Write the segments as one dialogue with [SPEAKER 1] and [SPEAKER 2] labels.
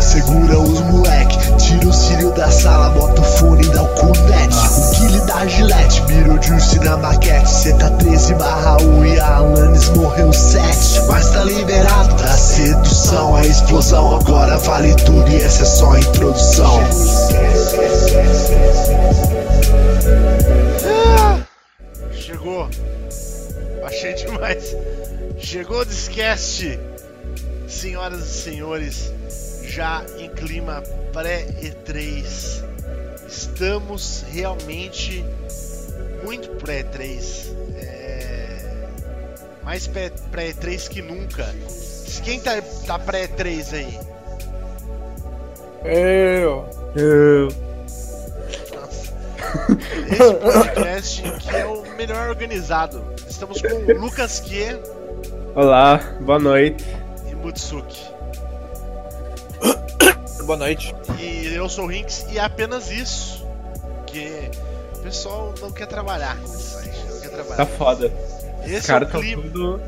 [SPEAKER 1] Segura os moleque, tira o cílio da sala, bota o fone e dá o cunete. O guile da gilete, mirou juice na maquete. Cê tá 13 barra 1 e a Alanis morreu 7. Mas tá liberado da sedução, a explosão. Agora vale tudo e essa é só a introdução.
[SPEAKER 2] Chegou. Achei demais. Chegou o Discast. Senhoras e senhores, já em clima pré-E3. Estamos realmente muito pré-E3. É, Mais pré- pré-E3 que nunca. Quem tá, tá pré-E3 aí?
[SPEAKER 3] Eu.
[SPEAKER 2] Nossa. Esse podcast que é o melhor organizado. Estamos com o Lucas Kie
[SPEAKER 4] Olá, boa noite.
[SPEAKER 2] e Mutsuki.
[SPEAKER 3] Boa noite.
[SPEAKER 2] E eu sou o Rinks e é apenas isso. Porque o pessoal não quer trabalhar com esse site. Não quer trabalhar.
[SPEAKER 4] Tá foda. Os
[SPEAKER 2] Esse é
[SPEAKER 4] caras
[SPEAKER 2] o
[SPEAKER 4] tão
[SPEAKER 2] clima.
[SPEAKER 4] tudo.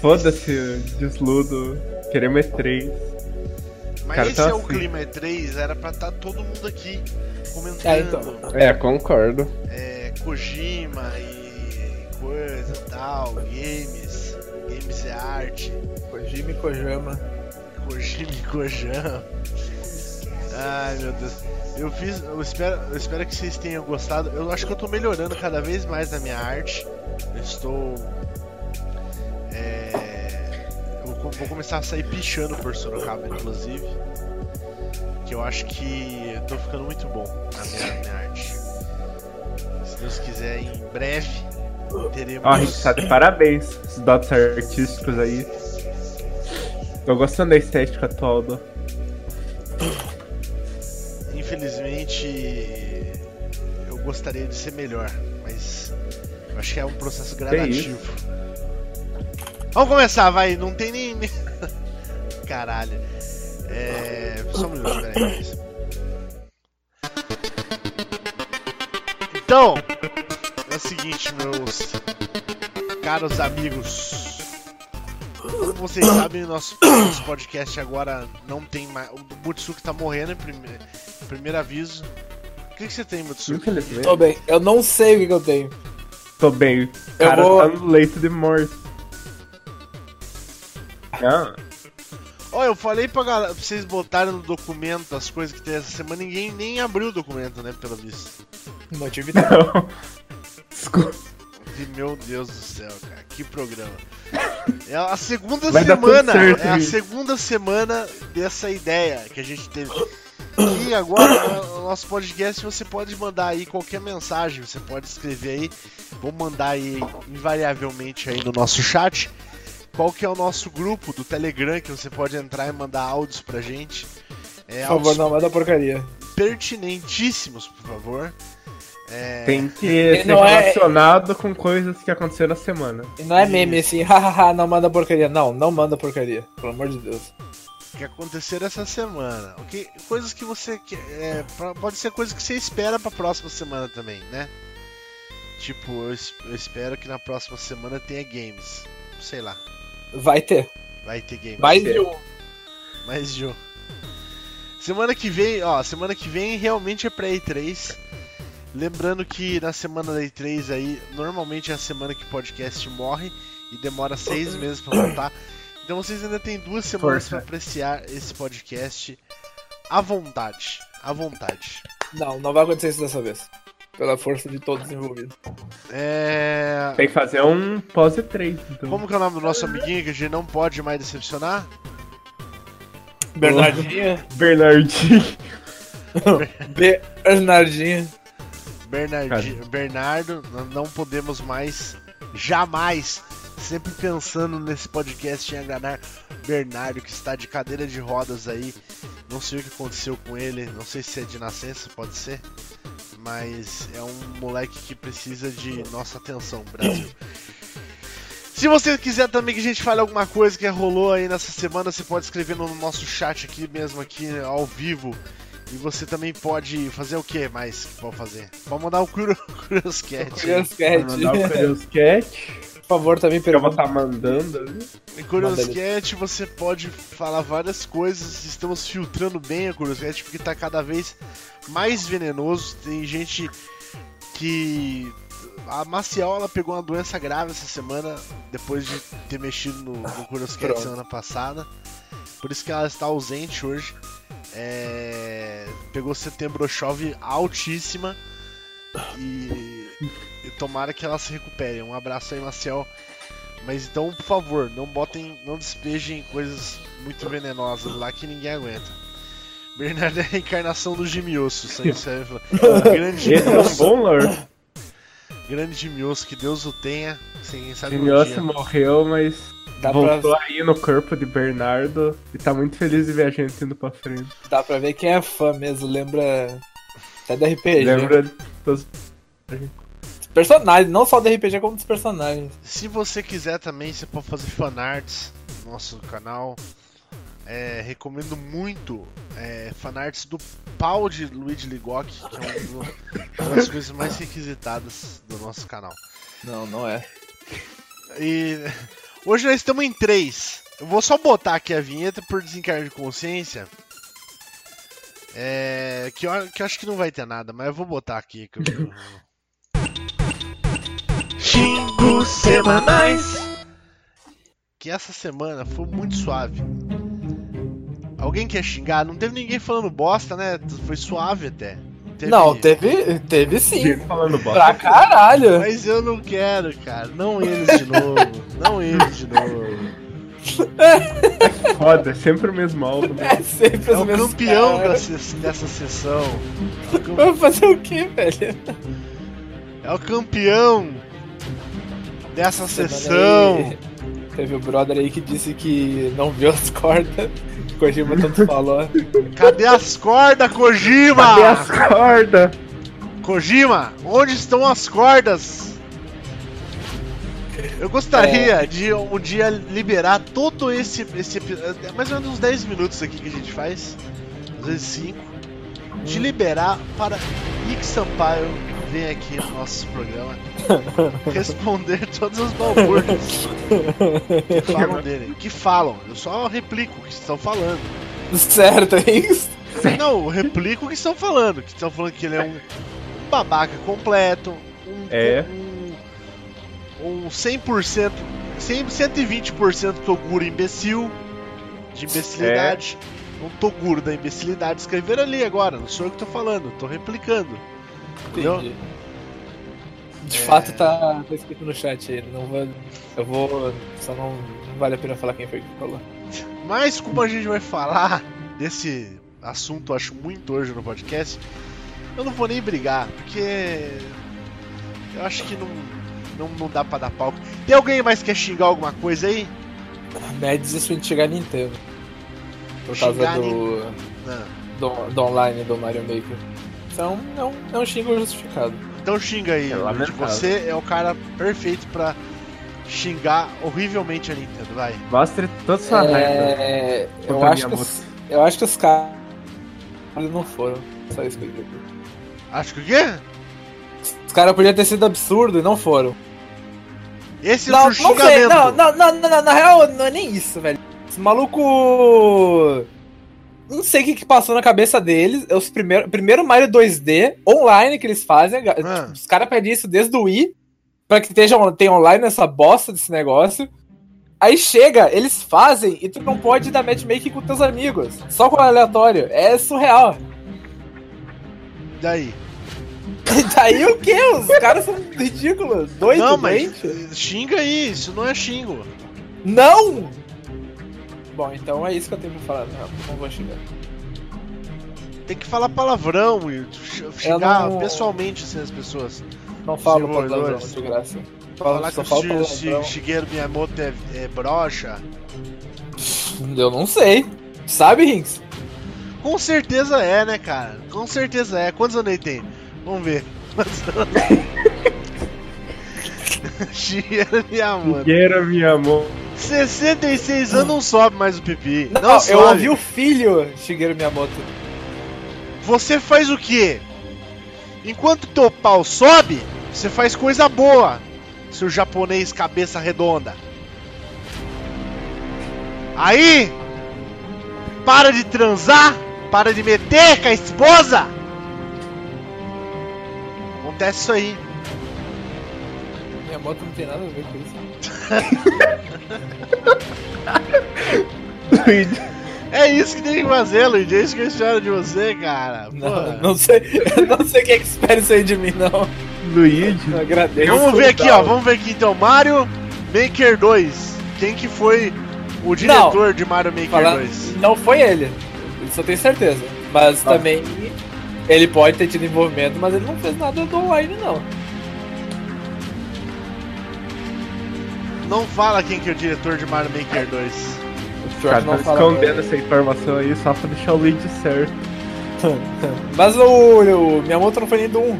[SPEAKER 4] Foda-se, o desludo. Queremos E3.
[SPEAKER 2] Mas
[SPEAKER 4] cara
[SPEAKER 2] esse
[SPEAKER 4] tá
[SPEAKER 2] é o
[SPEAKER 4] assim.
[SPEAKER 2] clima E3, era pra estar todo mundo aqui comentando.
[SPEAKER 3] É, então.
[SPEAKER 4] É, concordo.
[SPEAKER 2] é, Kojima e coisa e tal, games, games é arte,
[SPEAKER 3] Kojima e Kojama.
[SPEAKER 2] Kojima e Kojam. Ai meu Deus. Eu fiz. Eu espero, eu espero que vocês tenham gostado. Eu acho que eu tô melhorando cada vez mais na minha arte. Eu estou. É, eu co- vou começar a sair pichando por Sorocaba, inclusive. Que eu acho que eu tô ficando muito bom na minha, minha arte. Se Deus quiser, em breve teremos.
[SPEAKER 4] Ó, Rick, tá de parabéns. Os dotes artísticos aí. Tô gostando da estética atual do.
[SPEAKER 2] Infelizmente, eu gostaria de ser melhor, mas eu acho que é um processo
[SPEAKER 4] isso.
[SPEAKER 2] gradativo. Vamos começar, vai, não tem nem. nem- Caralho. É. Só um minuto, peraí. Então, é o seguinte, meus caros amigos. Como vocês sabem, o nosso nosso podcast agora não tem mais. O Mutsuki tá morrendo, em prime- primeiro aviso. O que, que você tem, Mutsuki?
[SPEAKER 4] Infelizmente.
[SPEAKER 3] Tô bem. Eu não sei o que, que eu tenho.
[SPEAKER 4] Tô bem. O cara
[SPEAKER 3] vou-
[SPEAKER 4] tá no leito de morte. Ah. Não,
[SPEAKER 2] Ó, eu falei pra, galera, pra vocês botarem no documento as coisas que tem essa semana, ninguém nem abriu o documento, né, pelo visto.
[SPEAKER 3] Não tive tempo.
[SPEAKER 4] não. Desculpa.
[SPEAKER 2] E, meu Deus do céu, cara, que programa. É a segunda
[SPEAKER 4] Vai dar tudo
[SPEAKER 2] semana,
[SPEAKER 4] certo,
[SPEAKER 2] é a
[SPEAKER 4] gente.
[SPEAKER 2] segunda semana dessa ideia que a gente teve. E agora, né, o nosso podcast, você pode mandar aí qualquer mensagem, você pode escrever aí, vou mandar aí invariavelmente aí no nosso chat. Qual que é o nosso grupo do Telegram que você pode entrar e mandar áudios pra gente? É,
[SPEAKER 3] Por
[SPEAKER 2] áudios
[SPEAKER 3] favor, não manda porcaria.
[SPEAKER 2] pertinentíssimos, por favor. É,
[SPEAKER 4] Tem que ser
[SPEAKER 3] Não é-
[SPEAKER 4] relacionado com coisas que aconteceram na semana.
[SPEAKER 3] E não é meme assim, hahaha, não manda porcaria. Não, não manda porcaria. Pelo amor de Deus.
[SPEAKER 2] que acontecer essa semana. O que, coisas que você quer. é, pra- pode ser coisas que você espera pra próxima semana também, né? Tipo, eu, es- eu espero que na próxima semana tenha games. Sei lá,
[SPEAKER 3] Vai ter.
[SPEAKER 2] vai ter games.
[SPEAKER 3] Mais de um.
[SPEAKER 2] Mais de um. Semana que vem, ó, semana que vem realmente é pré-E3. Lembrando que na semana da E3 aí, normalmente é a semana que o podcast morre e demora seis meses pra voltar. Então vocês ainda têm duas semanas
[SPEAKER 4] Força.
[SPEAKER 2] pra apreciar esse podcast à vontade. À vontade.
[SPEAKER 3] Não, não vai acontecer isso dessa vez. Pela força de todos envolvidos.
[SPEAKER 2] É.
[SPEAKER 4] Tem que fazer um pause 3, então.
[SPEAKER 2] Como que é o nome do nosso amiguinho que a gente não pode mais decepcionar?
[SPEAKER 3] Bernardinha.
[SPEAKER 4] Bernardinho.
[SPEAKER 3] Bernardinha.
[SPEAKER 2] Bernardi, Bernardo, nós não podemos mais, jamais, sempre pensando nesse podcast em agradar Bernardo, que está de cadeira de rodas aí. Não sei o que aconteceu com ele, não sei se é de nascença, pode ser. Mas é um moleque que precisa de nossa atenção, Brasil. Se você quiser também que a gente fale alguma coisa que rolou aí nessa semana, você pode escrever no nosso chat aqui mesmo, aqui ao vivo. E você também pode fazer o que mais que pode fazer? Pode mandar o Curioscat.
[SPEAKER 3] Curious
[SPEAKER 4] Vai
[SPEAKER 3] Cat.
[SPEAKER 4] mandar o Curious Cat.
[SPEAKER 3] É, favor, tá também
[SPEAKER 4] Eu vou
[SPEAKER 3] pergunta.
[SPEAKER 4] estar mandando ali.
[SPEAKER 2] Em
[SPEAKER 3] Manda
[SPEAKER 2] Curiosquete você pode falar várias coisas, estamos filtrando bem a Curiosquete porque tá cada vez mais venenoso. Tem gente que. A Maciel ela pegou uma doença grave essa semana, depois de ter mexido no, no Curiosquete
[SPEAKER 3] Pronto.
[SPEAKER 2] semana passada. Por isso que ela está ausente hoje. É, Pegou setembro chove altíssima. E, e tomara que ela se recupere. Um abraço aí, Maciel. Mas então, por favor, não botem, não despejem coisas muito venenosas lá que ninguém aguenta. Bernardo é a reencarnação do Gimiosso, sangue serve. grande
[SPEAKER 4] Esse é um
[SPEAKER 2] Gimiosso,
[SPEAKER 4] bom lore.
[SPEAKER 2] grande Gimiosso, que Deus o tenha. sem quem sabe um
[SPEAKER 4] Miossa
[SPEAKER 2] dia.
[SPEAKER 4] morreu, mas
[SPEAKER 2] um
[SPEAKER 3] Dá
[SPEAKER 4] voltou
[SPEAKER 3] pra,
[SPEAKER 4] aí no corpo de Bernardo e tá muito feliz de ver a gente indo pra frente.
[SPEAKER 3] dá pra ver quem é fã mesmo, lembra. Até da RPG.
[SPEAKER 4] Lembra dos
[SPEAKER 3] Dos personagens, não só da RPG, como dos personagens.
[SPEAKER 2] Se você quiser também, você pode fazer fanarts no nosso canal. É, recomendo muito é, fanarts do pau de Luigi Ligoc, que é um do- uma das coisas mais requisitadas do nosso canal.
[SPEAKER 3] Não, não é.
[SPEAKER 2] E hoje nós estamos em três. Eu vou só botar aqui a vinheta por desencargo de consciência. É, que, eu, que eu acho que não vai ter nada, mas eu vou botar aqui. Que eu...
[SPEAKER 1] Xingos semanais.
[SPEAKER 2] que essa semana foi muito suave. Alguém quer xingar? Não teve ninguém falando bosta, né? Foi suave até. Teve-
[SPEAKER 3] Não, teve, teve sim.
[SPEAKER 4] Diego falando
[SPEAKER 3] Pra
[SPEAKER 4] bosta.
[SPEAKER 3] caralho.
[SPEAKER 2] Mas eu não quero, cara. Não eles de novo. não eles de novo.
[SPEAKER 4] Foda, é sempre o mesmo álbum.
[SPEAKER 3] É sempre
[SPEAKER 2] É
[SPEAKER 3] os
[SPEAKER 2] o
[SPEAKER 3] mesmos
[SPEAKER 2] campeão da
[SPEAKER 3] caras.
[SPEAKER 2] se- dessa sessão. É o cam-
[SPEAKER 3] Vai fazer o que, velho?
[SPEAKER 2] É o campeão dessa sessão.
[SPEAKER 3] Aí, Teve o brother aí que disse que não viu as cordas. Que Kojima tanto falou.
[SPEAKER 2] Cadê as cordas, Kojima?
[SPEAKER 4] Cadê as cordas?
[SPEAKER 2] Kojima, onde estão as cordas? Eu gostaria de um dia liberar todo esse, esse epi- é mais ou menos uns 10 minutos aqui que a gente faz, às vezes 5, de liberar para Nick Sampaio vir aqui no nosso programa responder todas as balbúrdias que falam dele. Que falam, eu só replico o que estão falando.
[SPEAKER 3] Certo, é isso?
[SPEAKER 2] Não, eu replico o que estão falando. Que estão falando que ele é um um babaca completo, um,
[SPEAKER 4] É.
[SPEAKER 2] um, um 100%, 100, 120% Toguro imbecil, de imbecilidade. Um Toguro da imbecilidade. Escreveram ali agora, não sou eu que tô falando, tô replicando. Entendeu?
[SPEAKER 3] Entendi. De fato tá, tá escrito no chat aí. Não vou. Eu vou. Só não, não vale a pena falar quem foi que falou.
[SPEAKER 2] Mas como a gente vai falar desse assunto, eu acho muito hoje no podcast, eu não vou nem brigar, porque eu acho que não, não, não dá pra dar palco. Tem alguém mais que quer xingar alguma coisa aí?
[SPEAKER 3] Médios isso a gente chegar Nintendo. Por
[SPEAKER 2] Xingar
[SPEAKER 3] causa do,
[SPEAKER 2] Não.
[SPEAKER 3] do. do online do Mario Maker. Então é um, é um xingo justificado.
[SPEAKER 2] Então xinga aí,
[SPEAKER 4] É
[SPEAKER 2] Luigi.
[SPEAKER 4] lamentável.
[SPEAKER 2] você é o cara perfeito pra xingar horrivelmente a Nintendo, vai.
[SPEAKER 4] Mostre toda sua raiva.
[SPEAKER 3] É, eu,
[SPEAKER 4] contra a
[SPEAKER 3] acho que
[SPEAKER 4] minha
[SPEAKER 3] os, eu acho que os caras não foram. Só isso que eu digo.
[SPEAKER 2] Acho que o quê?
[SPEAKER 3] Os caras podiam ter sido absurdo e não foram.
[SPEAKER 2] Esse
[SPEAKER 3] não,
[SPEAKER 2] é o seu
[SPEAKER 3] não sei.
[SPEAKER 2] xingamento.
[SPEAKER 3] Não, não, não, não, não, na real, não é nem isso, velho. Esse maluco. Não sei o que, que passou na cabeça deles. É os primeiro, primeiro Mario 2D online que eles fazem. ga-
[SPEAKER 2] Ah.
[SPEAKER 3] tipo, os caras pedem isso desde o Wii. Pra que esteja, on- tenha online essa bosta desse negócio. Aí chega, eles fazem e tu não pode dar matchmaking com teus amigos. Só com aleatório. É surreal.
[SPEAKER 2] Daí.
[SPEAKER 3] E daí o que? Os caras são ridículos. Doido,
[SPEAKER 2] não, mas
[SPEAKER 3] doente.
[SPEAKER 2] xinga aí, isso não é xingo.
[SPEAKER 3] Não! Bom, então é isso que eu tenho pra falar. Não, não vou xingar.
[SPEAKER 2] Tem que falar palavrão e xingar
[SPEAKER 3] não-
[SPEAKER 2] pessoalmente assim, as pessoas.
[SPEAKER 3] Não falo palavrão
[SPEAKER 2] Desenvolvedores.
[SPEAKER 3] de graça.
[SPEAKER 2] Falar
[SPEAKER 3] Falo,
[SPEAKER 2] que
[SPEAKER 3] só
[SPEAKER 2] o
[SPEAKER 3] falo
[SPEAKER 2] Shi-
[SPEAKER 3] palavrão.
[SPEAKER 2] Shi- Shigeru Miyamoto é, é brocha?
[SPEAKER 3] Eu não sei. Sabe, Rings?
[SPEAKER 2] Com certeza é, né, cara? Com certeza é. Quantos anos ele tem? Vamos ver. Quantos anos? Shigeru Miyamoto.
[SPEAKER 4] Queira, minha amor.
[SPEAKER 2] 66 anos não sobe mais o pipi.
[SPEAKER 3] Não,
[SPEAKER 2] Não,
[SPEAKER 3] eu
[SPEAKER 2] sobe.
[SPEAKER 3] ouvi o filho Shigeru Miyamoto.
[SPEAKER 2] Você faz o quê? Enquanto teu pau sobe, você faz coisa boa. seu japonês cabeça redonda. Aí, para de transar, para de meter com a esposa. Acontece isso aí.
[SPEAKER 3] Minha moto não tem nada a ver com isso.
[SPEAKER 4] Luigi.
[SPEAKER 2] É isso que tem que fazer, Luigi. É isso que eu espero de você, cara. Porra.
[SPEAKER 3] Não, não sei, eu não sei o que é que espera isso aí de mim, não.
[SPEAKER 4] Luigi.
[SPEAKER 3] Eu agradeço. um
[SPEAKER 2] Vamos ver aqui, ó. Vamos ver aqui então. Mario Maker 2. Quem que foi o diretor de Mario Maker
[SPEAKER 3] falar.
[SPEAKER 2] 2?
[SPEAKER 3] Não foi ele. Isso eu tenho certeza. Mas
[SPEAKER 4] Tá.
[SPEAKER 3] também ele pode ter tido envolvimento, mas ele não fez nada do online, não.
[SPEAKER 2] Não fala quem que é o diretor de Mario Maker 2.
[SPEAKER 3] O
[SPEAKER 4] Cara,
[SPEAKER 3] Jorge
[SPEAKER 4] tá
[SPEAKER 3] não fala
[SPEAKER 4] escondendo essa informação aí só pra deixar o Luigi certo.
[SPEAKER 3] Mas o, o Miyamoto não foi nem do 1.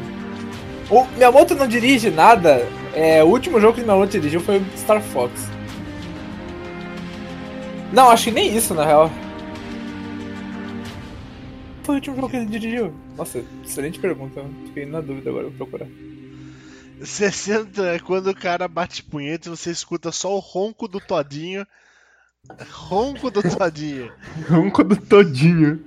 [SPEAKER 3] O Miyamoto não dirige nada. É, o último jogo que o Miyamoto dirigiu foi o Star Fox. Não, acho que nem isso, na real. Foi o último jogo que ele dirigiu? Nossa, excelente pergunta. Fiquei na dúvida agora, vou procurar.
[SPEAKER 2] 60 é quando o cara bate punheta e você escuta só o ronco do Todinho. Ronco do Todinho.
[SPEAKER 4] Ronco do todinho.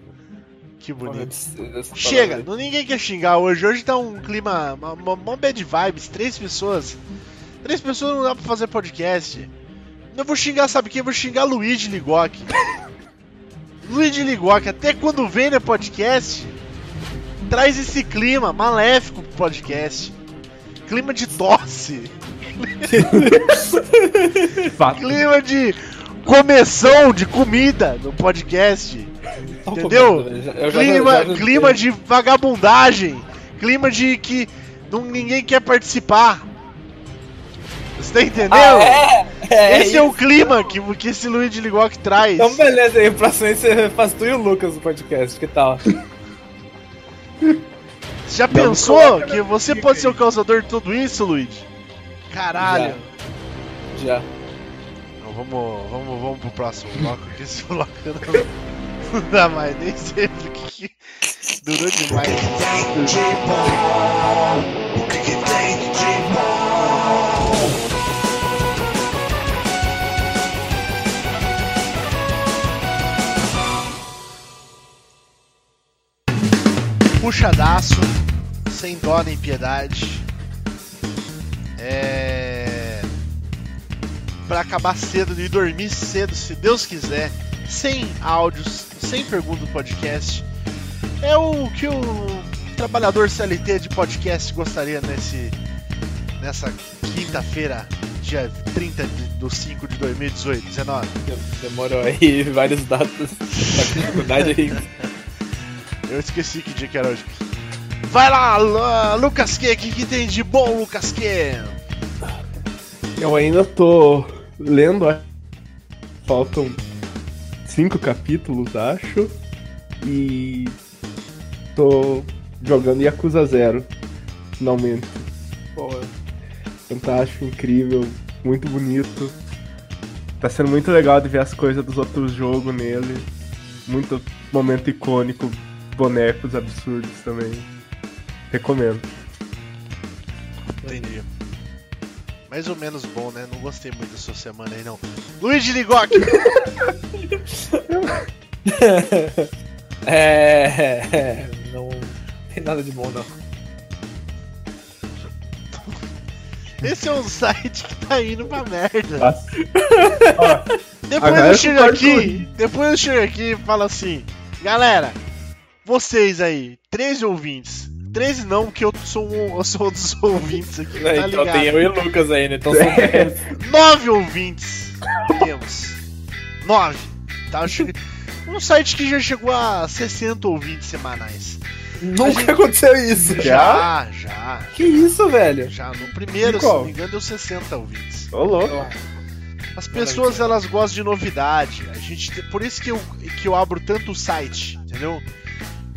[SPEAKER 2] Que
[SPEAKER 3] Olha,
[SPEAKER 2] bonito.
[SPEAKER 3] des- dessa
[SPEAKER 2] Chega,
[SPEAKER 3] palavra.
[SPEAKER 2] não, ninguém quer xingar hoje. Hoje tá um clima, uma, uma, uma bad vibes. Três pessoas. Três pessoas não dá pra fazer podcast. Eu vou xingar, sabe quem? Eu vou xingar Luigi Ligoc. Luigi Ligoc, até quando vem no podcast, traz esse clima maléfico pro podcast. Clima de tosse.
[SPEAKER 4] Fato.
[SPEAKER 2] Clima de começão de comida no podcast.
[SPEAKER 3] Tá
[SPEAKER 2] Entendeu?
[SPEAKER 3] comendo, velho. Eu já-
[SPEAKER 2] clima,
[SPEAKER 3] já- já-
[SPEAKER 2] clima de vagabundagem, clima de que não, ninguém quer participar. Você tá entendendo?
[SPEAKER 3] Ah, é, é,
[SPEAKER 2] esse é o clima que, que esse Luigi Ligoc traz.
[SPEAKER 3] Então beleza, aí próximo aí você faz tu e o Lucas no podcast, que tal?
[SPEAKER 2] Você já
[SPEAKER 3] Então,
[SPEAKER 4] Não,
[SPEAKER 2] pensou
[SPEAKER 4] coloca
[SPEAKER 2] que você pode ser o causador de tudo isso, Luigi? Caralho.
[SPEAKER 3] Já.
[SPEAKER 2] Não, vamos, vamos, vamos pro próximo bloco, que esse bloco não, não dá mais, nem sei porque que durou demais.
[SPEAKER 1] tem de bom? O que, que tem de bom?
[SPEAKER 2] puxadaço, sem dó nem piedade. É. Pra acabar cedo e dormir cedo, se Deus quiser, sem áudios, sem pergunta do podcast. É o que o trabalhador CLT de podcast gostaria nesse nessa quinta-feira, dia 30 de, do 5 de 2018, 19.
[SPEAKER 3] Demorou aí várias datas da dificuldade aí.
[SPEAKER 2] Eu esqueci que dia que era hoje. Vai lá, Lu- Lucas Q, o que, que tem de bom, Lucas Q?
[SPEAKER 4] Eu ainda tô lendo. acho. Faltam cinco capítulos, acho. E tô jogando Yakuza Zero. Finalmente.
[SPEAKER 3] Pô,
[SPEAKER 4] Fantástico, incrível, muito bonito. Tá sendo muito legal de ver as coisas dos outros jogos nele. Muito momento icônico, bonecos absurdos também. Recomendo.
[SPEAKER 2] Entendi. Mais ou menos bom, né? Não gostei muito da sua semana aí, não. Luiz de Ligoc!
[SPEAKER 3] é, é, Não tem nada de bom, não.
[SPEAKER 2] Esse é um site que tá indo pra merda.
[SPEAKER 4] Passa. Ó,
[SPEAKER 2] Depois
[SPEAKER 4] Agora
[SPEAKER 2] eu
[SPEAKER 4] eu
[SPEAKER 2] chego
[SPEAKER 4] concordo
[SPEAKER 2] aqui, depois eu chego aqui e falo assim, galera, vocês aí, 13 ouvintes, 13 não, porque eu sou um, eu sou um dos ouvintes aqui, tá
[SPEAKER 3] então
[SPEAKER 2] ligado?
[SPEAKER 3] tem eu e o Lucas aí, né? Então são
[SPEAKER 2] Nove ouvintes temos. Nove. Tá? Che- Um site que já chegou a 60 ouvintes semanais.
[SPEAKER 3] Nunca aconteceu isso.
[SPEAKER 2] Já, já,
[SPEAKER 3] Que isso, velho?
[SPEAKER 2] já. No primeiro, se
[SPEAKER 4] Qual?
[SPEAKER 2] não me engano, deu 60 ouvintes.
[SPEAKER 4] Ô louco.
[SPEAKER 2] As pessoas, elas gostam de novidade. A gente, tem- por isso que eu, que eu abro tanto o site, entendeu?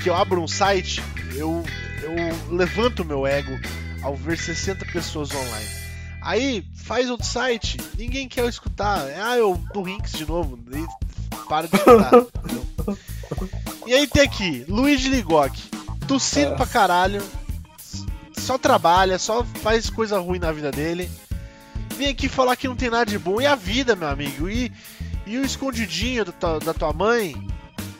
[SPEAKER 2] Que eu abro um site, eu, eu levanto meu ego ao ver 60 pessoas online. Aí, faz outro site, ninguém quer escutar. Ah, eu do Rinks de novo. E para de escutar. entendeu? e aí tem aqui, Luigi Ligoc. Tossindo
[SPEAKER 3] Ah.
[SPEAKER 2] pra caralho. s- Só trabalha, só faz coisa ruim na vida dele. vem aqui falar que não tem nada de bom. E a vida, meu amigo? E, e o escondidinho da tua, da tua mãe?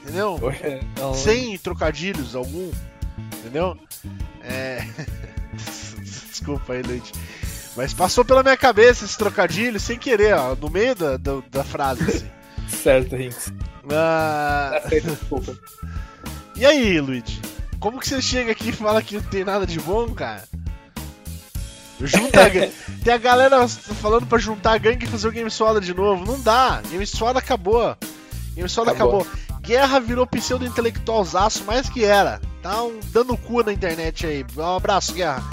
[SPEAKER 2] Entendeu?
[SPEAKER 3] Ué, não.
[SPEAKER 2] Sem trocadilhos algum. Entendeu? É. Desculpa aí, Leite. Mas passou pela minha cabeça esse trocadilho sem querer, ó, no meio da, da, da frase. Assim.
[SPEAKER 3] Certo, Rinks.
[SPEAKER 2] Ah,
[SPEAKER 3] Aceito, desculpa.
[SPEAKER 2] e aí, Luigi? Como que você chega aqui e fala que não tem nada de bom, cara? Junta a gangue. Tem a galera falando pra juntar a gangue e fazer o Game Soda de novo. Não dá. Game Soda acabou. Game Soda acabou.
[SPEAKER 3] Acabou.
[SPEAKER 2] Guerra virou pseudo intelectualzaço mais que era. Tá um dando cu na internet aí. Um abraço, Guerra.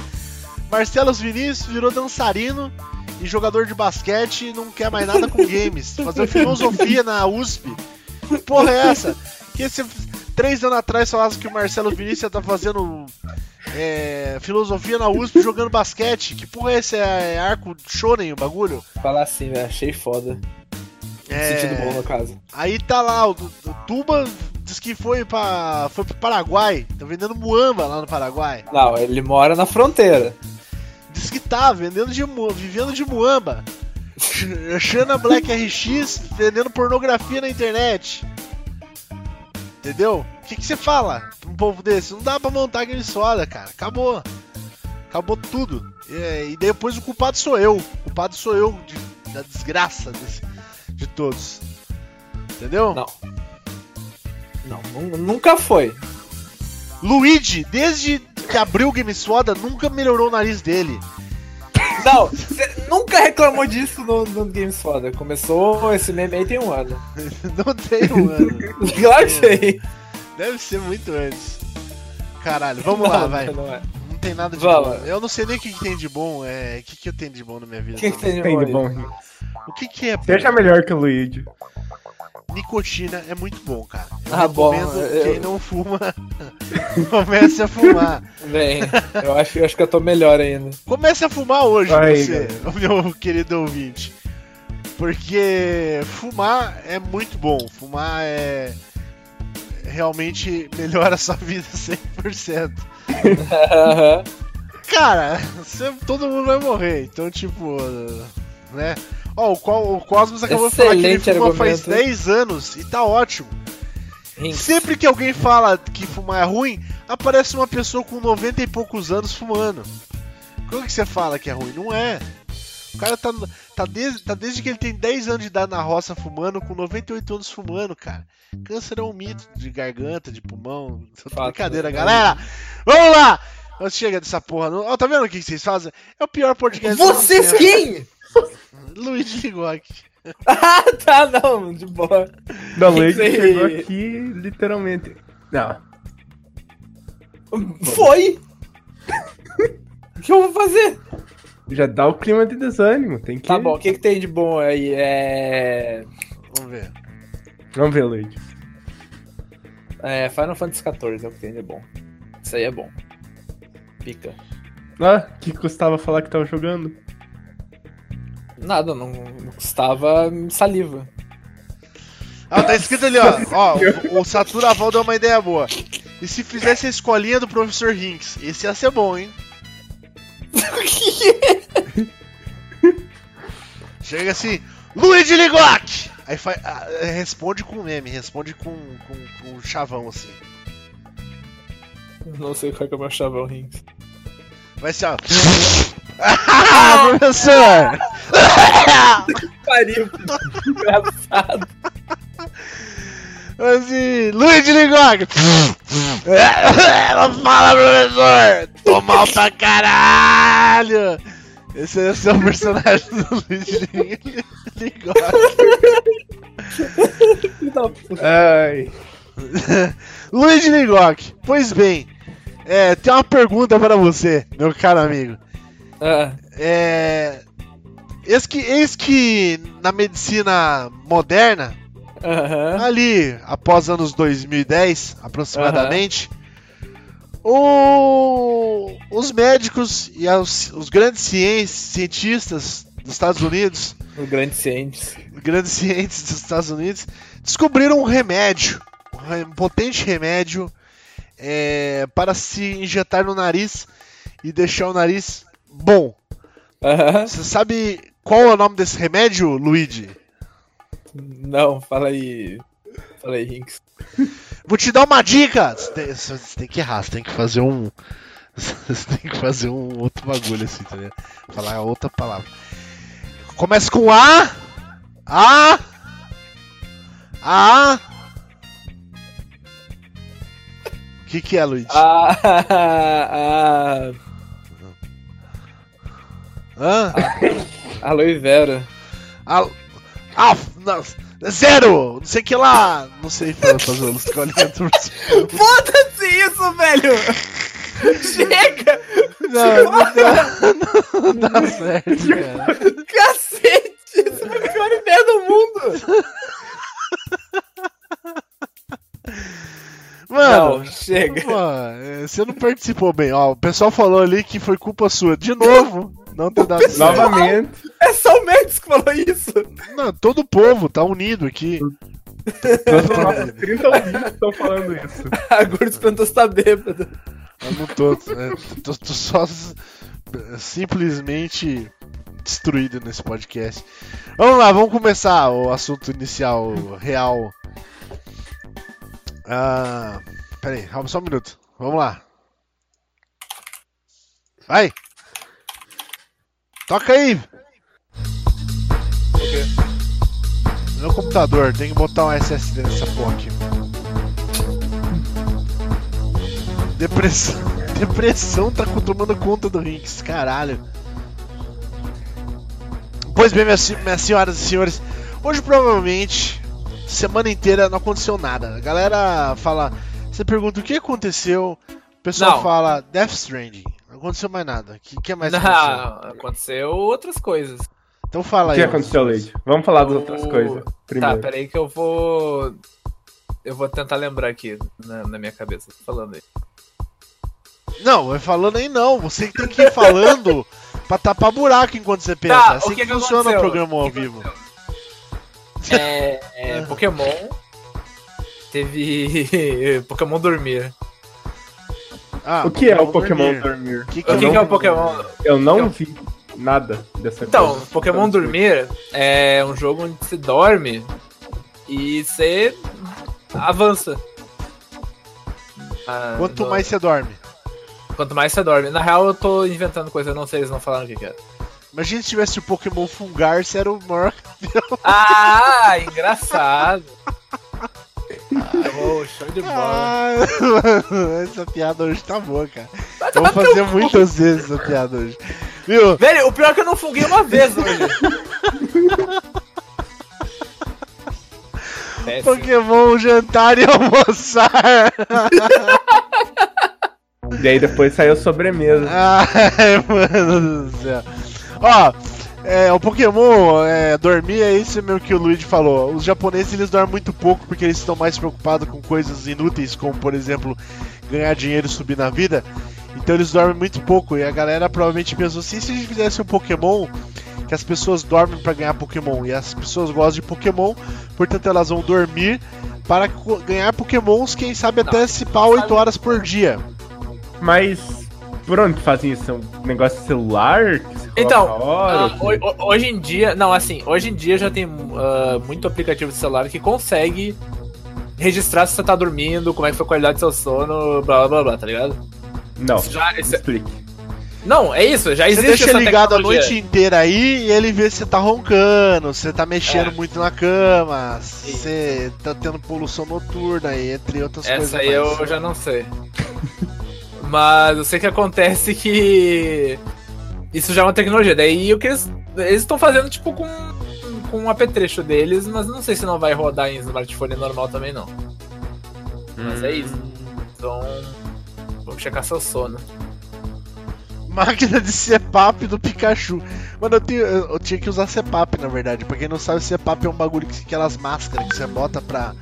[SPEAKER 2] Marcelos Vinícius virou dançarino e jogador de basquete e não quer mais nada com games. Fazendo filosofia na USP. Que porra é essa? Que esse, três anos atrás falasse que o Marcelo Vinícius ia tá fazendo é, filosofia na USP jogando basquete. Que porra é esse? É arco shonen o bagulho?
[SPEAKER 3] Falar assim, né? Achei foda.
[SPEAKER 2] É,
[SPEAKER 3] Sentido bom, no caso.
[SPEAKER 2] Aí tá lá, o, o Tuba diz que foi, pra, foi pro Paraguai. Tá vendendo muamba lá no Paraguai.
[SPEAKER 3] Não, ele mora na fronteira.
[SPEAKER 2] Diz que tá vendendo de, mu- vivendo de muamba. Xana Black RX vendendo pornografia na internet. Entendeu? O que que você fala pra um povo desse? Não dá pra montar aquele soda, cara. Acabou. Acabou tudo. É, e depois o culpado sou eu. O culpado sou eu de- da desgraça desse- de todos. Entendeu?
[SPEAKER 3] Não. Não, nu- nunca foi.
[SPEAKER 2] Luigi, desde que abriu o Game Soda, nunca melhorou o nariz dele.
[SPEAKER 3] Não, você nunca reclamou disso no, no Games Foda. Começou esse meme aí tem um ano.
[SPEAKER 2] Não tem um ano.
[SPEAKER 3] Claro que sei.
[SPEAKER 2] Deve ser muito antes. Caralho, vamos lá,
[SPEAKER 3] Não,
[SPEAKER 2] vai.
[SPEAKER 3] não é.
[SPEAKER 2] Não tem nada de
[SPEAKER 3] Vamos.
[SPEAKER 2] bom. Eu não sei nem o que, que tem de bom. É, o que, que eu tenho de bom na minha vida?
[SPEAKER 3] O que, que tem de
[SPEAKER 4] Tem de
[SPEAKER 3] aí?
[SPEAKER 4] bom, Rinks.
[SPEAKER 2] O que, que é bom?
[SPEAKER 4] Seja melhor que o Luigi.
[SPEAKER 2] Nicotina é muito bom, cara. Eu
[SPEAKER 3] Ah, bom,
[SPEAKER 2] recomendo
[SPEAKER 3] eu-
[SPEAKER 2] quem não fuma comece a fumar.
[SPEAKER 3] Bem, eu acho, eu acho que eu tô melhor ainda.
[SPEAKER 2] Comece a fumar hoje,
[SPEAKER 4] Aí,
[SPEAKER 2] você, meu querido ouvinte. Porque fumar é muito bom. Fumar é. Realmente melhora a sua vida 100%.
[SPEAKER 3] Aham.
[SPEAKER 2] Cara, você- todo mundo vai morrer. Então, tipo. Né? Ó, o, Co- o Cosmos acabou de falar que
[SPEAKER 3] Excelente
[SPEAKER 2] ele fuma faz
[SPEAKER 3] argumento.
[SPEAKER 2] 10 anos e tá ótimo.
[SPEAKER 3] Rinks.
[SPEAKER 2] Sempre que alguém fala que fumar é ruim, aparece uma pessoa com 90 e poucos anos fumando. Como que você fala que é ruim? Não é. O cara tá, tá, desde, tá desde que ele tem 10 anos de idade na roça fumando, com 98 anos fumando, cara. Câncer é um mito de garganta, de pulmão.
[SPEAKER 3] Fato,
[SPEAKER 2] brincadeira,
[SPEAKER 3] é.
[SPEAKER 2] galera! Vamos lá! Mas Chega dessa porra. Não- Ó, tá vendo o que que vocês fazem? É o pior podcast
[SPEAKER 3] Vocês
[SPEAKER 2] que...
[SPEAKER 3] quem?
[SPEAKER 2] Luiz Ligoc.
[SPEAKER 3] Ah, tá, não, de boa.
[SPEAKER 4] Não, o Luigi
[SPEAKER 3] Sei.
[SPEAKER 4] chegou aqui literalmente. Não,
[SPEAKER 3] Foi! O que eu vou fazer?
[SPEAKER 4] já dá o clima de desânimo. Tem que.
[SPEAKER 3] Tá bom, o que, que tem de bom aí? É.
[SPEAKER 2] Vamos ver.
[SPEAKER 4] Vamos ver, Luigi.
[SPEAKER 3] É. Final Fantasy XIV é o que tem de bom. Isso aí é bom. Pica.
[SPEAKER 4] Ah, que custava falar que tava jogando?
[SPEAKER 3] Nada, não, não custava saliva.
[SPEAKER 2] Ah, tá escrito ali, ó. ó o, o Saturaval deu uma ideia boa. E se fizesse a escolinha do professor Hinks? Esse ia ser bom, hein? Chega assim, Luigi Ligoc! Aí fa- ah, eh, responde com meme, responde com, com, com chavão, assim.
[SPEAKER 3] Não sei qual que é o meu chavão, Rings.
[SPEAKER 2] Vai ser, ó. Ah, professor!
[SPEAKER 3] Pariu, engraçado.
[SPEAKER 2] Vai Assim, Luigi Ligoc! Ela fala, professor! Tô mal pra caralho! Esse é o seu personagem do Luigi Li- Ligoc.
[SPEAKER 3] Filho da puta.
[SPEAKER 4] Ai.
[SPEAKER 2] Luigi Ligoc, pois bem, é, tem uma pergunta para você, meu caro amigo.
[SPEAKER 3] Ah,
[SPEAKER 2] É, eis, que, eis que na medicina moderna, Ah,
[SPEAKER 3] Aham.
[SPEAKER 2] ali após anos 2010 aproximadamente, o- os médicos e os, os grandes cien- cientistas dos Estados Unidos,
[SPEAKER 3] O grande ciência.
[SPEAKER 2] grandes cientes dos Estados Unidos, descobriram um remédio, um re- um potente remédio é, para se injetar no nariz e deixar o nariz bom.
[SPEAKER 3] Aham.
[SPEAKER 2] Você sabe Qual é o nome desse remédio, Luigi?
[SPEAKER 3] Não, fala aí. Fala aí, Rinks.
[SPEAKER 2] Vou te dar uma dica! Você tem, você tem que errar, você tem que fazer um. Você tem que fazer um outro bagulho assim, tá ligado? Falar outra palavra. Começa com A. A. A. O que, que é, Luigi?
[SPEAKER 3] Ah, ah,
[SPEAKER 2] Hã?
[SPEAKER 3] ah, aloe vera.
[SPEAKER 2] A, a, na- zero! Não sei o que lá! Não sei fa- fazer o luscolinho.
[SPEAKER 3] Foda-se isso, velho! Chega!
[SPEAKER 2] Não, não dá, não dá certo, cara.
[SPEAKER 3] Cacete! Isso foi a pior ideia do mundo!
[SPEAKER 2] Mano,
[SPEAKER 3] Não, chega.
[SPEAKER 2] pô, é, você não participou bem. Ó, o pessoal falou ali que foi culpa sua. De novo, não ter dado certo.
[SPEAKER 4] Novamente,
[SPEAKER 3] É só o Mendes que falou isso!
[SPEAKER 2] Não, todo o povo tá unido aqui.
[SPEAKER 4] nós no nosso 30 ouvintes estão falando isso.
[SPEAKER 3] A Gordos perguntou se tá bêbado.
[SPEAKER 2] Eu não tô, é, tô, tô só s- simplesmente destruído nesse podcast. Vamos lá, vamos começar o assunto inicial real. Ah, peraí, calma só um minuto. Vamos lá. Vai! Toca aí! Meu computador, tem que botar um SSD nessa porra aqui. Depressão. Depressão tá co- tomando conta do Rinks, caralho. Pois bem, minhas, se- minhas senhoras e senhores, hoje provavelmente semana inteira não aconteceu nada. A galera fala, você pergunta o que aconteceu, o pessoal
[SPEAKER 3] Não.
[SPEAKER 2] fala Death Stranding. Não aconteceu mais nada. O que, que é mais que aconteceu?
[SPEAKER 3] Não, aconteceu outras coisas. Tá,
[SPEAKER 2] Então fala
[SPEAKER 4] O
[SPEAKER 2] aí.
[SPEAKER 4] que
[SPEAKER 2] mano.
[SPEAKER 4] aconteceu, Leite? Vamos falar das outras
[SPEAKER 3] O-
[SPEAKER 4] coisas. Primeiro.
[SPEAKER 3] Tá, peraí que eu vou. Eu vou tentar lembrar aqui na, na minha cabeça. Tô falando aí.
[SPEAKER 2] Não, vai falando aí não. Você que tem que ir falando pra tapar buraco enquanto você pensa.
[SPEAKER 3] Tá,
[SPEAKER 2] assim
[SPEAKER 3] o que que
[SPEAKER 2] funciona
[SPEAKER 3] aconteceu?
[SPEAKER 2] o programa ao
[SPEAKER 3] O que que
[SPEAKER 2] vivo.
[SPEAKER 3] É, é, Pokémon. Teve. Pokémon dormir.
[SPEAKER 2] Ah,
[SPEAKER 4] O que é o
[SPEAKER 2] Pokémon
[SPEAKER 4] Pokémon
[SPEAKER 2] Dormir?
[SPEAKER 4] Dormir?
[SPEAKER 2] que, que
[SPEAKER 3] O que, que é o Pokémon?
[SPEAKER 4] Eu não
[SPEAKER 3] Eu-
[SPEAKER 4] vi nada dessa coisa.
[SPEAKER 3] Então, Pokémon Dormir é um jogo onde você dorme e você avança. Ah,
[SPEAKER 2] Quanto
[SPEAKER 3] no-
[SPEAKER 2] mais você dorme.
[SPEAKER 3] quanto mais você dorme. Na real, eu tô inventando coisa, eu não sei, eles não falaram o que, que é.
[SPEAKER 2] Imagina se tivesse o Pokémon Fungar, você era o maior.
[SPEAKER 3] Ah, engraçado. Ah, oh, show de bola.
[SPEAKER 2] Ah, mano, essa piada hoje tá boa, cara. Eu vou fazer
[SPEAKER 3] um
[SPEAKER 2] muitas vezes essa piada hoje. Viu?
[SPEAKER 3] Velho, o pior é que eu não funguei uma vez hoje. Péssimo.
[SPEAKER 2] Pokémon jantar e almoçar.
[SPEAKER 4] E aí depois saiu sobremesa.
[SPEAKER 2] Ai, mano Ah, do céu. Ó, é, o Pokémon é, dormir é isso mesmo que o Luigi falou. Os japoneses eles dormem muito pouco porque eles estão mais preocupados com coisas inúteis, como por exemplo ganhar dinheiro e subir na vida. Então eles dormem muito pouco. E a galera provavelmente pensou: assim, se a gente fizesse um Pokémon que as pessoas dormem pra ganhar Pokémon e as pessoas gostam de Pokémon, portanto elas vão dormir para co- ganhar Pokémons, quem sabe
[SPEAKER 3] Não,
[SPEAKER 2] até se pá 8
[SPEAKER 3] sabe.
[SPEAKER 2] horas por dia.
[SPEAKER 4] Mas por onde fazem isso? É um negócio de celular? Que você coloca
[SPEAKER 3] Então,
[SPEAKER 4] a hora,
[SPEAKER 3] Ah, ho- ho- hoje em dia, não, assim, hoje em dia já tem ah, muito aplicativo de celular que consegue registrar se você tá dormindo, como é que foi a qualidade do seu sono, blá blá blá, blá tá ligado?
[SPEAKER 4] Não,
[SPEAKER 3] Isso já- é isso-
[SPEAKER 4] explique.
[SPEAKER 3] não, é isso, já
[SPEAKER 2] Você
[SPEAKER 3] existe
[SPEAKER 2] deixa
[SPEAKER 3] essa
[SPEAKER 2] ligado a
[SPEAKER 3] tecnologia.
[SPEAKER 2] noite inteira aí e ele vê se você tá roncando, se você tá mexendo
[SPEAKER 3] É.
[SPEAKER 2] muito na cama, se você tá tendo poluição noturna aí, entre outras coisas.
[SPEAKER 3] Essa aí
[SPEAKER 2] mais.
[SPEAKER 3] eu já não sei. Mas eu sei que acontece que isso já é uma tecnologia. Daí o que eles eles estão fazendo tipo com com um apetrecho deles, mas não sei se não vai rodar em smartphone normal também não. Mas é isso.
[SPEAKER 2] Hum.
[SPEAKER 3] Então, vamos checar seu sono.
[SPEAKER 2] Máquina de CPAP do Pikachu. Mano, eu, tenho- eu- eu tinha que usar CPAP na verdade. Pra quem não sabe, CPAP é um bagulho que aquelas máscaras que você bota pra,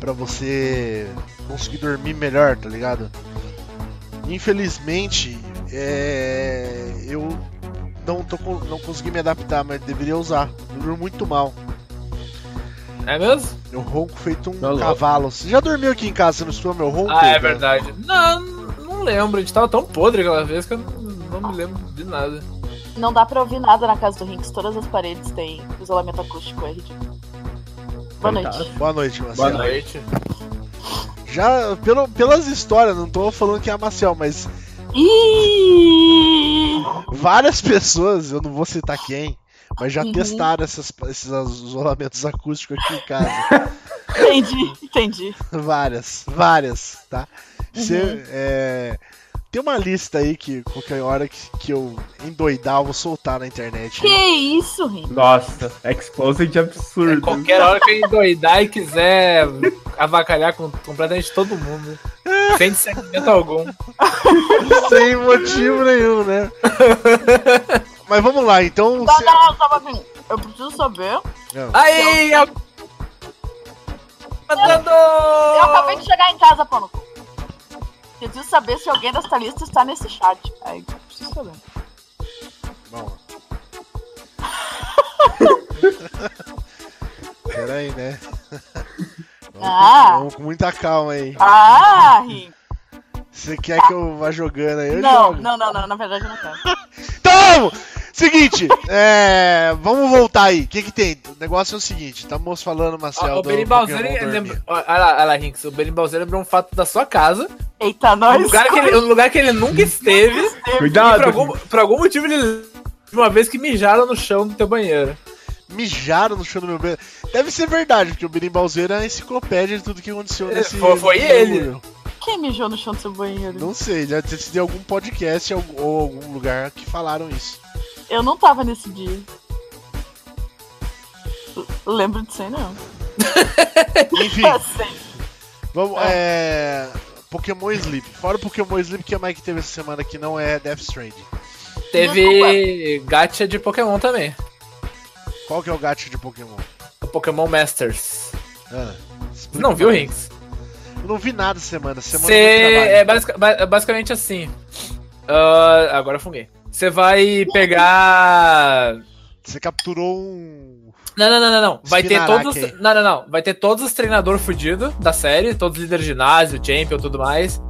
[SPEAKER 2] pra você conseguir dormir melhor, tá ligado? Infelizmente, é, eu não, tô, co- não consegui me adaptar, mas deveria usar. Eu durmo muito mal.
[SPEAKER 3] É mesmo?
[SPEAKER 2] Eu ronco feito um
[SPEAKER 4] Tá louco.
[SPEAKER 2] cavalo. Você já dormiu aqui em casa, você não escutou meu ronco?
[SPEAKER 3] Ah, é
[SPEAKER 2] cara?
[SPEAKER 3] verdade. Não, não lembro. A gente tava tão podre aquela vez que eu não, não me lembro de nada.
[SPEAKER 5] Não dá pra ouvir nada na casa do Rinks, todas as paredes têm isolamento acústico, é ridículo. Boa noite.
[SPEAKER 4] Fantástico.
[SPEAKER 2] Boa noite, Marcelo.
[SPEAKER 3] Boa noite.
[SPEAKER 2] Já, pelo, pelas histórias, não tô falando que é a Maciel, mas
[SPEAKER 5] Ih!
[SPEAKER 2] várias pessoas, eu não vou citar quem, mas já
[SPEAKER 5] Uhum.
[SPEAKER 2] testaram essas- esses isolamentos acústicos aqui em casa.
[SPEAKER 5] Entendi, entendi.
[SPEAKER 2] várias, várias, tá? Se,
[SPEAKER 5] Uhum.
[SPEAKER 2] é, tem uma lista aí que qualquer hora que, que eu endoidar, eu vou soltar na internet. né?
[SPEAKER 5] Que isso, Rinks?
[SPEAKER 4] Nossa, Explosed absurdo.
[SPEAKER 3] É qualquer hora que eu endoidar e quiser avacalhar com, completamente todo mundo. Sem discernimento algum.
[SPEAKER 2] Sem motivo nenhum, né? mas vamos lá, então.
[SPEAKER 5] Não,
[SPEAKER 2] se-
[SPEAKER 5] não, não, só pra mim. Eu preciso saber.
[SPEAKER 3] Aí, a...
[SPEAKER 5] Eu acabei de chegar em casa, pô. no cu. Preciso saber se alguém dessa lista está nesse chat. Aí, preciso saber.
[SPEAKER 2] Bom. Peraí, né? Vamos com-
[SPEAKER 5] Ah.
[SPEAKER 2] Vamos com muita calma aí.
[SPEAKER 5] Ah, Rinks.
[SPEAKER 2] Você quer que eu vá jogando aí? Eu
[SPEAKER 5] Não,
[SPEAKER 2] jogo.
[SPEAKER 5] não, não, não, na verdade eu não quero.
[SPEAKER 2] Então, seguinte, é, vamos voltar aí. O que que tem? O negócio é o seguinte, estamos falando, Marcel,
[SPEAKER 3] Ó, O
[SPEAKER 2] do
[SPEAKER 3] Benny
[SPEAKER 2] Pokémon
[SPEAKER 3] Balzani
[SPEAKER 2] dormir.
[SPEAKER 3] lembra. ó, Olha lá, olha lá, Rinks. O Benny Balzani lembrou um fato da sua casa.
[SPEAKER 5] Eita,
[SPEAKER 3] Um
[SPEAKER 5] nós.
[SPEAKER 3] lugar que ele, um lugar que ele nunca esteve. e por
[SPEAKER 4] Cuidado!
[SPEAKER 3] algum, por algum motivo ele. De uma vez que mijaram no chão do teu banheiro.
[SPEAKER 2] Mijaram no chão do meu banheiro. Deve ser verdade, porque o Benin Balzeiro é a enciclopédia de tudo que aconteceu
[SPEAKER 3] É,
[SPEAKER 2] nesse...
[SPEAKER 3] foi- foi
[SPEAKER 2] nesse
[SPEAKER 3] ele.
[SPEAKER 2] bagulho.
[SPEAKER 5] Quem mijou no chão do seu banheiro?
[SPEAKER 2] Não sei, deve ter sido em algum podcast ou ou algum lugar que falaram isso.
[SPEAKER 5] Eu não tava nesse dia. L- Lembro disso aí, não. assim,
[SPEAKER 2] Enfim,
[SPEAKER 5] Eu sei.
[SPEAKER 2] vamos. É. Pokémon Sleep. Fora o Pokémon Sleep que a Mike teve essa semana que não é Death Stranding.
[SPEAKER 5] é
[SPEAKER 3] Teve gacha de Pokémon também.
[SPEAKER 2] Qual que é o gato de Pokémon?
[SPEAKER 3] O Pokémon Masters.
[SPEAKER 2] Ah,
[SPEAKER 3] Você
[SPEAKER 2] explica
[SPEAKER 3] não viu,
[SPEAKER 2] mais.
[SPEAKER 3] Rinks?
[SPEAKER 2] Eu não vi nada semana. Semana
[SPEAKER 3] Você.
[SPEAKER 2] foi trabalho.
[SPEAKER 3] É basic- ba- é basicamente assim. Ah, agora eu funguei. Você vai pegar.
[SPEAKER 2] Você capturou um.
[SPEAKER 3] Não, não, não, não, não. Vai ter
[SPEAKER 2] Spinarak
[SPEAKER 3] todos. Os...
[SPEAKER 2] aí.
[SPEAKER 3] Não, não, não. Vai ter todos os treinadores fudidos da série, todos os líderes de ginásio, champion e tudo mais.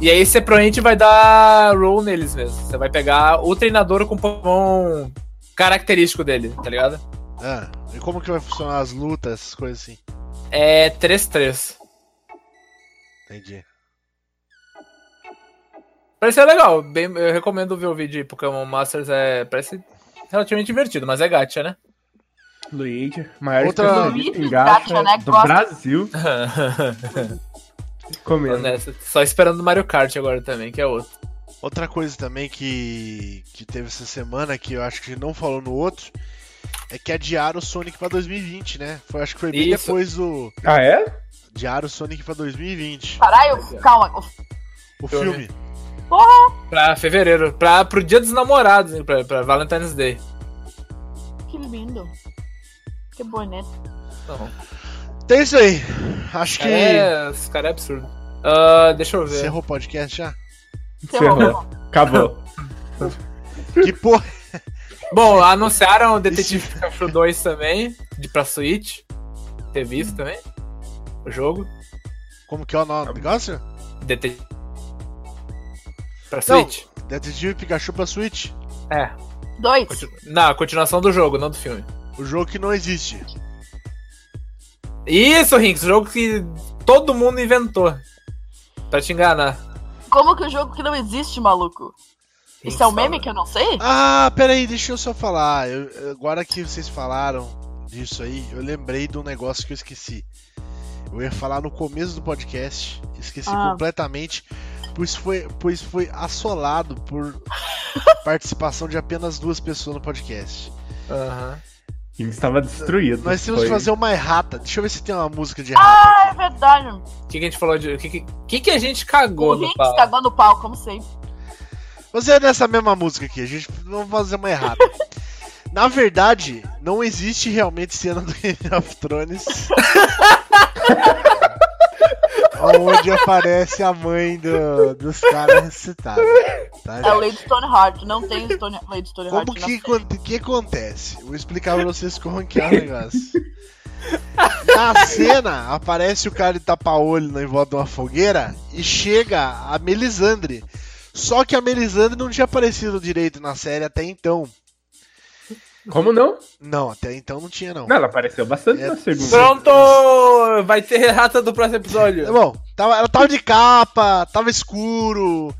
[SPEAKER 3] E aí você provavelmente vai dar roll neles mesmo. Você vai pegar o treinador com o Pokémon característico dele, tá ligado?
[SPEAKER 2] Ah, e como que vai funcionar as lutas, essas coisas assim?
[SPEAKER 3] É 3-3.
[SPEAKER 2] Entendi.
[SPEAKER 3] Parece ser legal. Bem, eu recomendo ver o vídeo de Pokémon Masters. É, parece relativamente divertido, mas é gacha, né?
[SPEAKER 4] Luigi, maior
[SPEAKER 2] Outra-
[SPEAKER 4] especialista em
[SPEAKER 5] Luigi,
[SPEAKER 4] gacha
[SPEAKER 5] gacha, né?
[SPEAKER 4] do
[SPEAKER 5] Gosta.
[SPEAKER 4] Brasil. é?
[SPEAKER 3] Tô
[SPEAKER 4] Comendo.
[SPEAKER 3] nessa. Só esperando o Mario Kart agora também, que é outro.
[SPEAKER 2] Outra coisa também que, que teve essa semana, que eu acho que não falou no outro, é que adiaram o Sonic pra 2020, né? Foi, acho que foi bem
[SPEAKER 3] Isso.
[SPEAKER 2] depois do.
[SPEAKER 4] Ah, é?
[SPEAKER 2] Adiaram o Sonic pra 2020.
[SPEAKER 5] Caralho, calma. O-
[SPEAKER 2] O
[SPEAKER 3] Filme.
[SPEAKER 2] filme.
[SPEAKER 3] Pra fevereiro. Pra, pro dia dos namorados, hein, pra, pra Valentine's Day.
[SPEAKER 5] Que lindo. Que né? bonito.
[SPEAKER 3] Não.
[SPEAKER 2] Então é isso aí. Acho que.
[SPEAKER 3] É, esse cara é absurdo. Ah, deixa eu ver.
[SPEAKER 2] Encerrou o podcast já?
[SPEAKER 5] Ferrou.
[SPEAKER 4] Acabou.
[SPEAKER 2] Que porra.
[SPEAKER 3] Bom, anunciaram o Detetive Pikachu 2 também, de pra Switch. Ter visto também. O jogo.
[SPEAKER 2] Como que é o nome do negócio?
[SPEAKER 3] Detetive. Pra
[SPEAKER 2] Não.
[SPEAKER 3] Switch.
[SPEAKER 2] Detetive Pikachu pra Switch.
[SPEAKER 3] É.
[SPEAKER 5] Dois.
[SPEAKER 3] continu- Não, a continuação do jogo, não do filme.
[SPEAKER 2] O jogo que não existe.
[SPEAKER 3] Isso, Rinks, jogo que todo mundo inventou. Pra te enganar.
[SPEAKER 5] Como que o jogo que não existe, maluco? Isso é um meme que eu não sei?
[SPEAKER 2] Ah, peraí, deixa eu só falar. Eu- agora que vocês falaram disso aí, eu lembrei de um negócio que eu esqueci. Eu ia falar no começo do podcast, esqueci
[SPEAKER 5] Ah.
[SPEAKER 2] completamente, pois foi, pois foi assolado por participação de apenas duas pessoas no podcast.
[SPEAKER 3] Aham.
[SPEAKER 4] Ele estava destruído.
[SPEAKER 2] Nós temos que
[SPEAKER 4] Foi-
[SPEAKER 2] fazer uma errata. Deixa eu ver se tem uma música de errata.
[SPEAKER 5] É verdade.
[SPEAKER 3] O que, que a gente falou de. O que, que, o que, que a gente
[SPEAKER 5] O
[SPEAKER 3] cagou no
[SPEAKER 5] Rinks
[SPEAKER 3] pau?
[SPEAKER 5] cagou no pau, como sempre.
[SPEAKER 2] Você é nessa mesma música aqui, a gente vamos fazer uma errata. Na verdade, não existe realmente cena do Game of Thrones. onde aparece a mãe do- dos caras citados. tá,
[SPEAKER 5] É o
[SPEAKER 2] gente?
[SPEAKER 5] Lady Stonehard. Não tem Stone... Lady Stonehard.
[SPEAKER 2] Como
[SPEAKER 5] não.
[SPEAKER 2] que, acon- que acontece? Vou explicar pra vocês como que é o negócio. Na cena, aparece o cara de tapa-olho em volta de uma fogueira e chega a Melisandre. Só que a Melisandre não tinha aparecido direito na série até então.
[SPEAKER 4] Como não?
[SPEAKER 2] Não, até então não tinha, um não.
[SPEAKER 4] Não, ela apareceu bastante
[SPEAKER 2] É,
[SPEAKER 4] na segunda.
[SPEAKER 3] Pronto! Vai ter errata do próximo episódio.
[SPEAKER 2] É Bom, tava, ela tava de capa, tava escuro.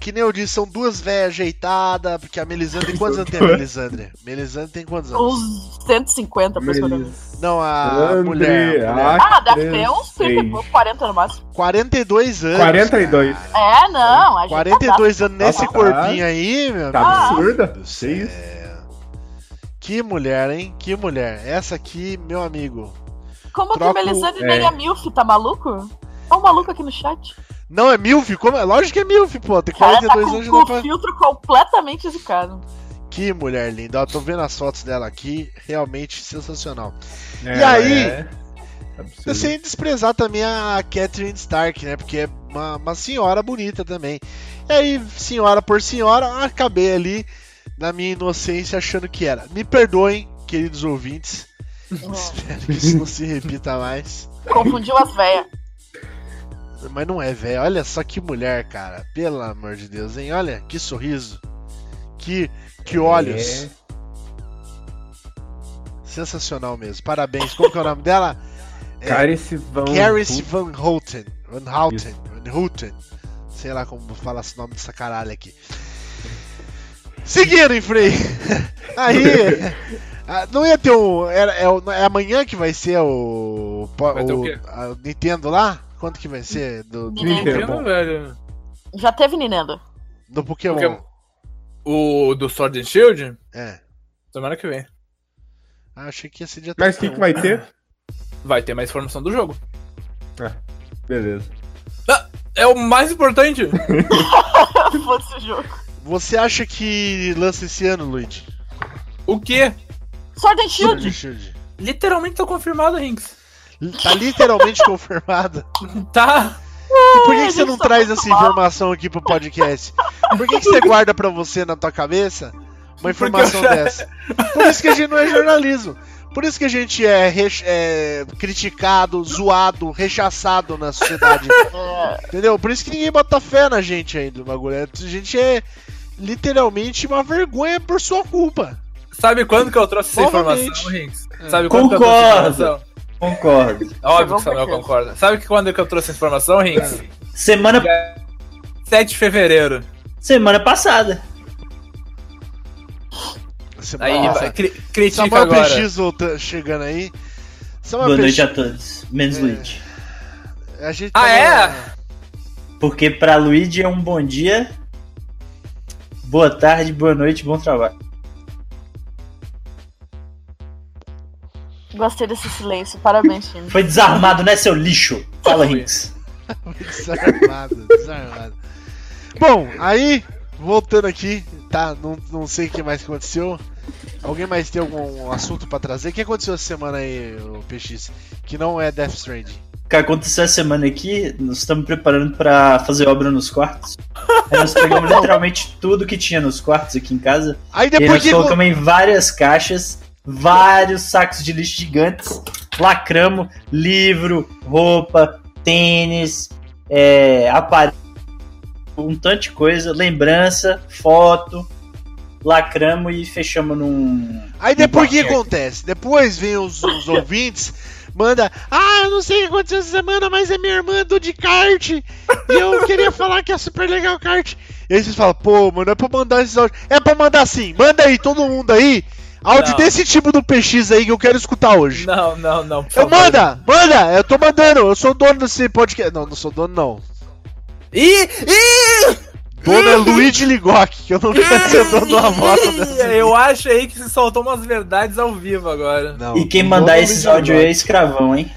[SPEAKER 2] Que nem eu disse, são duas velhas ajeitadas, porque a Melisandre. Quantos anos tem a Melisandre? Melisandre tem quantos anos?
[SPEAKER 5] Uns 150, aproximadamente.
[SPEAKER 2] Não, a
[SPEAKER 4] Melisandre,
[SPEAKER 2] Ah, mulher. a mulher.
[SPEAKER 5] Ah, deve
[SPEAKER 4] três,
[SPEAKER 5] ter uns 30 e
[SPEAKER 4] seis.
[SPEAKER 5] pouco, 40 no máximo.
[SPEAKER 2] 42 anos.
[SPEAKER 4] 42.
[SPEAKER 2] cara.
[SPEAKER 5] É, não, a gente
[SPEAKER 2] 42
[SPEAKER 5] Tá
[SPEAKER 2] anos nesse
[SPEAKER 4] Nossa,
[SPEAKER 2] corpinho aí, meu
[SPEAKER 4] Tá
[SPEAKER 5] Ah.
[SPEAKER 4] absurda.
[SPEAKER 2] Deus do céu.
[SPEAKER 4] Seis.
[SPEAKER 2] Que mulher, hein? Que mulher. Essa aqui, meu amigo.
[SPEAKER 5] Como
[SPEAKER 2] Troca
[SPEAKER 5] que
[SPEAKER 2] o-
[SPEAKER 5] Melisandre
[SPEAKER 4] é.
[SPEAKER 5] nem é Milf, tá maluco? Tá um maluco aqui no chat.
[SPEAKER 2] Não, é Milf? Como? é? Lógico que é Milf, pô. Tem
[SPEAKER 5] O cara tá
[SPEAKER 2] 42
[SPEAKER 5] com
[SPEAKER 2] anos não
[SPEAKER 5] o
[SPEAKER 2] pra...
[SPEAKER 5] filtro completamente educado.
[SPEAKER 2] Que mulher linda. Ó, tô vendo as fotos dela aqui. Realmente sensacional.
[SPEAKER 4] É,
[SPEAKER 2] E aí?
[SPEAKER 4] é absurdo.
[SPEAKER 2] Sem desprezar também a Catherine Stark, né? Porque é uma, uma senhora bonita também. E aí, senhora por senhora, acabei ali na minha inocência achando que era. Me perdoem, queridos ouvintes. Espero que isso não se repita mais.
[SPEAKER 5] Confundiu as véias.
[SPEAKER 2] Mas não é, velho. Olha só que mulher, cara. Pelo amor de Deus, hein? Olha que sorriso. Que, que olhos.
[SPEAKER 4] É.
[SPEAKER 2] Sensacional mesmo. Parabéns. Como que é o nome dela? É,
[SPEAKER 4] Carice Van.
[SPEAKER 2] Garris Van Houten. Van Houten. Van Houten. Sei lá como falar esse nome dessa caralho aqui. Seguindo em frente. Aí. ah, Não ia ter um. Era, é, o- é amanhã que vai ser o. po-
[SPEAKER 3] Vai ter o
[SPEAKER 2] o-
[SPEAKER 3] quê?
[SPEAKER 2] a- o Nintendo lá? Quanto que vai ser? Do, do,
[SPEAKER 5] Nintendo.
[SPEAKER 3] Entendo,
[SPEAKER 2] Pokémon?
[SPEAKER 3] velho.
[SPEAKER 5] Já teve Ninendo.
[SPEAKER 2] Do Pokémon.
[SPEAKER 3] Pokémon. O do Sword and Shield?
[SPEAKER 2] É.
[SPEAKER 3] Semana que vem.
[SPEAKER 2] Ah, achei que ia ser dia
[SPEAKER 4] Mas o que,
[SPEAKER 2] 31.
[SPEAKER 4] que vai ter?
[SPEAKER 3] Vai ter mais informação do jogo.
[SPEAKER 4] Beleza.
[SPEAKER 3] É o mais importante.
[SPEAKER 5] Foda-se o jogo.
[SPEAKER 2] Você acha que lança esse ano, Luigi?
[SPEAKER 3] o quê?
[SPEAKER 5] Sword and Shield.
[SPEAKER 2] Shield.
[SPEAKER 3] Literalmente tá confirmado, Rinks.
[SPEAKER 2] Tá literalmente confirmado.
[SPEAKER 3] Tá.
[SPEAKER 2] E por que, que
[SPEAKER 5] Ai,
[SPEAKER 2] você não
[SPEAKER 5] gente, tá
[SPEAKER 2] traz
[SPEAKER 5] muito
[SPEAKER 2] essa
[SPEAKER 5] mal.
[SPEAKER 2] informação aqui pro podcast? Por que, que você guarda pra você na tua cabeça uma informação
[SPEAKER 3] Porque eu já-
[SPEAKER 2] dessa? Por isso que a gente não é jornalismo. Por isso que a gente é, reche- é criticado, zoado, rechaçado na sociedade.
[SPEAKER 5] É,
[SPEAKER 2] entendeu? Por isso que ninguém bota fé na gente ainda, bagulho. É- A gente é literalmente uma vergonha por sua culpa.
[SPEAKER 3] Sabe quando que eu trouxe essa informação,
[SPEAKER 2] Novamente.
[SPEAKER 3] Rinks?
[SPEAKER 2] É.
[SPEAKER 3] Sabe quando que eu trouxe
[SPEAKER 6] Concordo.
[SPEAKER 3] essa informação?
[SPEAKER 6] Concordo.
[SPEAKER 3] Óbvio que o
[SPEAKER 5] Chegou
[SPEAKER 3] Samuel
[SPEAKER 5] pra quê?
[SPEAKER 3] concorda. Sabe que quando que eu trouxe essa informação, Rinks?
[SPEAKER 2] É.
[SPEAKER 6] Semana,
[SPEAKER 3] 7 de fevereiro.
[SPEAKER 6] semana passada.
[SPEAKER 2] Semana
[SPEAKER 3] Aí,
[SPEAKER 2] passada.
[SPEAKER 3] vai, cri- critica
[SPEAKER 2] Samuel
[SPEAKER 3] agora.
[SPEAKER 2] PX volta- chegando aí. Samuel
[SPEAKER 6] Boa noite
[SPEAKER 2] PX,
[SPEAKER 6] a todos, menos
[SPEAKER 2] É.
[SPEAKER 6] Luigi.
[SPEAKER 2] a gente
[SPEAKER 3] Ah,
[SPEAKER 2] tava-
[SPEAKER 3] é?
[SPEAKER 6] Porque pra Luigi é um bom dia, boa tarde, boa noite, bom trabalho.
[SPEAKER 5] gostei desse silêncio. Parabéns, time.
[SPEAKER 6] Foi desarmado, né, seu lixo? Fala,
[SPEAKER 3] Foi.
[SPEAKER 6] Rinks.
[SPEAKER 2] Desarmado, desarmado. Bom, aí, voltando aqui, tá? Não, não sei o que mais aconteceu. Alguém mais tem algum assunto pra trazer? O que aconteceu essa semana aí, o PX? Que não é Death Stranding.
[SPEAKER 6] O que aconteceu essa semana aqui, nós estamos preparando pra fazer obra nos quartos. Aí nós pegamos literalmente tudo que tinha nos quartos aqui em casa.
[SPEAKER 2] Aí
[SPEAKER 6] E
[SPEAKER 2] depois
[SPEAKER 6] nós
[SPEAKER 2] que.
[SPEAKER 6] colocamos em várias caixas, vários sacos de lixo gigantes, lacramos livro, roupa, tênis, é, aparelho, um tanto de coisa, lembrança, foto, lacramos e fechamos num.
[SPEAKER 2] Aí depois o que
[SPEAKER 6] Igual.
[SPEAKER 2] acontece? Depois vem os, os ouvintes, manda. Ah, eu não sei o que aconteceu essa semana, mas é minha irmã do de kart. E eu queria falar que é super legal o kart. E aí vocês falam, pô, mano, é pra mandar esses áudios. É pra mandar sim, manda aí, todo mundo aí. Áudio
[SPEAKER 3] Não.
[SPEAKER 2] desse tipo do PX aí que eu quero escutar hoje.
[SPEAKER 3] Não, não, não. por
[SPEAKER 2] Eu
[SPEAKER 3] favor.
[SPEAKER 2] manda, manda, eu tô mandando, eu sou dono desse podcast. Não, não sou dono, não.
[SPEAKER 3] Ih! Ih!
[SPEAKER 2] Dono é Luigi Ligoc, que eu não quero ser dono de uma moto né?
[SPEAKER 3] Ih!
[SPEAKER 2] dessa.
[SPEAKER 3] Eu acho aí que se soltou umas verdades ao vivo agora.
[SPEAKER 2] Não,
[SPEAKER 6] E quem
[SPEAKER 2] dono
[SPEAKER 6] mandar
[SPEAKER 2] é
[SPEAKER 6] esses
[SPEAKER 2] Luigi
[SPEAKER 6] áudios aí é escravão, hein?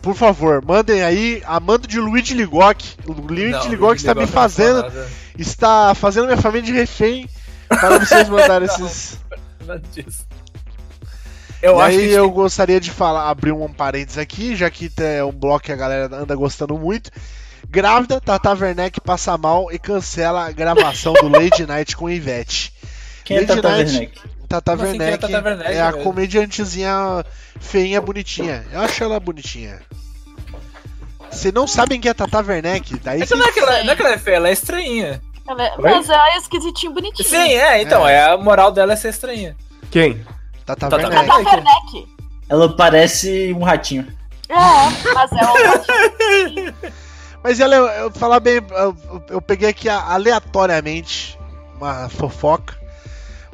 [SPEAKER 2] Por favor, mandem aí a mando de Luigi Ligoc. O Luigi
[SPEAKER 3] Não,
[SPEAKER 2] Ligoc está tá me
[SPEAKER 3] Ligoc tá não
[SPEAKER 2] fazendo,
[SPEAKER 3] fala nada.
[SPEAKER 2] está fazendo minha família de refém para vocês mandarem esses.
[SPEAKER 3] Nada disso. Eu
[SPEAKER 2] e
[SPEAKER 3] acho
[SPEAKER 2] aí
[SPEAKER 3] que
[SPEAKER 2] eu gostaria de falar, abrir um parênteses aqui, já que é um bloco que a galera anda gostando muito. Grávida, Tata Werneck passa mal e cancela a gravação do Lady Night com Ivete.
[SPEAKER 6] Quem é
[SPEAKER 2] Lady
[SPEAKER 6] Tata
[SPEAKER 2] Knight.
[SPEAKER 6] Werneck?
[SPEAKER 2] Tata
[SPEAKER 3] Como assim, quem é
[SPEAKER 2] Werneck
[SPEAKER 3] Tata Werneck,
[SPEAKER 2] é a
[SPEAKER 3] velho?
[SPEAKER 2] comediantezinha feinha, bonitinha. Eu acho ela bonitinha. Se não sabem quem é Tata Werneck, daí
[SPEAKER 3] Essa
[SPEAKER 2] vocês
[SPEAKER 3] não é, que ela, não é que ela é feia, ela é estranha.
[SPEAKER 5] Ela é- mas ela é esquisitinho bonitinho.
[SPEAKER 3] Sim, é, então, é. a moral dela é ser estranha.
[SPEAKER 4] Quem?
[SPEAKER 2] Tata
[SPEAKER 3] Tata
[SPEAKER 2] Werneck.
[SPEAKER 5] Tata Werneck.
[SPEAKER 6] Ela parece um ratinho.
[SPEAKER 5] É, mas ela é uma
[SPEAKER 2] Mas ela, eu, eu falar bem, eu, eu peguei aqui a- aleatoriamente uma fofoca.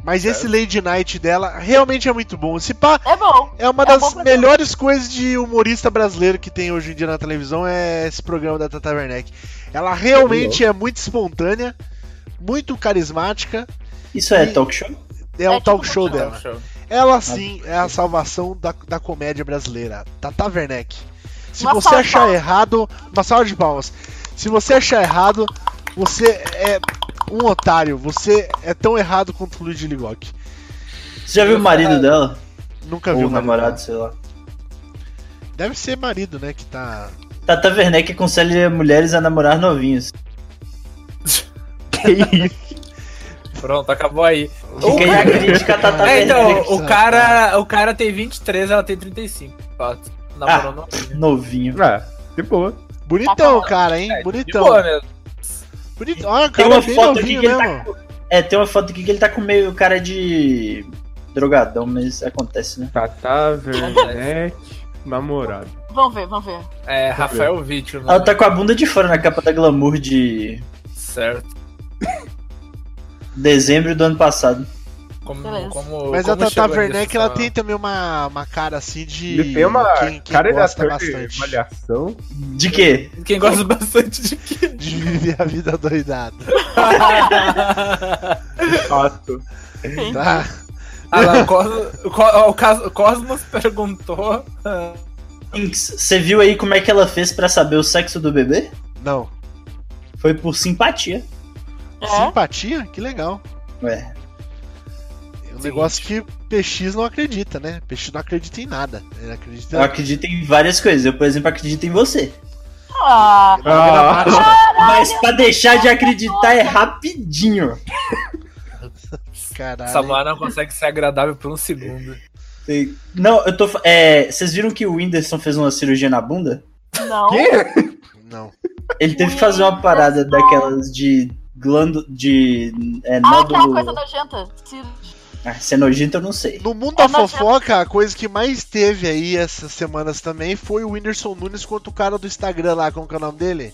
[SPEAKER 2] Mas esse Lady Night dela realmente é muito bom. Se pá,
[SPEAKER 5] É bom.
[SPEAKER 2] é uma
[SPEAKER 5] É
[SPEAKER 2] das
[SPEAKER 5] bom pra
[SPEAKER 2] melhores coisas de humorista brasileiro que tem hoje em dia na televisão é esse programa da Tata Werneck. Ela realmente é muito espontânea, muito carismática.
[SPEAKER 6] Isso é
[SPEAKER 2] E-
[SPEAKER 6] talk show?
[SPEAKER 2] É,
[SPEAKER 5] É
[SPEAKER 2] um
[SPEAKER 5] tipo
[SPEAKER 2] talk
[SPEAKER 5] um
[SPEAKER 2] show
[SPEAKER 5] talk
[SPEAKER 2] dela. Ela sim é a salvação da, da comédia brasileira. Tata Werneck. Se
[SPEAKER 5] Uma
[SPEAKER 2] você
[SPEAKER 5] salva de
[SPEAKER 2] achar
[SPEAKER 5] palmas.
[SPEAKER 2] errado, uma salva de palmas. Se você achar errado, você é um otário. Você é tão errado quanto o Luigi Ligoc.
[SPEAKER 6] Você já viu o marido dela?
[SPEAKER 2] Nunca
[SPEAKER 6] Ou
[SPEAKER 2] viu
[SPEAKER 6] o namorado, sei lá.
[SPEAKER 2] Deve ser marido, né? Que tá.
[SPEAKER 6] Tata Werneck aconselha mulheres a namorar novinhos.
[SPEAKER 3] Pronto, acabou aí.
[SPEAKER 6] Fica aí a crítica a Tata
[SPEAKER 3] É,
[SPEAKER 6] Werneck.
[SPEAKER 3] então,
[SPEAKER 2] Tá
[SPEAKER 3] o
[SPEAKER 2] bem,
[SPEAKER 3] cara, o cara tem 23, ela tem 35. de fato.
[SPEAKER 2] Ah,
[SPEAKER 3] Namorou não. De
[SPEAKER 6] Novinho.
[SPEAKER 4] Ah, de boa.
[SPEAKER 2] Bonitão,
[SPEAKER 5] Tá
[SPEAKER 2] cara, hein? Bonitão.
[SPEAKER 3] É, boa mesmo.
[SPEAKER 2] Bonitão. Olha, o
[SPEAKER 6] Tem
[SPEAKER 2] cara
[SPEAKER 6] uma
[SPEAKER 2] é bem
[SPEAKER 6] foto aqui
[SPEAKER 2] novinho,
[SPEAKER 6] que
[SPEAKER 2] né,
[SPEAKER 6] ele tá
[SPEAKER 2] mano?
[SPEAKER 6] com... É, tem uma foto aqui que ele tá com meio cara de... Drogadão, mas acontece, né?
[SPEAKER 4] Tata Tá, Werneck, namorado.
[SPEAKER 5] Vamos ver, vamos ver.
[SPEAKER 2] Tá
[SPEAKER 3] É, Rafael Vítor, né?
[SPEAKER 6] Ela tá com a bunda de fora na capa da Glamour de
[SPEAKER 3] Certo.
[SPEAKER 6] dezembro do ano passado.
[SPEAKER 3] Como,
[SPEAKER 5] Beleza.
[SPEAKER 3] como,
[SPEAKER 2] Mas a
[SPEAKER 3] como
[SPEAKER 2] Tata
[SPEAKER 3] chegou
[SPEAKER 2] Werneck,
[SPEAKER 3] nisso,
[SPEAKER 2] ela
[SPEAKER 3] né?
[SPEAKER 2] tem também uma, uma cara assim de.
[SPEAKER 4] Ele tem uma
[SPEAKER 2] quem, quem
[SPEAKER 4] cara de
[SPEAKER 2] gosta
[SPEAKER 4] ator de
[SPEAKER 2] bastante
[SPEAKER 4] malhação.
[SPEAKER 6] De quê?
[SPEAKER 3] Quem gosta bastante de que.
[SPEAKER 2] de viver a vida doidada.
[SPEAKER 4] Fato.
[SPEAKER 2] Tá?
[SPEAKER 3] Ah lá, o, Cosmos, o Co- o Cas- o Cosmos perguntou. ah,
[SPEAKER 6] Inks, Você viu aí como é que ela fez pra saber o sexo do bebê?
[SPEAKER 2] Não.
[SPEAKER 6] Foi por simpatia.
[SPEAKER 5] É.
[SPEAKER 2] Simpatia? Que legal.
[SPEAKER 6] Ué,
[SPEAKER 2] É um negócio que PX não acredita, né? PX não acredita em nada. Ele acredita
[SPEAKER 6] eu acredito em várias coisas. Eu, por exemplo, acredito em você.
[SPEAKER 5] Ah,
[SPEAKER 2] na gramática.
[SPEAKER 6] Mas pra deixar de acreditar é rapidinho.
[SPEAKER 2] Caralho.
[SPEAKER 3] Essa mulher não consegue ser agradável por um segundo.
[SPEAKER 6] Não, eu tô. fa- é, vocês viram que o Whindersson fez uma cirurgia na bunda?
[SPEAKER 5] não.
[SPEAKER 2] Não.
[SPEAKER 6] Ele teve que fazer uma parada daquelas de glândula. de. É,
[SPEAKER 5] Ah, aquela
[SPEAKER 6] nódulo.
[SPEAKER 5] coisa nojenta. Se-
[SPEAKER 6] Ah, se é nojento, eu não sei.
[SPEAKER 2] No mundo
[SPEAKER 5] É,
[SPEAKER 2] da
[SPEAKER 5] mas-
[SPEAKER 2] fofoca, a coisa que mais teve aí essas semanas também foi o Whindersson Nunes contra o cara do Instagram lá, como que é o nome dele?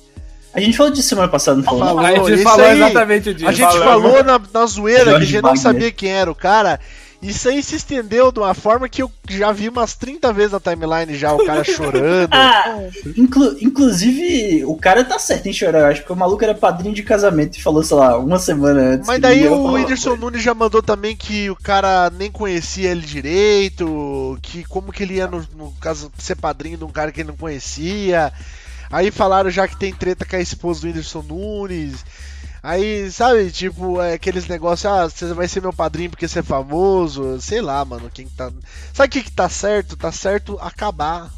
[SPEAKER 6] A gente falou disso semana passada, não falou?
[SPEAKER 2] Falou.
[SPEAKER 3] a gente
[SPEAKER 2] isso
[SPEAKER 3] falou
[SPEAKER 2] aí-
[SPEAKER 3] exatamente disso.
[SPEAKER 2] A gente
[SPEAKER 3] Falamos.
[SPEAKER 2] falou na, na zoeira que a
[SPEAKER 6] Jorge
[SPEAKER 2] gente não
[SPEAKER 6] Wagner.
[SPEAKER 2] sabia quem era o cara. Isso aí se estendeu de uma forma que eu já vi umas 30 vezes na timeline já, o cara chorando.
[SPEAKER 6] Ah, inclu- inclusive, o cara tá certo em chorar, eu acho, porque o maluco era padrinho de casamento e falou, sei lá, uma semana antes.
[SPEAKER 2] Mas
[SPEAKER 6] que
[SPEAKER 2] daí
[SPEAKER 6] ninguém
[SPEAKER 2] o
[SPEAKER 6] falou.
[SPEAKER 2] Whindersson Nunes já mandou também que o cara nem conhecia ele direito, que como que ele ia, no, no caso, ser padrinho de um cara que ele não conhecia. Aí falaram já que tem treta com a esposa do Whindersson Nunes. Aí, sabe, tipo, é aqueles negócios, ah, você vai ser meu padrinho porque você é famoso, sei lá, mano, quem que tá... Sabe o que que tá certo? Tá certo acabar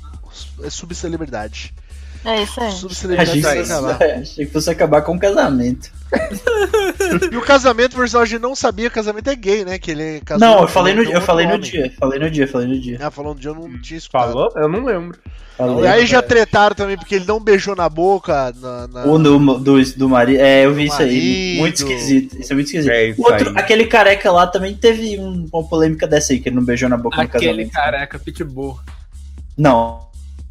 [SPEAKER 2] é subcelebridade.
[SPEAKER 5] É isso aí.
[SPEAKER 2] Subcelebridade
[SPEAKER 6] Achei
[SPEAKER 2] vai
[SPEAKER 6] que,
[SPEAKER 2] acabar.
[SPEAKER 6] fosse, é, achei que fosse acabar com o casamento.
[SPEAKER 2] E o casamento, por sinal, a gente não sabia, casamento é gay, né? Que ele casou
[SPEAKER 6] não, eu
[SPEAKER 2] com
[SPEAKER 6] falei, no,
[SPEAKER 2] outro
[SPEAKER 6] eu falei no
[SPEAKER 2] um homem.
[SPEAKER 6] dia, falei no dia, falei no dia.
[SPEAKER 2] Ah, falando de eu não tinha escutado.
[SPEAKER 4] Falou? Eu não lembro.
[SPEAKER 2] E
[SPEAKER 6] Falei.
[SPEAKER 2] aí já tretaram também, porque ele não beijou na boca. Na, na-
[SPEAKER 6] O do, do, do marido. É, eu vi
[SPEAKER 2] Do
[SPEAKER 6] isso aí.
[SPEAKER 2] marido.
[SPEAKER 6] Muito esquisito. Isso é muito esquisito.
[SPEAKER 4] É isso
[SPEAKER 6] O outro,
[SPEAKER 4] aí.
[SPEAKER 6] aquele careca lá também teve um- uma polêmica dessa aí, que ele não beijou na boca
[SPEAKER 3] Aquele
[SPEAKER 6] no casamento.
[SPEAKER 3] careca, Pitbull.
[SPEAKER 6] Não.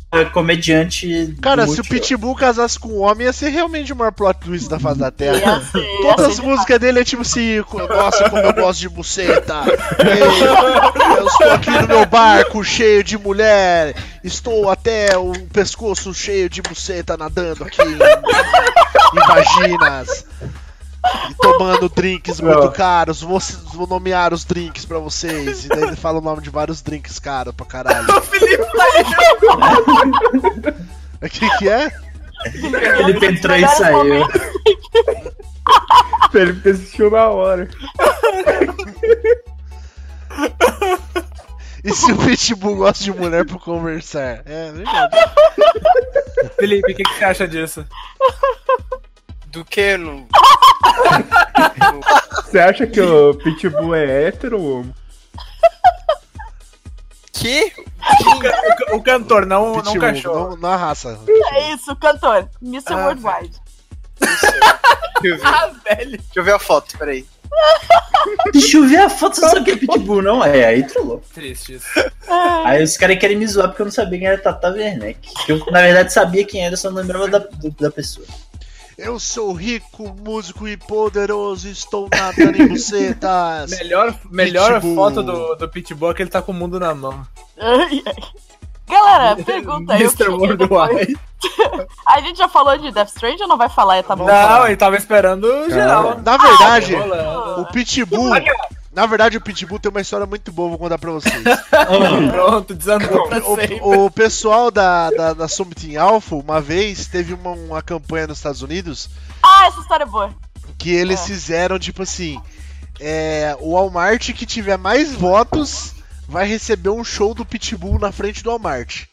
[SPEAKER 6] É comediante.
[SPEAKER 2] Cara, se
[SPEAKER 6] muito-
[SPEAKER 2] o Pitbull casasse com um homem, ia ser realmente o maior plot twist da face da Terra.
[SPEAKER 5] Ia ser-
[SPEAKER 2] Todas
[SPEAKER 5] ia
[SPEAKER 2] as
[SPEAKER 5] ser
[SPEAKER 2] músicas dele é tipo assim, co- nossa, como eu gosto de buceta. Ei, eu estou aqui no meu barco cheio de mulher. Estou até o pescoço cheio de buceta nadando aqui em, em vaginas. E tomando drinks muito
[SPEAKER 4] Não.
[SPEAKER 2] caros. Vou, vou nomear os drinks pra vocês. E daí ele fala o nome de vários drinks caros pra caralho. O que, que é?
[SPEAKER 6] Ele entrou e saiu.
[SPEAKER 4] Ele desistiu na hora.
[SPEAKER 2] E se o Pitbull gosta de mulher pra conversar? É verdade.
[SPEAKER 3] Felipe, o que, que você acha disso?
[SPEAKER 7] Do que no.
[SPEAKER 4] Você acha que o Pitbull é hétero ou homo?
[SPEAKER 7] Que?
[SPEAKER 3] O, ca- o cantor, não, não o
[SPEAKER 2] Pitbull, é
[SPEAKER 3] cachorro.
[SPEAKER 2] Não, não a raça. Ah.
[SPEAKER 5] É isso, cantor. Mr. Worldwide.
[SPEAKER 7] Deixa eu ver,
[SPEAKER 5] Ah, velho.
[SPEAKER 7] deixa eu ver a foto, peraí.
[SPEAKER 6] Deixa eu ver a foto, você não sabe o que é Pitbull, não? É, aí trollou.
[SPEAKER 3] Triste isso.
[SPEAKER 6] Aí os caras querem me zoar porque eu não sabia quem era Tata Werneck. Que Eu, na verdade, sabia quem era, só não lembrava da, do- da pessoa.
[SPEAKER 2] Eu sou rico, músico e poderoso, estou nadando em bucetas.
[SPEAKER 3] Melhor, melhor
[SPEAKER 2] Pitbull.
[SPEAKER 3] foto do, do Pitbull é que ele tá com o mundo na mão.
[SPEAKER 5] Ai, ai. Galera, pergunta aí. o que
[SPEAKER 3] Mr.
[SPEAKER 5] que depois-
[SPEAKER 3] Worldwide.
[SPEAKER 5] A gente já falou de Death Strand ou não vai falar? É, tá bom.
[SPEAKER 3] Não, ele tava esperando o geral.
[SPEAKER 2] Na verdade,
[SPEAKER 5] Ah,
[SPEAKER 3] Rolando.
[SPEAKER 2] o Pitbull. Na verdade, o Pitbull tem uma história muito boa, vou contar pra vocês.
[SPEAKER 3] Pronto, desandou pra sempre.
[SPEAKER 2] O, o pessoal da, da, da Summit Alpha, uma vez, teve uma, uma campanha nos Estados Unidos
[SPEAKER 5] Ah, essa história é boa.
[SPEAKER 2] que eles
[SPEAKER 5] Ah.
[SPEAKER 2] fizeram, tipo assim, é, o Walmart que tiver mais votos vai receber um show do Pitbull na frente do Walmart.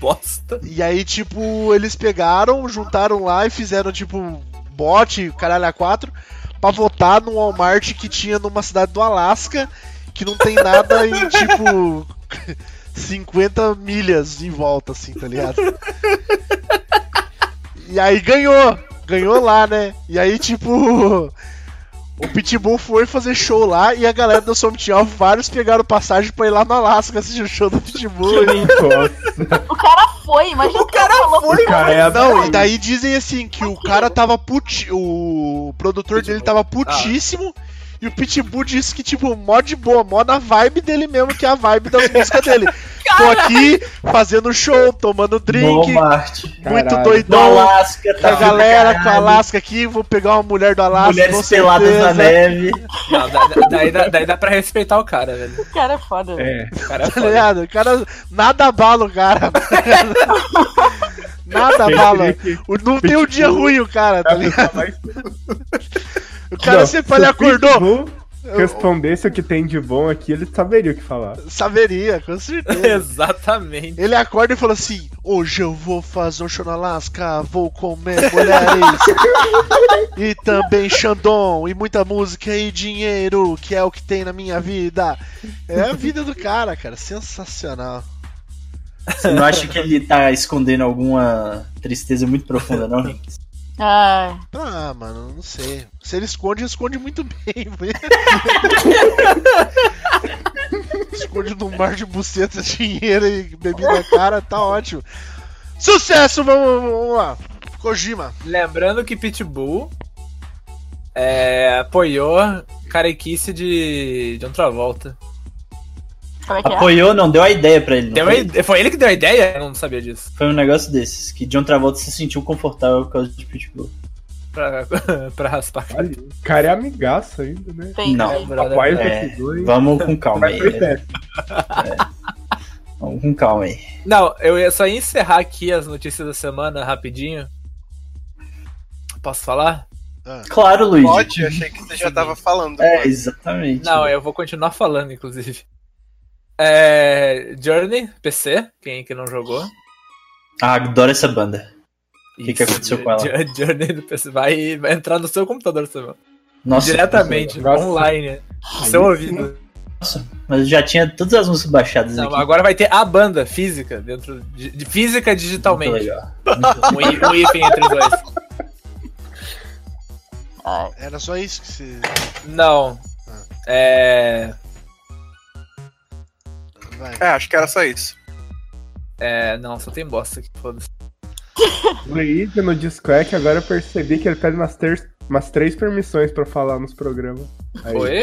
[SPEAKER 3] Bosta.
[SPEAKER 2] E aí, tipo, eles pegaram, juntaram lá e fizeram, tipo, bot, caralho, a quatro, pra votar no Walmart que tinha numa cidade do Alasca, que não tem nada em, tipo, 50 milhas em volta, assim, tá ligado? E aí ganhou, ganhou lá, né? E aí, tipo, o Pitbull foi fazer show lá e a galera do Summit Alpha, vários pegaram passagem pra ir lá no Alasca assistir o show do Pitbull.
[SPEAKER 4] Nossa,
[SPEAKER 5] O cara foi, imagina o cara falou
[SPEAKER 4] o cara é
[SPEAKER 2] Não, e
[SPEAKER 4] absurdo.
[SPEAKER 2] daí dizem assim que o cara tava puti... O produtor dele tava putíssimo. E o Pitbull disse que, tipo, mó de boa, mó na vibe dele mesmo, que é a vibe das músicas dele. Tô aqui fazendo show, tomando drink,
[SPEAKER 6] Walmart.
[SPEAKER 2] muito
[SPEAKER 4] Caralho.
[SPEAKER 6] Do
[SPEAKER 2] doidão.
[SPEAKER 6] Alasca,
[SPEAKER 2] Com a
[SPEAKER 6] tá
[SPEAKER 2] galera, com a
[SPEAKER 6] caralho.
[SPEAKER 2] Alasca aqui, vou pegar uma mulher do Alasca. com
[SPEAKER 6] Mulheres peladas
[SPEAKER 2] certeza.
[SPEAKER 6] na neve.
[SPEAKER 3] Não, da- da- daí, dá- daí dá pra respeitar o cara, velho.
[SPEAKER 5] O cara é foda. velho.
[SPEAKER 4] É,
[SPEAKER 3] O cara é
[SPEAKER 2] Tá
[SPEAKER 3] foda.
[SPEAKER 2] ligado? O cara, nada abala o cara. nada
[SPEAKER 4] eu
[SPEAKER 2] abala.
[SPEAKER 4] diria que
[SPEAKER 2] O- Não tem um dia ruim o cara,
[SPEAKER 4] é
[SPEAKER 2] tá
[SPEAKER 4] a
[SPEAKER 2] ligado?
[SPEAKER 4] pessoa mais-
[SPEAKER 2] O cara
[SPEAKER 4] Não,
[SPEAKER 2] sempre fala, ele
[SPEAKER 4] se o
[SPEAKER 2] acordou.
[SPEAKER 4] Pitbull Respondesse o que tem de bom aqui, ele saberia o que falar.
[SPEAKER 2] Saberia, com certeza.
[SPEAKER 3] Exatamente.
[SPEAKER 2] Ele acorda e fala assim: Hoje eu vou fazer um show na Alaska, vou comer mulheres. e também Xandon, e muita música e dinheiro, que é o que tem na minha vida. É a vida do cara, cara, sensacional.
[SPEAKER 6] Você não acha que ele tá escondendo alguma tristeza muito profunda, não, Henrique?
[SPEAKER 5] Ai.
[SPEAKER 2] Ah, mano, não sei. Se ele esconde, ele esconde muito bem. né? esconde no mar de buceta, dinheiro e bebida cara, tá ótimo. Sucesso, vamos, vamos lá. Kojima.
[SPEAKER 3] Lembrando que Pitbull é, apoiou carequice de, de um Travolta.
[SPEAKER 5] Como é que é?
[SPEAKER 6] Apoiou, não, deu a ideia pra ele. não
[SPEAKER 3] Deu a
[SPEAKER 6] foi?
[SPEAKER 3] ide- Foi ele que deu a ideia? Eu não sabia disso.
[SPEAKER 6] Foi um negócio desses, que John Travolta se sentiu confortável por causa de Pitbull.
[SPEAKER 3] Pra, pra raspar.
[SPEAKER 4] Olha, o cara é amigaço ainda, né?
[SPEAKER 5] Entendi.
[SPEAKER 6] Não.
[SPEAKER 3] Brother.
[SPEAKER 4] Rapaz,
[SPEAKER 6] É,
[SPEAKER 4] esses dois.
[SPEAKER 6] Vamos com calma
[SPEAKER 4] Mas
[SPEAKER 6] aí.
[SPEAKER 4] foi
[SPEAKER 6] né?
[SPEAKER 4] péssimo.
[SPEAKER 6] Vamos com calma aí.
[SPEAKER 3] Não, eu ia só encerrar aqui as notícias da semana rapidinho. Posso falar?
[SPEAKER 6] Claro, Luiz.
[SPEAKER 7] Pode? Eu achei que você já tava falando.
[SPEAKER 6] É, exatamente.
[SPEAKER 3] Não, eu vou continuar falando, inclusive. É, Journey, PC, quem é que não jogou?
[SPEAKER 6] Ah, adoro essa banda. que
[SPEAKER 3] Isso,
[SPEAKER 6] aconteceu com ela?
[SPEAKER 3] Jo- Journey do PC vai, vai entrar no seu computador essa semana.
[SPEAKER 6] Nossa.
[SPEAKER 3] Diretamente,
[SPEAKER 4] Nossa.
[SPEAKER 3] online. né? No seu
[SPEAKER 4] Aí
[SPEAKER 3] ouvido.
[SPEAKER 6] Nossa, mas eu já tinha todas as músicas baixadas
[SPEAKER 3] Não,
[SPEAKER 6] aqui.
[SPEAKER 3] agora vai ter a banda física dentro de, de- física digitalmente.
[SPEAKER 6] Muito legal.
[SPEAKER 3] Um, hí- um hífen entre os dois.
[SPEAKER 2] Era só isso que se.
[SPEAKER 3] Não.
[SPEAKER 6] Ah.
[SPEAKER 3] É,
[SPEAKER 2] Vai.
[SPEAKER 7] É, acho que era só isso.
[SPEAKER 3] é, não, só tem bosta aqui, foda-se.
[SPEAKER 4] Luigi no Discord, agora eu percebi que ele pede umas, ter- umas três permissões pra falar nos programas. Aí,
[SPEAKER 3] Oi?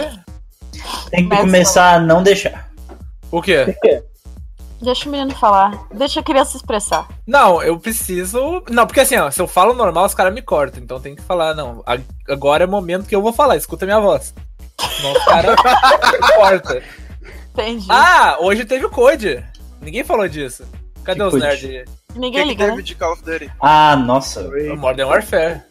[SPEAKER 6] Tem que
[SPEAKER 5] Mas-
[SPEAKER 6] começar a não deixar.
[SPEAKER 3] O quê?
[SPEAKER 5] Deixa o menino falar. Deixa a criança se expressar.
[SPEAKER 3] Não, eu preciso. Não, porque assim, ó, se eu falo normal, os caras me cortam. Então tem que falar, não. a- Agora é o momento que eu vou falar, escuta minha voz. Senão os caras corta.
[SPEAKER 5] Entendi.
[SPEAKER 3] Ah, hoje teve o Code. Ninguém falou disso. Cadê
[SPEAKER 6] Que
[SPEAKER 3] os
[SPEAKER 6] Code?
[SPEAKER 3] nerds?
[SPEAKER 7] O é que,
[SPEAKER 5] Ninguém
[SPEAKER 7] que
[SPEAKER 5] liga,
[SPEAKER 7] teve
[SPEAKER 5] né?
[SPEAKER 7] de Call of Duty?
[SPEAKER 6] Ah, nossa. Eu
[SPEAKER 4] Oi,
[SPEAKER 3] É Modern Warfare.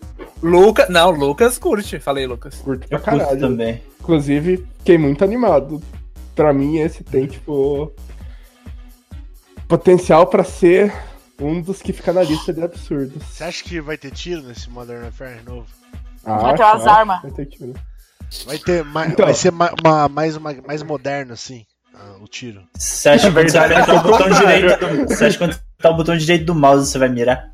[SPEAKER 3] Lucas. Não, Lucas curte. Falei, Lucas.
[SPEAKER 4] curto pra
[SPEAKER 6] curto
[SPEAKER 4] caralho.
[SPEAKER 6] também.
[SPEAKER 4] Inclusive, fiquei muito animado. Pra mim, esse tem, tipo, potencial pra ser um dos que fica na lista de absurdos.
[SPEAKER 2] Você acha que vai ter tiro nesse Modern Warfare novo?
[SPEAKER 5] Vai ter umas
[SPEAKER 4] claro,
[SPEAKER 5] armas.
[SPEAKER 4] Ah, tá. vai ter tiro.
[SPEAKER 2] Vai ter ma-
[SPEAKER 4] Então.
[SPEAKER 2] vai ser ma- ma- mais, uma- mais moderno, assim, ah, o tiro.
[SPEAKER 6] Você acha que quando você
[SPEAKER 4] É verdade,
[SPEAKER 6] apertar
[SPEAKER 4] é
[SPEAKER 6] o
[SPEAKER 4] o
[SPEAKER 6] botão
[SPEAKER 4] contrário.
[SPEAKER 6] tá direito. Você acha que quando você apertar o botão direito do mouse você vai mirar?
[SPEAKER 4] né?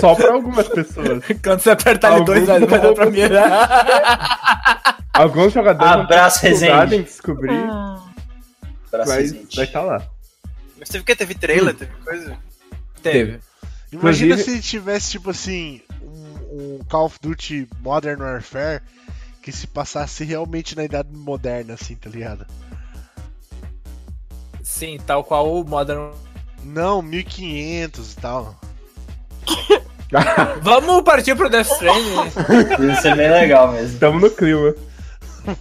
[SPEAKER 4] Só pra algumas pessoas.
[SPEAKER 3] Quando você apertar ele
[SPEAKER 4] Algum
[SPEAKER 3] dois vezes, vai dar pra mirar.
[SPEAKER 4] Alguns jogadores vão ter
[SPEAKER 6] Abraço,
[SPEAKER 4] dificuldade
[SPEAKER 6] Rezende.
[SPEAKER 4] em descobrir,
[SPEAKER 5] Ah,
[SPEAKER 6] Pra
[SPEAKER 4] vai
[SPEAKER 6] gente.
[SPEAKER 4] estar tá lá.
[SPEAKER 7] Mas teve o quê? Teve trailer? Teve coisa?
[SPEAKER 3] Teve.
[SPEAKER 2] Imagina
[SPEAKER 4] Inclusive-
[SPEAKER 2] se tivesse, tipo assim, um, um Call of Duty Modern Warfare que se passasse realmente na idade moderna, assim, tá ligado?
[SPEAKER 3] Sim, tal qual o Modern.
[SPEAKER 2] Não, 1500 e tal.
[SPEAKER 3] Vamos partir pro Death Stranding.
[SPEAKER 6] Isso é bem legal mesmo.
[SPEAKER 4] Tamo no clima.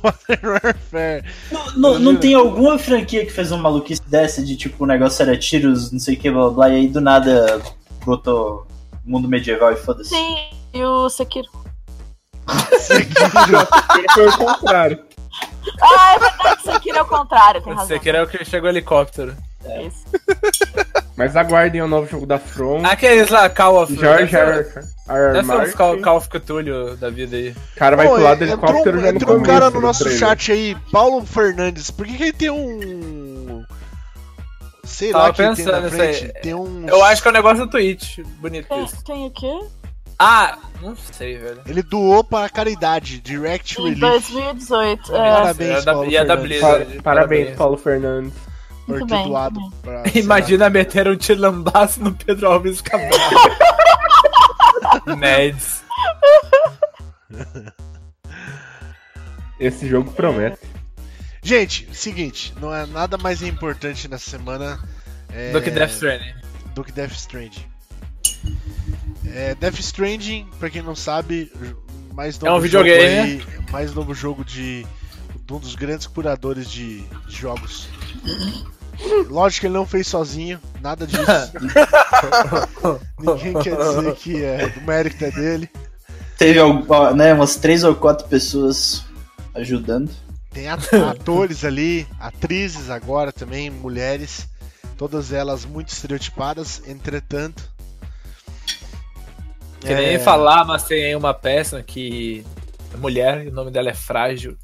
[SPEAKER 2] Modern Warfare.
[SPEAKER 6] Não, não- não tem alguma franquia que fez uma maluquice dessa de tipo, o negócio era tiros, não sei o que, blá blá, blá, e aí do nada botou mundo medieval e foda-se.
[SPEAKER 5] Sim, e o Sekiro.
[SPEAKER 4] Foi o contrário.
[SPEAKER 5] Ah, é verdade, Sekiro é o contrário, tem razão.
[SPEAKER 3] Você queria o que chegou o helicóptero.
[SPEAKER 5] É isso.
[SPEAKER 4] Mas aguardem o novo jogo da From.
[SPEAKER 3] Aqueles lá, Call of
[SPEAKER 4] George
[SPEAKER 3] Deve
[SPEAKER 4] R.
[SPEAKER 3] ser-
[SPEAKER 4] R.
[SPEAKER 3] Deve ser uns Call,
[SPEAKER 4] Martin.
[SPEAKER 3] Call of Cthulhu da vida aí.
[SPEAKER 4] O cara vai
[SPEAKER 2] Pô,
[SPEAKER 4] pular do
[SPEAKER 2] entrou um-
[SPEAKER 4] helicóptero já no
[SPEAKER 2] entrou um
[SPEAKER 4] começo
[SPEAKER 2] cara no
[SPEAKER 4] do
[SPEAKER 2] nosso
[SPEAKER 4] trailer.
[SPEAKER 2] chat aí, Paulo Fernandes. Por que, que ele tem um. Sei
[SPEAKER 3] Tava
[SPEAKER 2] lá o que ele tem na
[SPEAKER 3] pensando nisso aí.
[SPEAKER 2] frente? Tem um.
[SPEAKER 3] Eu acho que é um negócio do Twitch. Bonito
[SPEAKER 2] É.
[SPEAKER 5] Tem,
[SPEAKER 3] isso.
[SPEAKER 5] tem o quê?
[SPEAKER 3] Ah, não sei, velho.
[SPEAKER 2] Ele doou para a caridade, Direct
[SPEAKER 5] Em
[SPEAKER 2] Relief.
[SPEAKER 5] 2018. É,
[SPEAKER 2] Parabéns,
[SPEAKER 3] Era da-
[SPEAKER 2] Paulo
[SPEAKER 3] e é da
[SPEAKER 2] Fernandes.
[SPEAKER 4] Pa-
[SPEAKER 3] Blizzard.
[SPEAKER 4] Parabéns, Paulo Fernandes.
[SPEAKER 5] muito
[SPEAKER 2] Por ter
[SPEAKER 5] bem.
[SPEAKER 2] doado
[SPEAKER 5] muito bem.
[SPEAKER 2] pra- sei lá.
[SPEAKER 3] Imagina meter um tirambaço no Pedro Alves Cabral. Neds.
[SPEAKER 4] Esse jogo promete.
[SPEAKER 2] Gente, seguinte, não é nada mais importante nessa semana é,
[SPEAKER 3] Do que Death Stranding.
[SPEAKER 2] do que Death Stranding. É, Death Stranding, pra quem não sabe, mais novo
[SPEAKER 3] um videogame. né?
[SPEAKER 2] jogo aí, mais novo jogo de, de um dos grandes curadores de, de jogos. Lógico que ele não fez sozinho, nada disso. Ninguém quer dizer que é o mérito é dele.
[SPEAKER 6] Teve ó, né, umas três ou quatro pessoas ajudando.
[SPEAKER 2] Tem at- atores ali, atrizes agora também, mulheres, todas elas muito estereotipadas, entretanto. É.
[SPEAKER 3] Que nem falar, mas tem uma peça que. é Mulher, e o nome dela é Frágil.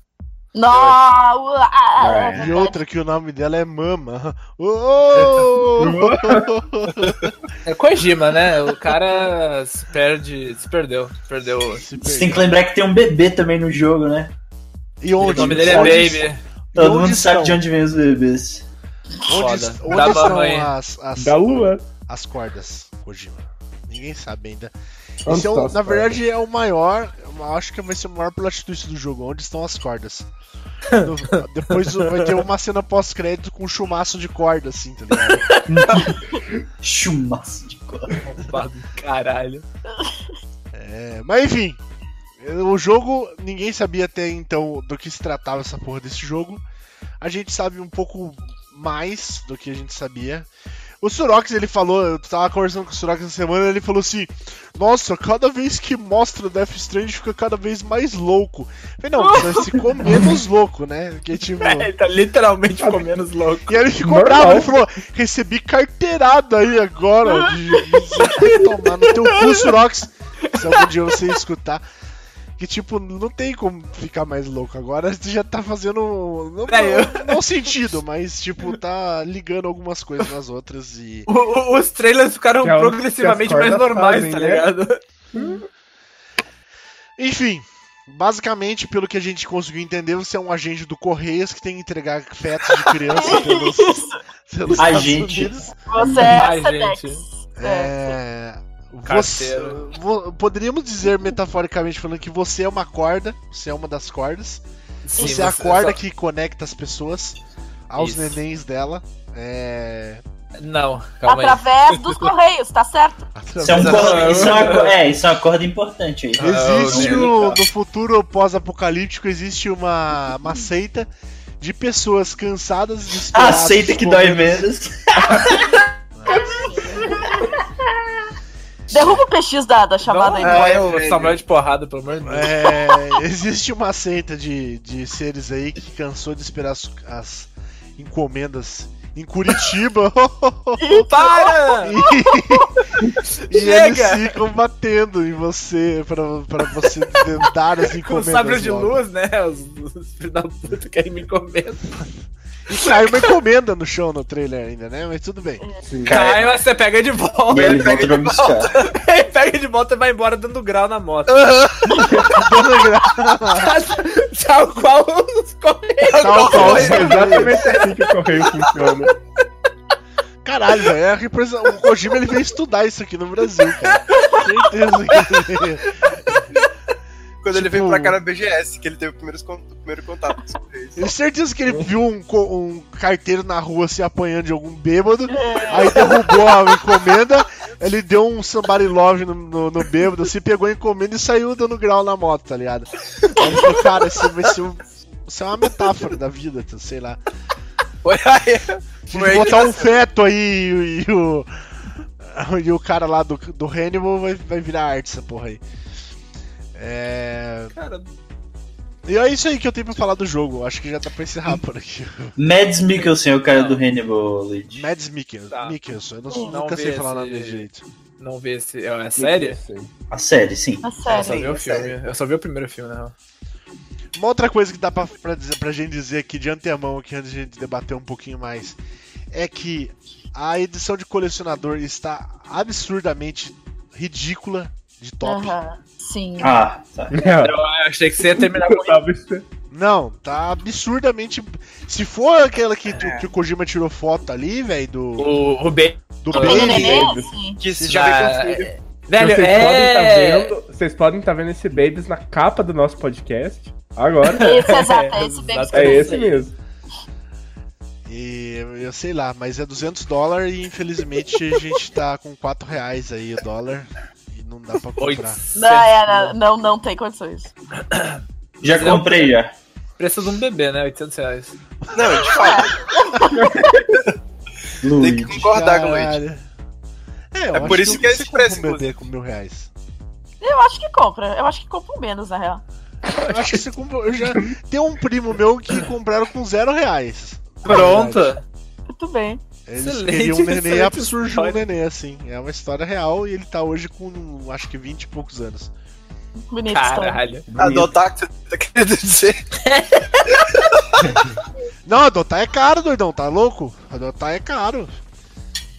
[SPEAKER 5] Não, ah, ah,
[SPEAKER 4] É.
[SPEAKER 5] é
[SPEAKER 2] E
[SPEAKER 5] verdade.
[SPEAKER 2] outra que o nome dela é Mama. Oh!
[SPEAKER 3] É Kojima, né? O cara se perde. Se perdeu. Perdeu.
[SPEAKER 2] Se
[SPEAKER 6] Você
[SPEAKER 2] perdeu.
[SPEAKER 6] tem que lembrar que tem um bebê também no jogo, né?
[SPEAKER 2] E
[SPEAKER 3] O
[SPEAKER 2] onde?
[SPEAKER 3] nome dele é
[SPEAKER 2] onde-
[SPEAKER 3] Baby.
[SPEAKER 2] e
[SPEAKER 6] Todo mundo
[SPEAKER 2] onde
[SPEAKER 6] sabe
[SPEAKER 2] estão?
[SPEAKER 6] de onde é vem os bebês.
[SPEAKER 2] Onde,
[SPEAKER 3] Foda.
[SPEAKER 2] onde
[SPEAKER 3] Da
[SPEAKER 2] estão
[SPEAKER 3] mamãe.
[SPEAKER 2] as, as,
[SPEAKER 4] Da Lua.
[SPEAKER 2] as cordas, Kojima? Ninguém sabe ainda.
[SPEAKER 4] Onde
[SPEAKER 2] Esse é o-
[SPEAKER 4] estão as
[SPEAKER 2] na verdade, é o maior. eu Acho que vai ser o maior plot twist do jogo. Onde estão as cordas? No- depois vai ter uma cena pós-crédito com um chumaço de corda, assim, tá ligado?
[SPEAKER 6] Chumaço de cor.
[SPEAKER 3] Arrombado do Caralho.
[SPEAKER 2] É, mas enfim. O jogo, ninguém sabia até então do que se tratava essa porra desse jogo. A gente sabe um pouco mais do que a gente sabia. O Surox, ele falou, eu tava conversando com o Surox essa semana, ele falou assim: Nossa, cada vez que mostra o Death Strand fica cada vez mais louco. Eu falei, não, mas ficou menos louco, né? Porque, tipo.
[SPEAKER 3] Ele tá literalmente comendo os loucos.
[SPEAKER 2] E aí ele ficou
[SPEAKER 4] Normal.
[SPEAKER 2] bravo, ele falou: recebi carteirada aí agora de, de tomar no teu cu, Surox. Se algum dia você escutar. Que tipo, não tem como ficar mais louco agora, você já tá fazendo. Não,
[SPEAKER 3] É,
[SPEAKER 2] não, não sentido, mas tipo, tá ligando algumas coisas nas outras e.
[SPEAKER 3] O- o- os trailers ficaram
[SPEAKER 4] Que é o-
[SPEAKER 3] progressivamente
[SPEAKER 4] que as
[SPEAKER 3] mais
[SPEAKER 4] cordas
[SPEAKER 3] normais,
[SPEAKER 4] fazem,
[SPEAKER 3] tá
[SPEAKER 4] né?
[SPEAKER 3] ligado?
[SPEAKER 2] Enfim, basicamente, pelo que a gente conseguiu entender, você é um agente do Correios que tem que entregar fetos de criança pelos, pelos
[SPEAKER 6] Agente.
[SPEAKER 5] Você é
[SPEAKER 3] Ai,
[SPEAKER 5] Sedex. É.
[SPEAKER 2] É. Você,
[SPEAKER 3] Carteiro.
[SPEAKER 2] vo- poderíamos dizer metaforicamente falando que você é uma corda, você é uma das cordas,
[SPEAKER 3] Sim,
[SPEAKER 2] você é a corda
[SPEAKER 3] só-
[SPEAKER 2] que conecta as pessoas aos
[SPEAKER 3] Isso.
[SPEAKER 2] nenéns dela. É.
[SPEAKER 3] Não, calma aí.
[SPEAKER 5] Através dos correios, tá certo?
[SPEAKER 6] Isso é, um cor- isso é uma cor- é, isso é uma corda importante aí.
[SPEAKER 2] Existe
[SPEAKER 6] Ah,
[SPEAKER 2] o-
[SPEAKER 6] né?
[SPEAKER 2] no futuro pós-apocalíptico existe uma, uma seita de pessoas cansadas de
[SPEAKER 6] Ah, Aceita que dói menos.
[SPEAKER 5] Derruba o PX da, da chamada
[SPEAKER 3] Não, né?
[SPEAKER 5] aí.
[SPEAKER 7] é.
[SPEAKER 3] não, eu,
[SPEAKER 7] velho.
[SPEAKER 3] Samuel de porrada, pelo amor de Deus.
[SPEAKER 2] É, existe uma seita de, de seres aí que cansou de esperar as, as encomendas em Curitiba
[SPEAKER 3] Para!
[SPEAKER 2] e, e eles
[SPEAKER 3] Chega!
[SPEAKER 2] ficam batendo em você pra, pra você tentar as
[SPEAKER 3] Com
[SPEAKER 2] encomendas.
[SPEAKER 3] sabre de
[SPEAKER 2] logo.
[SPEAKER 3] luz, né? Os, os filhos da puta querem me comer.
[SPEAKER 2] E caiu uma encomenda no chão no trailer ainda, né? Mas tudo bem.
[SPEAKER 6] Sim.
[SPEAKER 3] Cai, mas você pega de
[SPEAKER 6] E
[SPEAKER 3] volta.
[SPEAKER 6] ele volta pra buscar.
[SPEAKER 3] Ele pega de volta e vai embora dando grau na moto. Tal qual os correios.
[SPEAKER 2] Tal qual os
[SPEAKER 4] É exatamente assim que o correio funciona.
[SPEAKER 2] Caralho, velho. é a represa- O Kojima ele veio estudar isso aqui no Brasil, cara. Certeza que ele veio.
[SPEAKER 7] Quando ele
[SPEAKER 2] Tipo-
[SPEAKER 7] veio pra cá na BGS, que ele teve o primeiro, con- o primeiro contato com os reis.
[SPEAKER 2] Tenho certeza que ele viu um, co- um carteiro na rua se apanhando de algum bêbado,
[SPEAKER 7] É.
[SPEAKER 2] aí derrubou a encomenda, ele deu um somebody love no, no, no bêbado, se pegou a encomenda e saiu dando grau na moto, tá ligado? Aí ele falou, cara, isso vai ser um- Isso é uma metáfora da vida, tá? sei lá.
[SPEAKER 7] Olha aí.
[SPEAKER 2] Se
[SPEAKER 7] Foi aí que
[SPEAKER 2] botar
[SPEAKER 7] tá-
[SPEAKER 2] um feto aí e, e o. E o cara lá do, do Hannibal vai, vai virar arte essa porra aí. É.
[SPEAKER 3] Cara,
[SPEAKER 2] E é isso aí que eu tenho pra falar do jogo. Acho que já tá pra encerrar por aqui.
[SPEAKER 6] Mads Mikkelsen é o cara do Hannibal, Luigi.
[SPEAKER 2] Mads Mikkelsen.
[SPEAKER 3] Tá.
[SPEAKER 2] Mikkelsen. Eu não,
[SPEAKER 3] Não
[SPEAKER 2] nunca sei
[SPEAKER 3] vê
[SPEAKER 2] falar o nome
[SPEAKER 3] esse-
[SPEAKER 2] dele direito.
[SPEAKER 3] não vê se. É é série?
[SPEAKER 6] A série, sim.
[SPEAKER 5] Na
[SPEAKER 3] Eu só
[SPEAKER 5] série.
[SPEAKER 3] vi é o filme. Eu só vi o primeiro filme, né?
[SPEAKER 2] Uma outra coisa que dá pra, pra, dizer, pra gente dizer aqui de antemão, aqui antes de a gente debater um pouquinho mais, é que a edição de colecionador está absurdamente ridícula de top.
[SPEAKER 5] Aham, Sim.
[SPEAKER 6] Ah, tá.
[SPEAKER 4] É,
[SPEAKER 3] Eu achei que você ia terminar
[SPEAKER 4] eu
[SPEAKER 3] com
[SPEAKER 4] tava esper-
[SPEAKER 2] Não, tá absurdamente. Se for aquela que, tu- que o Kojima tirou foto ali, velho, do,
[SPEAKER 3] É. o, o Ben.
[SPEAKER 2] do
[SPEAKER 3] Do
[SPEAKER 5] Do
[SPEAKER 2] Bane,
[SPEAKER 5] neném,
[SPEAKER 4] lembro.
[SPEAKER 5] sim.
[SPEAKER 7] Que se
[SPEAKER 5] é
[SPEAKER 7] já
[SPEAKER 5] um
[SPEAKER 7] veio com o filho.
[SPEAKER 3] Velho,
[SPEAKER 4] vocês,
[SPEAKER 3] é.
[SPEAKER 4] podem tá vendo, vocês podem estar vendo esse Babies na capa do nosso podcast agora.
[SPEAKER 5] Esse, exato, é esse bem que
[SPEAKER 4] É
[SPEAKER 5] eu
[SPEAKER 4] esse
[SPEAKER 5] sei.
[SPEAKER 4] mesmo.
[SPEAKER 3] é.
[SPEAKER 2] E eu sei lá, mas é 200 dólares e infelizmente a gente tá com 4 reais aí o dólar e não dá pra comprar.
[SPEAKER 5] Não, é, não, não, não tem condições.
[SPEAKER 6] Já comprei, já.
[SPEAKER 3] Preço de um bebê, né? 800 reais.
[SPEAKER 7] Não, de fato, tem que
[SPEAKER 6] Luigi.
[SPEAKER 7] concordar com o Luigi.
[SPEAKER 2] Caralho. É, eu
[SPEAKER 7] É
[SPEAKER 2] acho
[SPEAKER 7] por isso
[SPEAKER 2] eu
[SPEAKER 7] que é
[SPEAKER 2] não
[SPEAKER 7] esse
[SPEAKER 2] sei como
[SPEAKER 7] preço,
[SPEAKER 2] um bebê com mil reais.
[SPEAKER 5] Eu acho que compra. Eu acho que compra um menos, na real.
[SPEAKER 2] Eu acho que você comprou. Eu já tem um primo meu que compraram com zero reais.
[SPEAKER 3] Pronto.
[SPEAKER 5] Muito bem.
[SPEAKER 2] Eles
[SPEAKER 3] Excelente,
[SPEAKER 2] queriam um neném
[SPEAKER 3] excelente
[SPEAKER 2] e surgiu um
[SPEAKER 3] história.
[SPEAKER 2] neném, assim. É uma história real e ele tá hoje com acho que 20 e poucos anos.
[SPEAKER 5] Bonito história.
[SPEAKER 3] Caralho.
[SPEAKER 7] Adotar que você tá querendo dizer.
[SPEAKER 2] Não, adotar é caro, doidão, tá louco? Adotar é caro.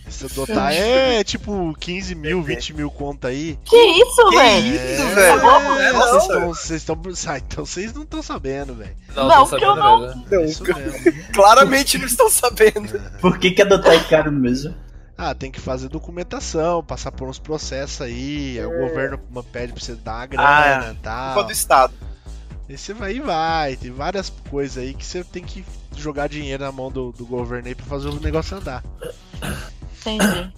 [SPEAKER 2] Se adotar é tipo 15 mil, 20 mil conta aí.
[SPEAKER 5] Que isso,
[SPEAKER 7] Que
[SPEAKER 5] velho?
[SPEAKER 7] É, isso,
[SPEAKER 2] É,
[SPEAKER 7] velho?
[SPEAKER 2] é,
[SPEAKER 7] Nossa,
[SPEAKER 2] Vocês estão. Vocês estão. Ah, então vocês não estão sabendo, velho.
[SPEAKER 3] Não,
[SPEAKER 5] Não,
[SPEAKER 3] tô
[SPEAKER 5] que eu
[SPEAKER 3] sabendo,
[SPEAKER 5] não-
[SPEAKER 3] velho.
[SPEAKER 2] É
[SPEAKER 7] Não,
[SPEAKER 2] isso mesmo.
[SPEAKER 7] claramente não estão sabendo.
[SPEAKER 6] Por que, que adotar é caro mesmo?
[SPEAKER 2] Ah, tem que fazer documentação, passar por uns processos aí, aí o governo ma- pede pra você dar a grana e
[SPEAKER 7] Culpa
[SPEAKER 2] tal.
[SPEAKER 7] do Estado.
[SPEAKER 2] E você vai e vai, tem várias coisas aí que você tem que jogar dinheiro na mão do, do governo aí pra fazer o negócio andar.
[SPEAKER 5] Entendi.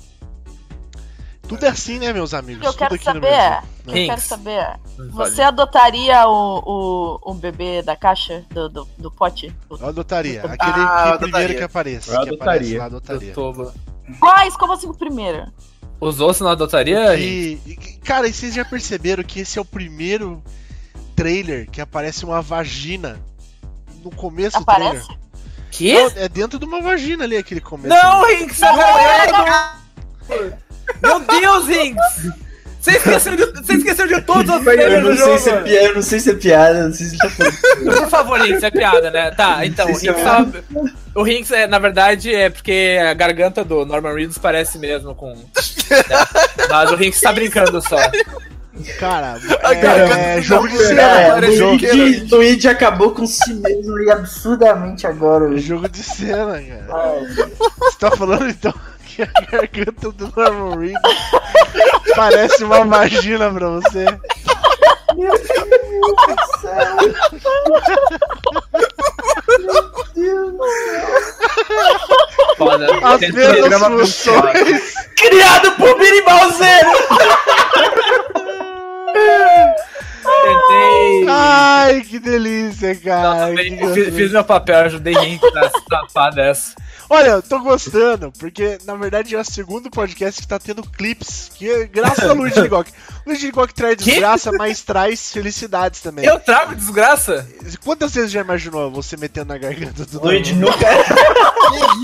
[SPEAKER 2] Tudo é assim, né, meus
[SPEAKER 5] O
[SPEAKER 2] amigos?
[SPEAKER 5] que eu
[SPEAKER 2] Tudo
[SPEAKER 5] quero
[SPEAKER 2] aqui no
[SPEAKER 5] saber
[SPEAKER 2] Brasil.
[SPEAKER 5] é. Eu quero
[SPEAKER 3] Hinks.
[SPEAKER 5] saber. é,
[SPEAKER 3] Não vale.
[SPEAKER 5] Você adotaria o, o, o bebê da caixa? Do, do, do pote?
[SPEAKER 2] Eu adotaria. Aquele
[SPEAKER 7] Ah,
[SPEAKER 2] que
[SPEAKER 7] eu
[SPEAKER 2] primeiro
[SPEAKER 7] adotaria.
[SPEAKER 2] que apareça.
[SPEAKER 4] Eu
[SPEAKER 2] que aparece
[SPEAKER 4] adotaria.
[SPEAKER 2] lá, adotaria.
[SPEAKER 3] Eu tô-
[SPEAKER 5] Quais? Como assim o primeiro?
[SPEAKER 3] Os ossos não adotaria? Hinks?
[SPEAKER 2] E, e- cara, e vocês já perceberam que esse é o primeiro trailer que aparece uma vagina no começo
[SPEAKER 5] Aparece?
[SPEAKER 2] do
[SPEAKER 3] Que?
[SPEAKER 2] trailer? Não, é dentro de uma vagina ali aquele começo. né?
[SPEAKER 3] Não, Rinks! é Meu Deus, Rinks! Você esqueceu, de, você esqueceu de todos os
[SPEAKER 6] Eu
[SPEAKER 3] trailers
[SPEAKER 6] não,
[SPEAKER 3] do
[SPEAKER 6] sei se é
[SPEAKER 3] jogo!
[SPEAKER 6] piada, eu não sei se é piada, eu não sei se ele tá falando.
[SPEAKER 3] Por favor, Rinks, é piada, né? Tá, então, o
[SPEAKER 6] Sim,
[SPEAKER 3] Rinks, tava- o Rinks é, na verdade, é porque a garganta do Norman Reedus parece mesmo com... né? Mas o Rinks tá brincando só.
[SPEAKER 2] Cara,
[SPEAKER 7] garganta
[SPEAKER 2] é, é
[SPEAKER 7] da
[SPEAKER 2] jogo de
[SPEAKER 7] mulher,
[SPEAKER 2] cena.
[SPEAKER 7] cara,
[SPEAKER 2] é Jogo,
[SPEAKER 6] Luigi, Luigi acabou com si mesmo e absurdamente agora.
[SPEAKER 2] é
[SPEAKER 6] Luigi.
[SPEAKER 2] jogo de cena, cara.
[SPEAKER 6] Ai,
[SPEAKER 2] Você tá falando então que a garganta do Norman Reedus parece uma vagina pra você?
[SPEAKER 6] Meu Deus do céu! Meu Deus do céu!
[SPEAKER 3] Foda.
[SPEAKER 2] As
[SPEAKER 3] Tem
[SPEAKER 2] mesmas
[SPEAKER 3] programa-
[SPEAKER 2] funções.
[SPEAKER 6] Criado por Birimbau Zero!
[SPEAKER 3] Tentei...
[SPEAKER 2] Ai, que delícia, cara. que
[SPEAKER 3] Fiz-
[SPEAKER 2] gostoso.
[SPEAKER 3] Fiz meu papel, ajudei Rinks a tapar dessa.
[SPEAKER 2] Olha, eu tô gostando, porque na verdade é o segundo podcast que tá tendo clips, que é graças a Luiz Ligoc. Luiz Ligoc traz
[SPEAKER 3] Que?
[SPEAKER 2] desgraça, mas traz felicidades também.
[SPEAKER 3] Eu trago desgraça?
[SPEAKER 2] Quantas vezes já imaginou você metendo na garganta do
[SPEAKER 6] Luigi
[SPEAKER 2] Norman?
[SPEAKER 6] nunca.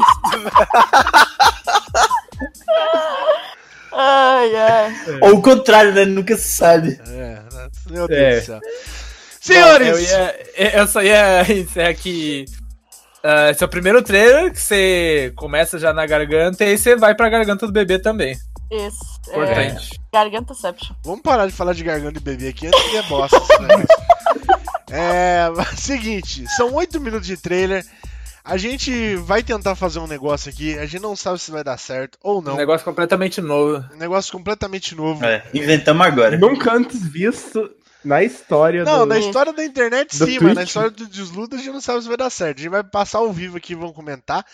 [SPEAKER 5] Ai, ai.
[SPEAKER 6] Ou o contrário, né? Nunca se sabe.
[SPEAKER 2] É, meu Deus
[SPEAKER 4] É.
[SPEAKER 2] do céu. Senhores!
[SPEAKER 3] Eu, ia, eu só ia encerrar que. ah, Ah, esse é o primeiro trailer que você começa já na garganta e aí você vai pra garganta do bebê também.
[SPEAKER 5] Esse. É,
[SPEAKER 3] Importante.
[SPEAKER 5] Gargantaception.
[SPEAKER 2] Vamos parar de falar de garganta e bebê aqui antes que é bosta esse negócio. É, mas seguinte, são 8 minutos de trailer. A gente vai tentar fazer um negócio aqui, a gente não sabe se vai dar certo ou não.
[SPEAKER 3] Um negócio completamente novo.
[SPEAKER 2] Um negócio completamente novo.
[SPEAKER 6] É, inventamos agora.
[SPEAKER 4] Nunca antes visto na história
[SPEAKER 2] Não,
[SPEAKER 4] do...
[SPEAKER 2] na história da internet
[SPEAKER 4] Do
[SPEAKER 2] sim, mas na
[SPEAKER 4] Twitch?
[SPEAKER 2] história do desludo a gente não sabe se vai dar certo. A gente vai passar ao vivo aqui e vão comentar.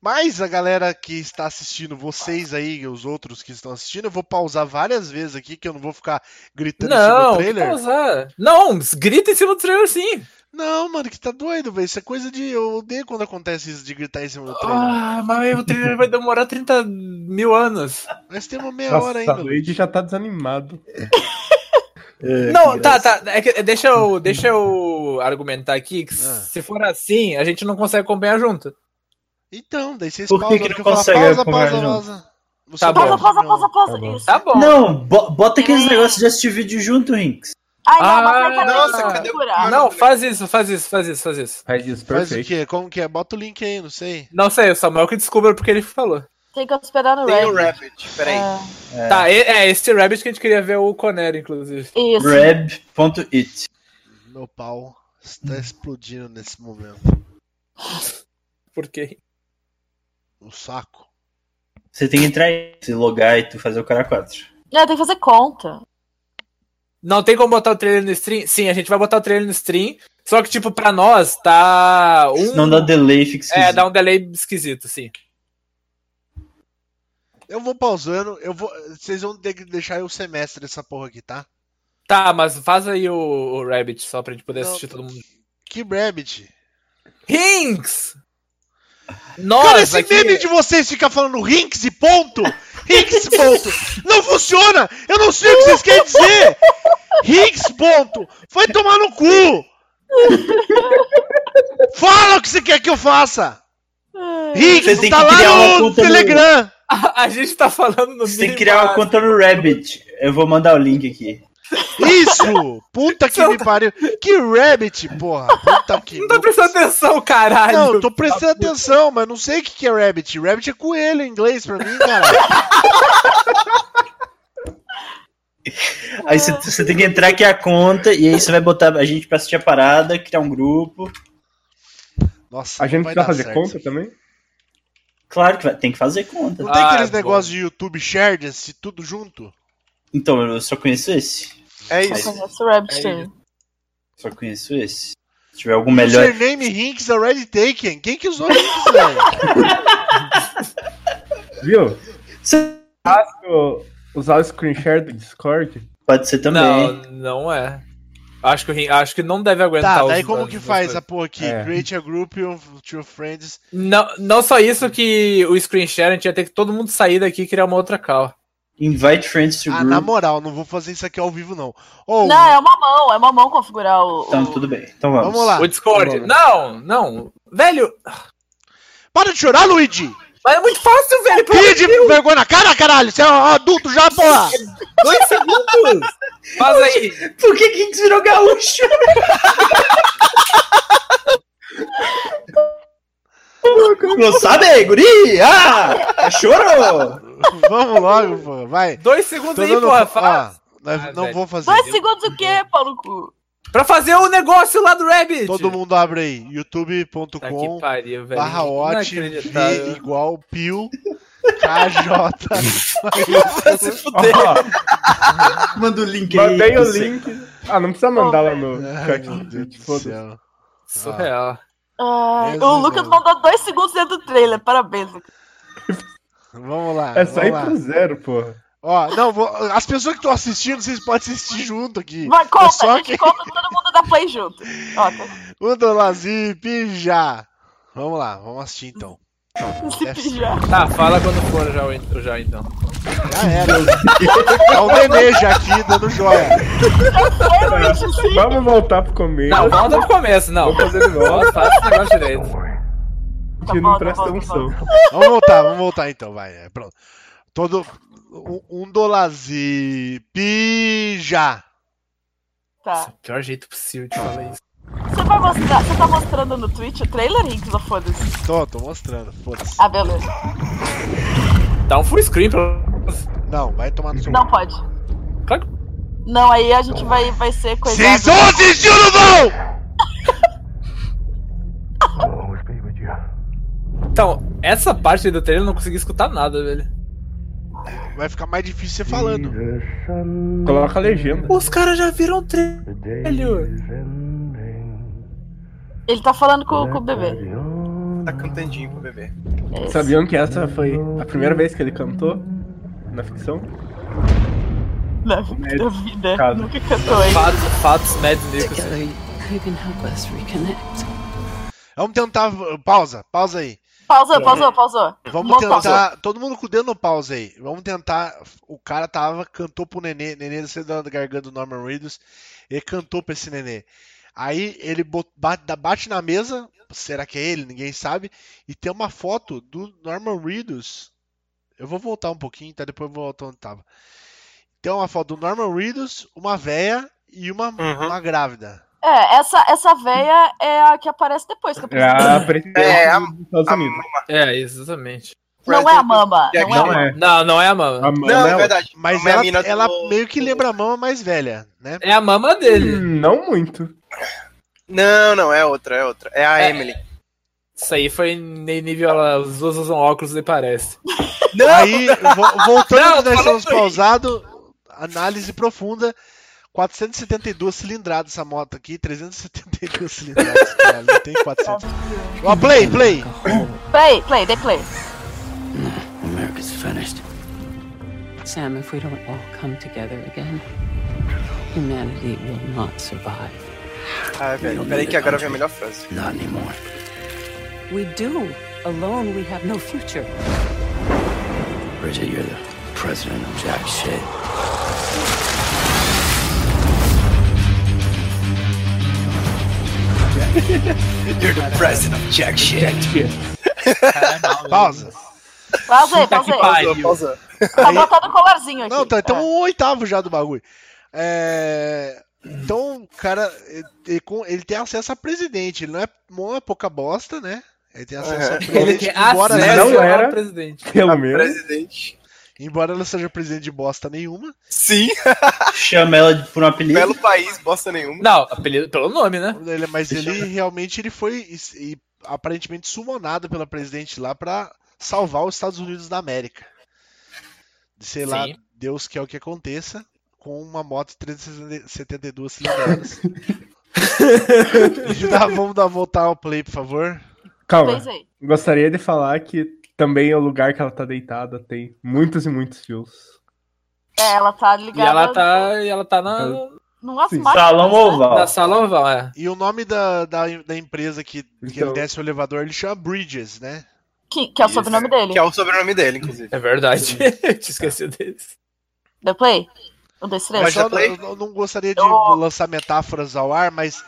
[SPEAKER 2] Mas a galera que está assistindo, vocês aí e os outros que estão assistindo, eu vou pausar várias vezes aqui, que eu não vou ficar
[SPEAKER 3] Tá
[SPEAKER 2] gritando em cima do
[SPEAKER 3] Não,
[SPEAKER 2] trailer.
[SPEAKER 3] que usar. Não, grita em cima do trailer sim.
[SPEAKER 2] Não, mano, que tá doido, velho. Isso é coisa de. Eu odeio quando acontece isso de gritar em cima do trailer.
[SPEAKER 3] Ah, mas o trailer vai demorar 30 mil anos.
[SPEAKER 2] Nós temos meia
[SPEAKER 4] Nossa,
[SPEAKER 2] hora
[SPEAKER 4] o
[SPEAKER 2] ainda.
[SPEAKER 4] Luigi já tá desanimado.
[SPEAKER 3] não, tá, tá. é que- deixa, eu, deixa eu argumentar aqui que
[SPEAKER 2] Ah.
[SPEAKER 3] se for assim, a gente não consegue acompanhar junto.
[SPEAKER 2] Então, daí vocês
[SPEAKER 6] Por que
[SPEAKER 2] pausam
[SPEAKER 6] que
[SPEAKER 2] aqui,
[SPEAKER 6] não
[SPEAKER 2] eu falo,
[SPEAKER 6] consegue
[SPEAKER 2] pausa,
[SPEAKER 6] acompanhar
[SPEAKER 2] pausa,
[SPEAKER 6] junto?
[SPEAKER 2] pausa. Você
[SPEAKER 3] Tá
[SPEAKER 2] pausa,
[SPEAKER 5] Pausa,
[SPEAKER 3] bom.
[SPEAKER 5] pausa,
[SPEAKER 4] Tá
[SPEAKER 5] pausa, pausa.
[SPEAKER 4] bom.
[SPEAKER 5] Isso.
[SPEAKER 3] Tá bom.
[SPEAKER 6] Não, bo- bota aqueles negócios de assistir vídeo junto, Rinks.
[SPEAKER 5] Ai, não, mas é
[SPEAKER 3] Ah,
[SPEAKER 5] vai parar de
[SPEAKER 3] nossa,
[SPEAKER 7] cadê o
[SPEAKER 5] procurar.
[SPEAKER 2] Ah,
[SPEAKER 7] cara?
[SPEAKER 3] Não, faz isso, faz isso, faz isso, faz isso.
[SPEAKER 4] Faz isso,
[SPEAKER 2] Faz o
[SPEAKER 4] perfeito.
[SPEAKER 2] quê? Como que é? Bota o link aí, não sei.
[SPEAKER 3] Não sei, o Samuel que descubra porque ele falou.
[SPEAKER 5] Tem que esperar no
[SPEAKER 7] Tem o
[SPEAKER 5] Red.
[SPEAKER 7] Rabbit, peraí.
[SPEAKER 5] É,
[SPEAKER 3] Tá, e- é esse Rabbit que a gente queria ver o Conner, inclusive.
[SPEAKER 5] Isso.
[SPEAKER 6] Grab.it.
[SPEAKER 2] Meu pau
[SPEAKER 6] Hum.
[SPEAKER 2] está explodindo nesse momento.
[SPEAKER 3] Por quê?
[SPEAKER 2] O saco.
[SPEAKER 6] Você tem que entrar aí, se logar e tu fazer o cara 4.
[SPEAKER 5] Não, É, tem que fazer conta.
[SPEAKER 3] Não tem como botar o trailer no stream? Sim, a gente vai botar o trailer no stream. Só que, tipo, pra nós, tá. Um...
[SPEAKER 6] Não dá
[SPEAKER 2] Hum.
[SPEAKER 6] delay, fica esquisito.
[SPEAKER 3] É, dá um delay esquisito, sim.
[SPEAKER 2] Eu vou pausando, eu vou. Vocês vão ter que deixar eu o semestre dessa porra aqui, tá?
[SPEAKER 3] Tá, mas faz aí o, o Rabbit só pra gente poder
[SPEAKER 2] Não.
[SPEAKER 3] assistir todo mundo.
[SPEAKER 2] Que Rabbit.
[SPEAKER 3] Rings!
[SPEAKER 2] Cara,
[SPEAKER 3] Nossa,
[SPEAKER 2] esse
[SPEAKER 3] que-
[SPEAKER 2] meme de vocês ficar falando Rinks e ponto! Rinks ponto! Não funciona! Eu não sei o que vocês querem dizer! Rinks ponto! Vai tomar no cu! Fala o que você quer que eu faça!
[SPEAKER 6] Você
[SPEAKER 2] Rinks,
[SPEAKER 6] tem
[SPEAKER 2] tá
[SPEAKER 6] que criar
[SPEAKER 2] lá
[SPEAKER 6] uma
[SPEAKER 2] no
[SPEAKER 6] conta no-
[SPEAKER 2] Telegram!
[SPEAKER 3] a gente tá falando no
[SPEAKER 6] Você tem que
[SPEAKER 3] mínimo,
[SPEAKER 6] criar uma
[SPEAKER 3] mas-
[SPEAKER 6] conta no Rabbit. Eu vou mandar o link aqui.
[SPEAKER 2] Isso! Puta que me pariu! Que rabbit, porra! Puta que.
[SPEAKER 3] Não tá prestando atenção, caralho.
[SPEAKER 2] Não, eu tô prestando atenção, mas não sei o que que é rabbit. Rabbit é coelho em inglês pra mim, cara.
[SPEAKER 6] Aí você-
[SPEAKER 3] Ah.
[SPEAKER 6] você tem que entrar aqui a conta e aí você vai botar a gente pra assistir a parada, criar um grupo.
[SPEAKER 2] Nossa,
[SPEAKER 4] A gente
[SPEAKER 2] vai
[SPEAKER 4] precisa
[SPEAKER 2] dar
[SPEAKER 4] fazer
[SPEAKER 2] certo.
[SPEAKER 4] conta também?
[SPEAKER 6] Claro que vai, tem que fazer conta.
[SPEAKER 2] Não tem
[SPEAKER 3] Ah,
[SPEAKER 2] aqueles
[SPEAKER 3] bom.
[SPEAKER 2] negócios de YouTube Shared, se tudo junto?
[SPEAKER 6] Então, eu só conheço esse.
[SPEAKER 7] É
[SPEAKER 5] Eu
[SPEAKER 7] isso.
[SPEAKER 5] conheço o Rabbit
[SPEAKER 3] É
[SPEAKER 5] também.
[SPEAKER 6] Só conheço esse. Se tiver algum melhor.
[SPEAKER 2] Username Rinks already taken. Quem que usou Rinks, velho?
[SPEAKER 4] Viu?
[SPEAKER 6] Você-
[SPEAKER 4] Eu- Usar o screen share do Discord?
[SPEAKER 6] Pode ser também.
[SPEAKER 3] Não, não é. Acho que, o Ring- acho que não deve aguentar.
[SPEAKER 2] Tá,
[SPEAKER 3] os-
[SPEAKER 2] daí como
[SPEAKER 3] as-
[SPEAKER 2] que
[SPEAKER 3] as
[SPEAKER 2] faz
[SPEAKER 3] coisas.
[SPEAKER 2] a porra aqui?
[SPEAKER 4] É.
[SPEAKER 2] Create a group of two friends.
[SPEAKER 3] Não, não só isso que o screen share, a gente ia ter que todo mundo sair daqui e criar uma outra call.
[SPEAKER 6] Invite friends to
[SPEAKER 2] Ah,
[SPEAKER 6] group.
[SPEAKER 2] na moral, não vou fazer isso aqui ao vivo, não. Ou,
[SPEAKER 5] Não, é uma mão, é uma mão configurar o.
[SPEAKER 6] Então,
[SPEAKER 5] o-
[SPEAKER 6] tudo bem. Então vamos.
[SPEAKER 2] vamos lá.
[SPEAKER 3] o
[SPEAKER 2] tá
[SPEAKER 3] Discord.
[SPEAKER 4] vamos
[SPEAKER 3] Não, não. Velho,
[SPEAKER 2] Para de chorar, Luigi!
[SPEAKER 3] mas é muito fácil, velho. Pelo
[SPEAKER 2] Pia de vergonha na cara, caralho! Você é um adulto já, porra!
[SPEAKER 3] dois segundos. Faz aí.
[SPEAKER 6] Por que Kings virou gaúcho? Não sabe, guri? Ah! Chorou!
[SPEAKER 2] Vamos logo, pô, vai.
[SPEAKER 3] Dois segundos
[SPEAKER 2] Tô
[SPEAKER 3] aí,
[SPEAKER 2] dando-
[SPEAKER 3] porra.
[SPEAKER 2] ó,
[SPEAKER 3] Faz.
[SPEAKER 2] nós
[SPEAKER 3] Ah,
[SPEAKER 2] não
[SPEAKER 3] velho.
[SPEAKER 2] vou fazer.
[SPEAKER 5] Dois segundos o quê, pau no cu?
[SPEAKER 3] Pra fazer o negócio lá do Rabbit.
[SPEAKER 2] Todo mundo abre aí,
[SPEAKER 3] Tá que
[SPEAKER 2] youtube.com
[SPEAKER 3] pariu, velho.
[SPEAKER 2] barra watch
[SPEAKER 3] Inacreditável.
[SPEAKER 2] v igual pio KJ.
[SPEAKER 3] Vai se fuder.
[SPEAKER 6] Manda o link aí.
[SPEAKER 4] Mandei o
[SPEAKER 6] você.
[SPEAKER 4] link. Ah, não precisa mandar lá no
[SPEAKER 2] Ai,
[SPEAKER 4] chat.
[SPEAKER 2] meu Deus
[SPEAKER 4] gente,
[SPEAKER 2] do
[SPEAKER 4] foda-se.
[SPEAKER 2] céu.
[SPEAKER 3] Surreal.
[SPEAKER 5] Ai,
[SPEAKER 2] Mesmo
[SPEAKER 5] o Lucas
[SPEAKER 2] não.
[SPEAKER 5] mandou dois segundos dentro do trailer, parabéns. Lucas.
[SPEAKER 2] Vamos lá.
[SPEAKER 4] É só
[SPEAKER 2] vamos
[SPEAKER 4] ir
[SPEAKER 2] lá.
[SPEAKER 4] pro zero, porra.
[SPEAKER 2] Ó, não, vou- as pessoas que estão assistindo, vocês podem assistir junto aqui.
[SPEAKER 5] Vai, conta,
[SPEAKER 2] É só
[SPEAKER 5] a gente conta todo mundo da Play junto. Ó, tá-
[SPEAKER 2] O Dolazir, pija. Vamos lá, vamos assistir então.
[SPEAKER 5] se pijar.
[SPEAKER 3] Tá, fala quando for já, o- já então.
[SPEAKER 2] Já era. Tá o nenê já aqui dando joia.
[SPEAKER 5] Tá Realmente, sim.
[SPEAKER 4] Vamos voltar pro começo.
[SPEAKER 3] Não, volta pro começo, não.
[SPEAKER 4] Vamos fazer de novo.
[SPEAKER 3] Volta, faz esse negócio direito.
[SPEAKER 5] tá
[SPEAKER 4] Que não presta um som.
[SPEAKER 2] Vamos voltar, vamos voltar então, vai. é, pronto. Todo. um- Um Dolazir, pija.
[SPEAKER 5] Tá.
[SPEAKER 3] Pior jeito possível de falar isso.
[SPEAKER 5] Você vai mostrar. Você tá mostrando no Twitch o trailer, Higgs, ou foda-se?
[SPEAKER 2] Tô, tô mostrando, foda-se.
[SPEAKER 5] Ah, beleza.
[SPEAKER 3] Dá um full screen pra.
[SPEAKER 2] Não, vai tomar no seu.
[SPEAKER 5] Não pode.
[SPEAKER 3] Claro que-
[SPEAKER 5] Não, aí a gente vai, vai ser coisa.
[SPEAKER 2] Vocês vão assistir ou não vão?
[SPEAKER 3] Então, essa parte aí do trailer eu não consegui escutar nada, velho.
[SPEAKER 2] Vai ficar mais difícil você falando.
[SPEAKER 4] Coloca a legenda.
[SPEAKER 3] Os caras já viram trailer.
[SPEAKER 5] Ele tá falando com, com o bebê.
[SPEAKER 7] Tá cantandinho pro bebê.
[SPEAKER 5] É isso.
[SPEAKER 4] Sabiam que essa foi a primeira vez que ele cantou? Na ficção?
[SPEAKER 5] Na na vida.
[SPEAKER 4] Cara.
[SPEAKER 5] Nunca cantou aí.
[SPEAKER 3] Fatos, fatos, Mad Nicholson.
[SPEAKER 8] Together, you can help us reconnect.
[SPEAKER 2] Vamos tentar. Pausa, pausa aí.
[SPEAKER 5] Pausou, pausou, pausou.
[SPEAKER 2] Vamos
[SPEAKER 5] Monta-
[SPEAKER 2] tentar. Todo mundo com o dedo no pause aí. Vamos tentar. O cara tava, cantou pro nenê, nenê desceu da garganta do Norman Reedus, ele cantou pra esse nenê. Aí ele bot- bate, dá- bate na mesa, será que é ele? Ninguém sabe. E tem uma foto do Norman Reedus. Eu vou voltar um pouquinho, tá? Depois eu vou voltar onde tava. Tem uma foto do Norman Reedus, uma véia e uma,
[SPEAKER 7] Uhum.
[SPEAKER 2] uma grávida.
[SPEAKER 5] É, essa, essa veia é a que aparece depois que eu
[SPEAKER 4] É
[SPEAKER 5] pensei.
[SPEAKER 3] Ah.
[SPEAKER 4] a presidente
[SPEAKER 7] É, a-
[SPEAKER 4] dos Estados
[SPEAKER 7] a-
[SPEAKER 4] Unidos.
[SPEAKER 3] É, exatamente.
[SPEAKER 5] Não é a mama.
[SPEAKER 7] Jack-
[SPEAKER 5] Não é a
[SPEAKER 4] Não
[SPEAKER 5] mama.
[SPEAKER 4] é.
[SPEAKER 3] Não, não é a mama.
[SPEAKER 4] A mama
[SPEAKER 7] Não, é
[SPEAKER 4] é-
[SPEAKER 7] verdade.
[SPEAKER 2] Mas
[SPEAKER 7] Como é a
[SPEAKER 2] ela,
[SPEAKER 7] mina do-
[SPEAKER 2] ela meio que lembra a mama mais velha, né?
[SPEAKER 3] É a mama dele.
[SPEAKER 4] Hum, Não muito.
[SPEAKER 7] Não, não, é outra, é outra. É a
[SPEAKER 3] É.
[SPEAKER 7] Emily.
[SPEAKER 3] Isso aí foi nem nível, ela- as duas usam um óculos e parece.
[SPEAKER 2] Aí, vo- voltando
[SPEAKER 3] Não,
[SPEAKER 2] onde nós
[SPEAKER 3] falou
[SPEAKER 2] estamos
[SPEAKER 3] pra mim.
[SPEAKER 2] pausados, análise profunda. 472 cilindradas essa moto aqui, 372 cilindradas, cara. Não tem 400. Ó, play, play.
[SPEAKER 3] é.
[SPEAKER 5] Play, play, dê play.
[SPEAKER 8] America's finished. Sam, if we don't all come together again, humanity will not survive.
[SPEAKER 7] Ah, velho, peraí que agora vem a melhor frase.
[SPEAKER 8] Not anymore. We do. Alone, we have no future.
[SPEAKER 9] Bridget, you're the president of Jack Shit.
[SPEAKER 7] You're the president of jack shit.
[SPEAKER 2] Pausa.
[SPEAKER 5] Pausa aí,
[SPEAKER 3] Puta
[SPEAKER 5] pausa
[SPEAKER 3] que
[SPEAKER 5] aí.
[SPEAKER 3] pariu.
[SPEAKER 7] Pausa.
[SPEAKER 5] Tá
[SPEAKER 2] Aí-
[SPEAKER 5] botando o colarzinho aqui.
[SPEAKER 2] Não, tá, então
[SPEAKER 5] É.
[SPEAKER 2] um oitavo já do bagulho. É, Então, cara, ele- ele, com- ele tem acesso a presidente. Ele não é, não é pouca bosta, né? Ele tem acesso a
[SPEAKER 7] Uhum.
[SPEAKER 3] Ele
[SPEAKER 2] presidente.
[SPEAKER 3] tem
[SPEAKER 2] embora,
[SPEAKER 3] acesso
[SPEAKER 4] não
[SPEAKER 3] ao
[SPEAKER 4] era.
[SPEAKER 3] presidente.
[SPEAKER 4] Pelo menos.
[SPEAKER 7] Presidente.
[SPEAKER 2] embora ela seja presidente de bosta nenhuma.
[SPEAKER 7] Sim,
[SPEAKER 6] Chama ela por um apelido.
[SPEAKER 7] belo país, bosta nenhuma.
[SPEAKER 3] Não, apelido pelo nome, né?
[SPEAKER 2] Ele- mas
[SPEAKER 6] Deixa
[SPEAKER 2] ele realmente ele foi e- e aparentemente sumonado pela presidente lá pra salvar os Estados Unidos da América. Sei lá,
[SPEAKER 3] Sim.
[SPEAKER 2] Deus quer o que aconteça com uma moto 372 cilindradas. Deixa eu dar- vamos dar voltar ao play, por favor.
[SPEAKER 4] Calma.
[SPEAKER 5] Fez aí.
[SPEAKER 4] Gostaria de falar que também é o lugar que ela tá deitada tem muitos e muitos fios.
[SPEAKER 5] É, ela tá
[SPEAKER 3] E
[SPEAKER 5] ligada
[SPEAKER 3] ela tá, e ela tá na,
[SPEAKER 5] num asmático.
[SPEAKER 6] Salão
[SPEAKER 3] na
[SPEAKER 6] oval.
[SPEAKER 3] sala oval, é.
[SPEAKER 2] E o nome da, da, da empresa que, que ele
[SPEAKER 4] Então-
[SPEAKER 2] desce o elevador, ele chama Bridges, né?
[SPEAKER 5] Que, que é o sobrenome dele.
[SPEAKER 7] Que é o sobrenome dele, inclusive.
[SPEAKER 3] É verdade. Eu Te esqueci desse.
[SPEAKER 5] Deu play? Um, dois, três.
[SPEAKER 2] Eu
[SPEAKER 7] Mas
[SPEAKER 2] só
[SPEAKER 7] já play?
[SPEAKER 2] não, eu não gostaria de
[SPEAKER 5] Eu-
[SPEAKER 2] lançar metáforas ao ar, mas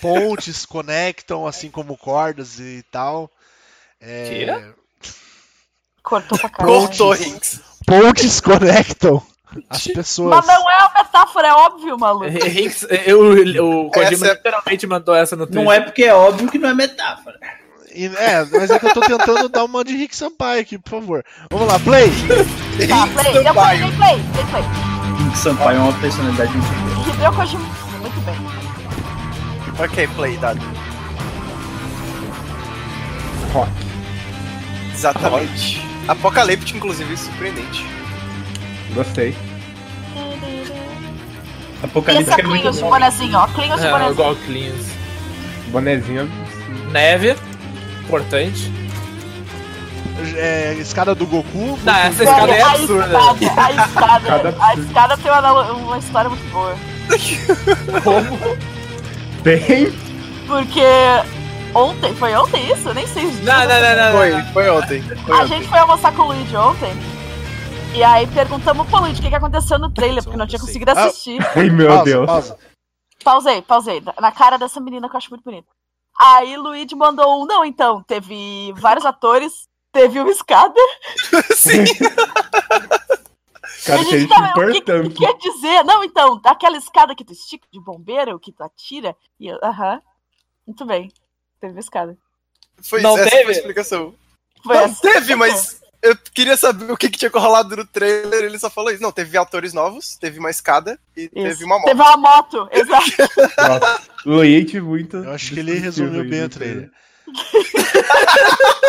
[SPEAKER 2] pontes conectam, assim como cordas e tal. É,
[SPEAKER 5] Cortou pra caralho.
[SPEAKER 7] Cortou, Hinks.
[SPEAKER 2] pontes conectam as pessoas.
[SPEAKER 5] Mas não é uma metáfora, é óbvio, maluco.
[SPEAKER 3] Hicks, é, eu, o Kojima
[SPEAKER 7] Essa-
[SPEAKER 3] literalmente mandou essa no Twitter.
[SPEAKER 6] Não é porque é óbvio que não é metáfora.
[SPEAKER 2] E- é, mas é que eu tô tentando dar uma de Rick Sampaio aqui, por favor. Vamos lá, play!
[SPEAKER 5] Tá, play. Deu play, deu play, deu play.
[SPEAKER 6] Pink Sampaio é uma personalidade incrível.
[SPEAKER 5] Hideo Kojima. Muito bem.
[SPEAKER 7] Ok, play, dado.
[SPEAKER 4] Rock.
[SPEAKER 7] Exatamente. Apocalipse, inclusive, surpreendente.
[SPEAKER 4] Gostei.
[SPEAKER 6] Apocalipse
[SPEAKER 5] Pensa
[SPEAKER 6] é muito
[SPEAKER 5] Clinhos de
[SPEAKER 6] bom.
[SPEAKER 5] bonezinho, ó. Clinhos de
[SPEAKER 3] É,
[SPEAKER 5] bonezinho.
[SPEAKER 3] igual Cleans.
[SPEAKER 4] Bonezinho.
[SPEAKER 3] Neve. Importante.
[SPEAKER 2] É, escada do Goku.
[SPEAKER 3] Não, essa
[SPEAKER 5] Velho,
[SPEAKER 3] escada é
[SPEAKER 5] a
[SPEAKER 3] absurda. é
[SPEAKER 5] escada, a escada,
[SPEAKER 4] Escada
[SPEAKER 5] a escada tem uma, analo- uma história muito boa.
[SPEAKER 4] Tem.
[SPEAKER 5] Porque ontem, foi ontem isso? Eu Nem sei.
[SPEAKER 3] Não, não, não, não. não.
[SPEAKER 7] Foi, foi ontem. Foi
[SPEAKER 5] A
[SPEAKER 7] ontem.
[SPEAKER 5] gente foi almoçar com o Luigi ontem. E aí perguntamos pro Luigi o que, que aconteceu no trailer, porque eu não tinha conseguido
[SPEAKER 3] Ah,
[SPEAKER 5] assistir.
[SPEAKER 4] Ai, meu
[SPEAKER 2] Pausa,
[SPEAKER 4] Deus.
[SPEAKER 2] pausa.
[SPEAKER 5] Pausei, pausei. Na cara dessa menina que eu acho muito bonita. Aí Luigi mandou um. Não, então, teve vários atores, teve uma escada.
[SPEAKER 7] Sim.
[SPEAKER 4] Cara,
[SPEAKER 5] E a
[SPEAKER 4] que é
[SPEAKER 5] gente tava- o que- O
[SPEAKER 4] importante.
[SPEAKER 5] que quer dizer? Não, então, daquela escada que tu estica de bombeiro, que tu atira. E eu- aham. Muito bem. Teve a escada.
[SPEAKER 7] Foi
[SPEAKER 3] Não
[SPEAKER 7] isso, essa
[SPEAKER 3] teve?
[SPEAKER 7] foi a explicação.
[SPEAKER 5] Foi assim.
[SPEAKER 7] não
[SPEAKER 5] essa.
[SPEAKER 7] teve, mas eu queria saber o que, que tinha rolado no trailer. Ele só falou isso. Não, teve atores novos, teve uma escada e
[SPEAKER 5] Isso.
[SPEAKER 7] teve uma moto.
[SPEAKER 5] Teve uma moto, exato.
[SPEAKER 4] Nossa, Leite muito.
[SPEAKER 2] Eu acho que ele resumiu bem o trailer.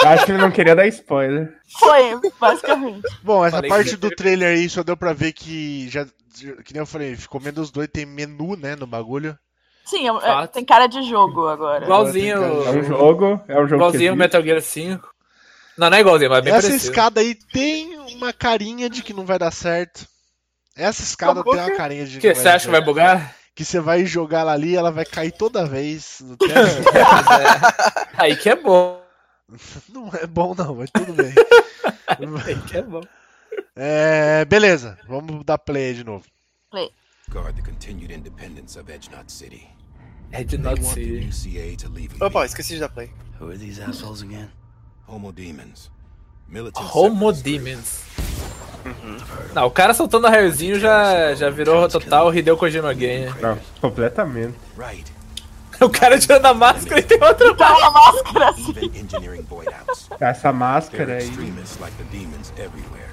[SPEAKER 4] Acho que ele não queria dar spoiler.
[SPEAKER 5] Foi, basicamente.
[SPEAKER 2] Bom, essa
[SPEAKER 7] Falei
[SPEAKER 2] parte
[SPEAKER 7] que-
[SPEAKER 2] do trailer aí só deu pra ver que já. Que nem eu falei, ficou menos dois, tem menu, né, no bagulho.
[SPEAKER 5] Sim, é- é-
[SPEAKER 3] Fato.
[SPEAKER 5] tem cara de jogo agora.
[SPEAKER 3] Igualzinho.
[SPEAKER 4] É um jogo, é um jogo
[SPEAKER 3] Igualzinho
[SPEAKER 4] que
[SPEAKER 3] Metal Gear 5. Não, não é igualzinho, mas é bem
[SPEAKER 2] Essa
[SPEAKER 3] parecido.
[SPEAKER 2] escada aí tem uma carinha de que não vai dar certo. Essa escada tem uma carinha de
[SPEAKER 3] O que,
[SPEAKER 2] não
[SPEAKER 3] você
[SPEAKER 2] dar
[SPEAKER 3] acha que vai
[SPEAKER 2] certo.
[SPEAKER 3] bugar?
[SPEAKER 2] Que você vai jogar ela ali, ela vai cair toda vez. no teto.
[SPEAKER 3] Aí que é bom.
[SPEAKER 2] não é bom não, mas tudo bem.
[SPEAKER 3] Aí que é bom.
[SPEAKER 2] É, beleza, vamos dar play aí de novo.
[SPEAKER 9] Guard the continued independence of Edgenot City.
[SPEAKER 3] É
[SPEAKER 9] They
[SPEAKER 3] de Not
[SPEAKER 9] want the
[SPEAKER 3] City.
[SPEAKER 9] UCA to leave.
[SPEAKER 7] Opa, esqueci de dar play.
[SPEAKER 9] Who are these assholes again? Homo demons. Militant
[SPEAKER 3] Homo Demons. Não, o cara soltando raiozinho já, já virou total Hideo Kojima Game.
[SPEAKER 4] é. Não, completamente.
[SPEAKER 9] Right.
[SPEAKER 3] O cara tirando a máscara e tem outra
[SPEAKER 5] Tá uma máscara assim.
[SPEAKER 9] Even engineering voidouts.
[SPEAKER 4] Essa
[SPEAKER 9] They're
[SPEAKER 4] máscara aí.
[SPEAKER 9] extremists like the demons everywhere.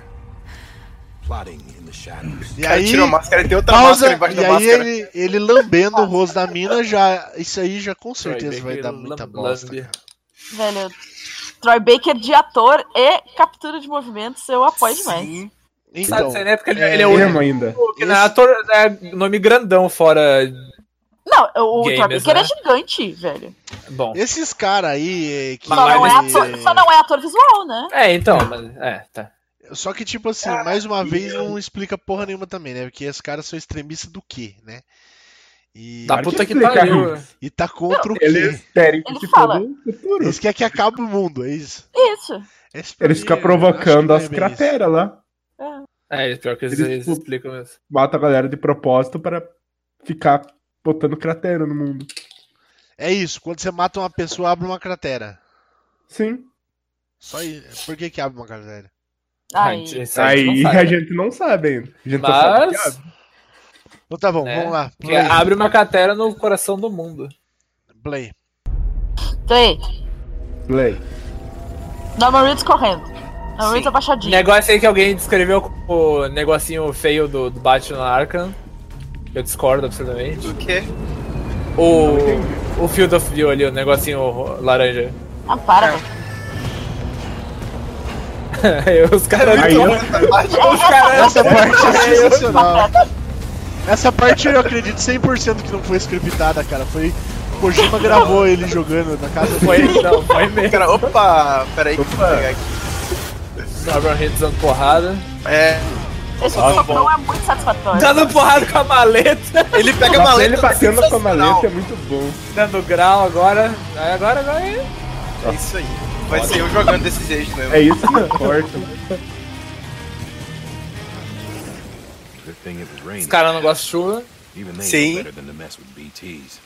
[SPEAKER 9] Plotting in the shadows.
[SPEAKER 2] E
[SPEAKER 7] O cara
[SPEAKER 2] aí,
[SPEAKER 7] tirou a máscara e tem outra
[SPEAKER 2] pausa,
[SPEAKER 7] máscara embaixo
[SPEAKER 2] e
[SPEAKER 7] da
[SPEAKER 2] aí
[SPEAKER 7] máscara.
[SPEAKER 2] ele, ele lambendo o rosto da mina, já, isso aí já com certeza vai dar muita bosta. cara.
[SPEAKER 5] Velho, Troy Baker de ator e captura de movimentos, eu apoio demais.
[SPEAKER 7] Sim.
[SPEAKER 3] Sabe,
[SPEAKER 2] Então,
[SPEAKER 3] você, né? Porque ele,
[SPEAKER 2] é,
[SPEAKER 3] ele é o
[SPEAKER 4] Emo ainda.
[SPEAKER 3] único, né? Ator, é nome grandão fora.
[SPEAKER 5] Não, o Troy
[SPEAKER 3] Games,
[SPEAKER 5] Baker
[SPEAKER 3] né?
[SPEAKER 5] é gigante, velho.
[SPEAKER 3] Bom.
[SPEAKER 2] esses caras aí eh, que.
[SPEAKER 5] Só não, é
[SPEAKER 3] mas-
[SPEAKER 5] ator, só não é ator visual, né?
[SPEAKER 3] É, então, mas. É, tá.
[SPEAKER 2] Só que, tipo assim, mais uma vez não explica porra nenhuma também, né? Porque esses caras são extremistas do quê, né? E,
[SPEAKER 3] Da
[SPEAKER 4] Claro
[SPEAKER 3] puta
[SPEAKER 4] que
[SPEAKER 3] que
[SPEAKER 4] explica,
[SPEAKER 3] pariu.
[SPEAKER 4] Hicks.
[SPEAKER 2] e tá contra o quê?
[SPEAKER 4] Eles querem que
[SPEAKER 5] Ele
[SPEAKER 4] se
[SPEAKER 5] fala.
[SPEAKER 4] foda o futuro.
[SPEAKER 2] Eles querem que acabe o mundo, é isso.
[SPEAKER 5] Isso.
[SPEAKER 2] Esse pra
[SPEAKER 4] Eles
[SPEAKER 2] mim,
[SPEAKER 4] ficam
[SPEAKER 2] eu
[SPEAKER 4] provocando
[SPEAKER 2] acho
[SPEAKER 4] as
[SPEAKER 2] que não é bem isso.
[SPEAKER 4] crateras lá.
[SPEAKER 3] É, pior que eles,
[SPEAKER 4] Eles-
[SPEAKER 3] eles explicam mesmo.
[SPEAKER 4] Mata a galera de propósito pra ficar botando cratera no mundo.
[SPEAKER 2] É isso, quando você mata uma pessoa, abre uma cratera.
[SPEAKER 4] Sim.
[SPEAKER 2] Só isso. Por que que abre uma cratera?
[SPEAKER 5] Aí.
[SPEAKER 3] Ah, isso aí
[SPEAKER 4] Aí
[SPEAKER 3] não
[SPEAKER 4] a
[SPEAKER 3] sabe.
[SPEAKER 4] gente tá não sabe ainda. A gente só sabe que
[SPEAKER 3] Mas.
[SPEAKER 2] Então tá bom,
[SPEAKER 3] É,
[SPEAKER 2] vamos lá.
[SPEAKER 3] que
[SPEAKER 2] Play.
[SPEAKER 3] abre uma cratera no coração do mundo.
[SPEAKER 2] play.
[SPEAKER 5] Então aí,
[SPEAKER 4] Play.
[SPEAKER 5] Norman Reedus correndo. Norman Reedus abaixadinho.
[SPEAKER 3] Negócio aí que alguém descreveu com o negocinho feio do, do Batman Arkham. Eu discordo absolutamente.
[SPEAKER 7] O quê?
[SPEAKER 3] O. O Field of View ali, o negocinho ro- laranja.
[SPEAKER 5] Ah, para, velho.
[SPEAKER 3] É. Aí Os caras.
[SPEAKER 4] Aí eu-
[SPEAKER 3] Os caras.
[SPEAKER 2] Essa parte é sensacional. Essa parte eu acredito 100% que não foi scriptada, cara. Foi. Kojima gravou ele jogando na casa
[SPEAKER 3] Foi, não, foi mesmo.
[SPEAKER 7] Cara, opa, peraí. que eu vou pegar aqui.
[SPEAKER 3] Norman Reedus dando porrada.
[SPEAKER 7] É,
[SPEAKER 5] Esse
[SPEAKER 7] Ah,
[SPEAKER 5] socão é muito satisfatório.
[SPEAKER 3] Tá Dando porrada com a maleta.
[SPEAKER 7] ele pega a
[SPEAKER 4] Nossa,
[SPEAKER 7] maleta.
[SPEAKER 4] ele batendo com a
[SPEAKER 7] sensacional.
[SPEAKER 4] maleta é muito bom.
[SPEAKER 3] Dando grau agora. Aí Agora, agora aí.
[SPEAKER 7] É isso aí. Vai ser eu jogando desse jeito mesmo.
[SPEAKER 4] É isso que importa.
[SPEAKER 9] Good thing it was
[SPEAKER 3] Os
[SPEAKER 9] raining.
[SPEAKER 3] caras não gostam de chuva.
[SPEAKER 9] Even they
[SPEAKER 7] Sim.
[SPEAKER 9] know better than to mess with BTs.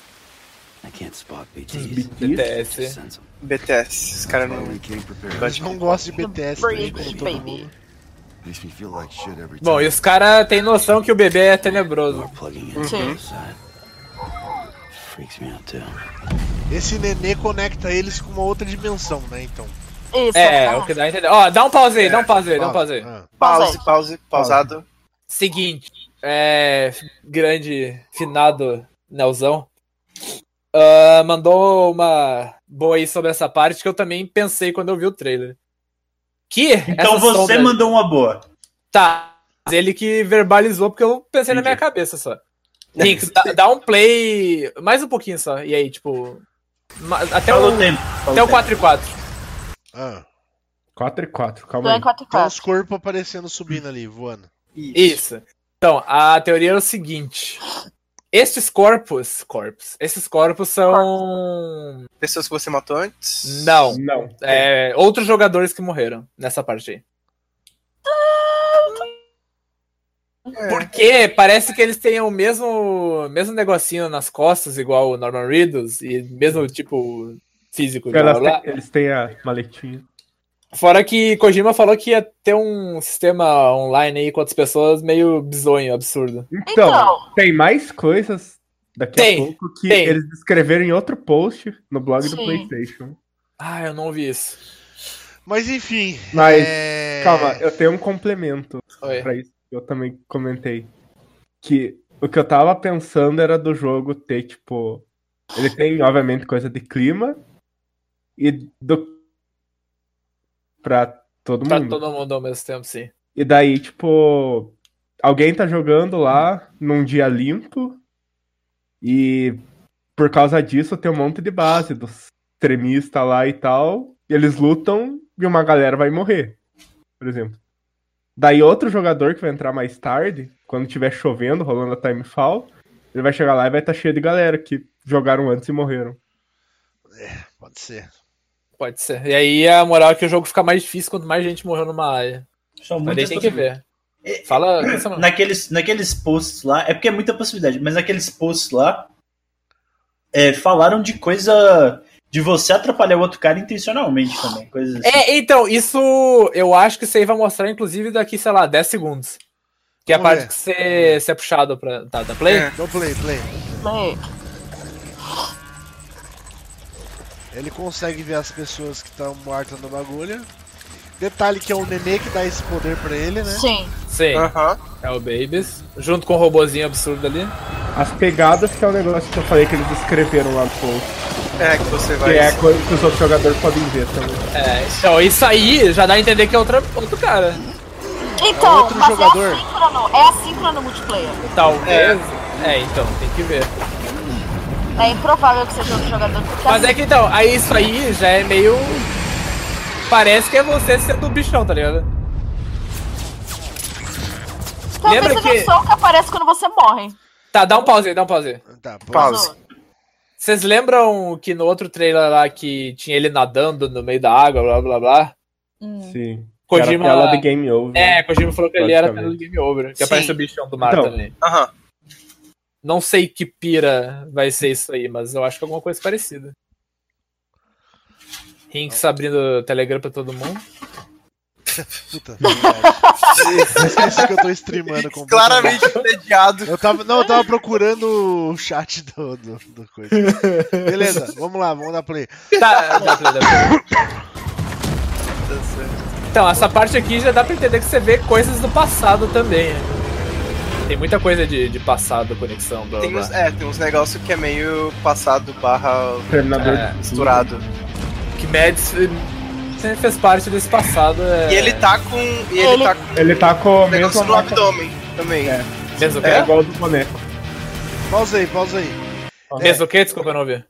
[SPEAKER 8] I can't spot
[SPEAKER 4] Big
[SPEAKER 8] BTs. Just
[SPEAKER 3] BTS.
[SPEAKER 8] sense 'em.
[SPEAKER 7] BTS, os caras não.
[SPEAKER 9] We came prepared.
[SPEAKER 2] Eu não gosto de BTS, né, como
[SPEAKER 5] Bridge,
[SPEAKER 2] todo
[SPEAKER 5] baby.
[SPEAKER 2] mundo.
[SPEAKER 9] Makes me feel like shit every
[SPEAKER 3] Bom, e os caras têm noção que o bebê é tenebroso.
[SPEAKER 9] We're plugging in
[SPEAKER 3] Uhum.
[SPEAKER 5] Sim.
[SPEAKER 9] outside. Freaks me out too.
[SPEAKER 2] Esse nenê conecta eles com uma outra dimensão, né? Então.
[SPEAKER 5] Isso,
[SPEAKER 3] É,
[SPEAKER 5] tá.
[SPEAKER 3] o que dá a entender. Ó, dá um pause aí, dá um pause aí, dá um
[SPEAKER 2] fala.
[SPEAKER 3] pause aí.
[SPEAKER 2] Ah.
[SPEAKER 7] Pause, pause, pausado.
[SPEAKER 3] Seguinte, é. Grande finado Nelzão. ah, mandou uma boa aí sobre essa parte que eu também pensei quando eu vi o trailer. Que.
[SPEAKER 6] Então
[SPEAKER 3] essa
[SPEAKER 6] você
[SPEAKER 3] sombra-
[SPEAKER 6] mandou uma boa.
[SPEAKER 3] Tá. mas Ele que verbalizou porque eu pensei na minha cabeça só. Link, dá, dá um play. Mais um pouquinho só. E aí, tipo. ma- Até
[SPEAKER 6] Falou
[SPEAKER 3] o,
[SPEAKER 6] o tempo.
[SPEAKER 3] até
[SPEAKER 6] Falou
[SPEAKER 3] o 4 e 4.
[SPEAKER 2] Ah.
[SPEAKER 4] 4 e 4,
[SPEAKER 5] Então
[SPEAKER 4] calma
[SPEAKER 5] é
[SPEAKER 4] aí.
[SPEAKER 5] 4 e
[SPEAKER 2] Então
[SPEAKER 5] 4.
[SPEAKER 2] os corpos aparecendo, subindo ali, voando.
[SPEAKER 3] Isso. Então, a teoria era o seguinte. Estes corpos. Corpos. Esses corpos são.
[SPEAKER 7] Pessoas que você matou antes?
[SPEAKER 3] Não.
[SPEAKER 4] Não.
[SPEAKER 3] é, outros jogadores que morreram nessa parte aí. Porque parece que eles têm o mesmo, mesmo negocinho nas costas, igual o Norman Reedus, e mesmo tipo físico. blá, blá,
[SPEAKER 4] Elas
[SPEAKER 3] blá.
[SPEAKER 4] têm- eles têm a maletinha.
[SPEAKER 3] Fora que Kojima falou que ia ter um sistema online aí com outras pessoas meio bizonho, absurdo.
[SPEAKER 4] Então,
[SPEAKER 5] Então.
[SPEAKER 4] tem mais coisas daqui
[SPEAKER 3] Tem,
[SPEAKER 4] a pouco que
[SPEAKER 3] tem.
[SPEAKER 4] eles escreveram em outro post no blog do
[SPEAKER 5] Sim.
[SPEAKER 4] PlayStation.
[SPEAKER 3] Ah, eu não vi isso.
[SPEAKER 2] Mas enfim.
[SPEAKER 4] Mas,
[SPEAKER 2] é,
[SPEAKER 4] Calma, eu tenho um complemento
[SPEAKER 3] Oi.
[SPEAKER 4] pra isso que eu também comentei. Que o que eu tava pensando era do jogo ter, tipo. Ele tem, obviamente, coisa de clima e do. pra todo
[SPEAKER 3] Pra
[SPEAKER 4] mundo.
[SPEAKER 3] todo mundo ao mesmo tempo, sim.
[SPEAKER 4] E daí, tipo, alguém tá jogando lá num dia limpo e por causa disso tem um monte de base dos extremistas lá e tal. E eles lutam e uma galera vai morrer, por exemplo. Daí outro jogador que vai entrar mais tarde, quando tiver chovendo, rolando a timefall, ele vai chegar lá e vai estar cheio de galera que jogaram antes e morreram.
[SPEAKER 2] Pode ser.
[SPEAKER 3] Pode ser. E aí a moral é que o jogo fica mais difícil quanto mais gente morreu numa área.
[SPEAKER 6] São
[SPEAKER 3] Mas daí
[SPEAKER 6] muitas
[SPEAKER 3] tem que ver. Fala. é pensa no-
[SPEAKER 6] naqueles, naqueles posts lá, é porque é muita possibilidade, mas naqueles posts lá é, falaram de coisa de você atrapalhar o outro cara intencionalmente também. Coisas assim.
[SPEAKER 3] É, então, isso eu acho que isso aí vai mostrar, inclusive, daqui, sei lá, 10 segundos. Que é a
[SPEAKER 2] Vamos
[SPEAKER 3] parte
[SPEAKER 2] ver.
[SPEAKER 3] que você, você é puxado pra. Tá, da play?
[SPEAKER 7] É.
[SPEAKER 2] Então play, play.
[SPEAKER 5] Play.
[SPEAKER 2] Ele consegue ver as pessoas que estão mortas no bagulho. Detalhe que é o nenê que dá esse poder pra ele, né?
[SPEAKER 5] Sim.
[SPEAKER 3] Sim,
[SPEAKER 7] Aham.
[SPEAKER 3] é o Babies. Junto com o robozinho absurdo ali.
[SPEAKER 4] As pegadas que é o negócio que eu falei que eles escreveram lá no post.
[SPEAKER 7] É, que você
[SPEAKER 4] Que
[SPEAKER 7] vai.
[SPEAKER 4] é a coisa que os outros jogadores podem ver também.
[SPEAKER 3] É, então isso aí já dá a entender que é outra, outro cara.
[SPEAKER 5] Então,
[SPEAKER 2] É outro
[SPEAKER 5] mas
[SPEAKER 2] jogador.
[SPEAKER 5] é assíncrono. É assíncrono multiplayer.
[SPEAKER 3] Talvez. É. então, tem que ver.
[SPEAKER 5] É improvável que seja outro jogador. Porque
[SPEAKER 3] Mas
[SPEAKER 5] assim,
[SPEAKER 3] é que então, aí isso aí já é meio. Parece que é você sendo o bichão, tá ligado?
[SPEAKER 5] talvez
[SPEAKER 3] lembra
[SPEAKER 5] seja
[SPEAKER 3] que-
[SPEAKER 5] um som que aparece quando você morre.
[SPEAKER 3] Tá, dá um pause aí, dá um pause aí.
[SPEAKER 2] Tá, pô.
[SPEAKER 7] Pause.
[SPEAKER 3] Vocês lembram que no outro trailer lá que tinha ele nadando no meio da água, blá blá blá?
[SPEAKER 5] Hum.
[SPEAKER 4] Sim.
[SPEAKER 3] Kojima-
[SPEAKER 4] Era a tela de Game Over.
[SPEAKER 3] É, Kojima falou que ele era pelo
[SPEAKER 4] Basicamente.
[SPEAKER 3] Game Over, que
[SPEAKER 7] Sim.
[SPEAKER 3] aparece o bichão do mar
[SPEAKER 4] né? Então.
[SPEAKER 3] também.
[SPEAKER 7] Aham.
[SPEAKER 3] Não sei que pira vai ser isso aí, mas eu acho que é alguma coisa parecida. Rinks abrindo o Telegram pra todo mundo.
[SPEAKER 2] Puta. verdade. Esqueci que eu tô streamando com o
[SPEAKER 7] Claramente entediado.
[SPEAKER 2] Eu tava, não, eu tava procurando o chat do, do, do coisa. Beleza, vamos lá, vamos dar play.
[SPEAKER 3] Tá, dá pra- dá pra- Então, essa parte aqui já dá pra entender que você vê coisas do passado também. né? Tem muita coisa de, de passado, conexão, blá blá.
[SPEAKER 7] Tem uns,
[SPEAKER 3] blá.
[SPEAKER 7] é, tem uns negócios que é meio passado barra
[SPEAKER 4] Terminador
[SPEAKER 3] É.
[SPEAKER 4] de
[SPEAKER 7] misturado.
[SPEAKER 3] Que Mads eh, sempre fez parte desse passado. é-
[SPEAKER 7] E ele tá com. E ele,
[SPEAKER 5] Ele-
[SPEAKER 7] tá com
[SPEAKER 4] Ele tá com a
[SPEAKER 7] um negócio
[SPEAKER 4] mesma
[SPEAKER 7] no
[SPEAKER 4] marca.
[SPEAKER 7] abdômen também.
[SPEAKER 4] É.
[SPEAKER 3] Mesmo o quê?
[SPEAKER 4] É igual do boneco.
[SPEAKER 2] Pausa aí, pausa aí.
[SPEAKER 3] Mesmo o quê? Desculpa, eu não ouvi.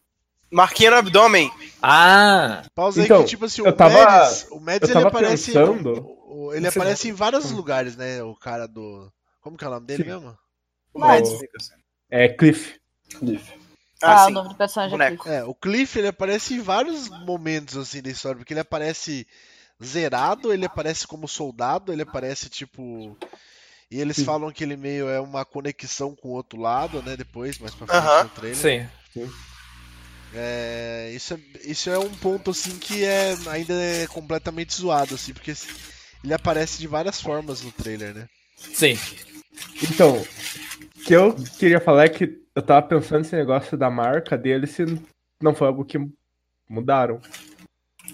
[SPEAKER 7] Marquinha no abdômen.
[SPEAKER 3] Ah!
[SPEAKER 2] Pausa aí
[SPEAKER 4] Então,
[SPEAKER 2] que, tipo assim,
[SPEAKER 4] eu
[SPEAKER 2] o
[SPEAKER 4] tava-
[SPEAKER 2] Mads, o Mads
[SPEAKER 4] eu
[SPEAKER 2] ele
[SPEAKER 4] tava
[SPEAKER 2] aparece.
[SPEAKER 4] pensando-
[SPEAKER 2] o- o- Ele aparece em vários lugares, né? O cara do. Como que é o nome dele
[SPEAKER 4] Hum. Sim.
[SPEAKER 2] mesmo?
[SPEAKER 7] O Mads.
[SPEAKER 4] É Cliff.
[SPEAKER 5] Ah,
[SPEAKER 7] Ah,
[SPEAKER 5] o
[SPEAKER 7] sim.
[SPEAKER 5] nome do personagem
[SPEAKER 7] Boneco.
[SPEAKER 5] aqui.
[SPEAKER 2] É, o Cliff ele aparece em vários momentos assim da história, porque ele aparece zerado, ele aparece como soldado, ele aparece tipo. E eles falam que ele meio é uma conexão com o outro lado, né? Depois, mais pra frente
[SPEAKER 7] Aham.
[SPEAKER 2] no trailer.
[SPEAKER 3] Sim.
[SPEAKER 2] É, isso, é, isso é um ponto assim que é ainda é completamente zoado, assim, porque se- ele aparece de várias formas no trailer, né?
[SPEAKER 3] Sim.
[SPEAKER 4] Então, o que eu queria falar é que eu tava pensando nesse negócio da marca dele se não foi algo que mudaram.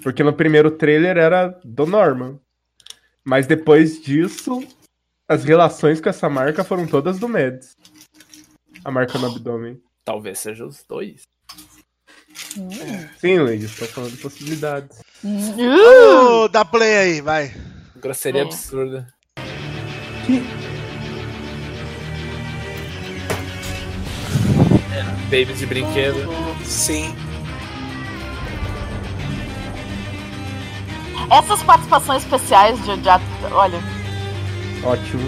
[SPEAKER 4] Porque no primeiro trailer era do Norman. Mas depois disso, as relações com essa marca foram todas do Mads. A marca no abdômen.
[SPEAKER 3] Talvez seja os dois.
[SPEAKER 4] Sim, Luiz, tô falando de possibilidades.
[SPEAKER 2] Ô, dá play aí, vai.
[SPEAKER 3] Grosseria
[SPEAKER 5] Hum.
[SPEAKER 3] absurda. É, babies de brinquedo.
[SPEAKER 7] Sim.
[SPEAKER 5] Essas participações especiais de odiado. Olha,
[SPEAKER 4] Ótimo.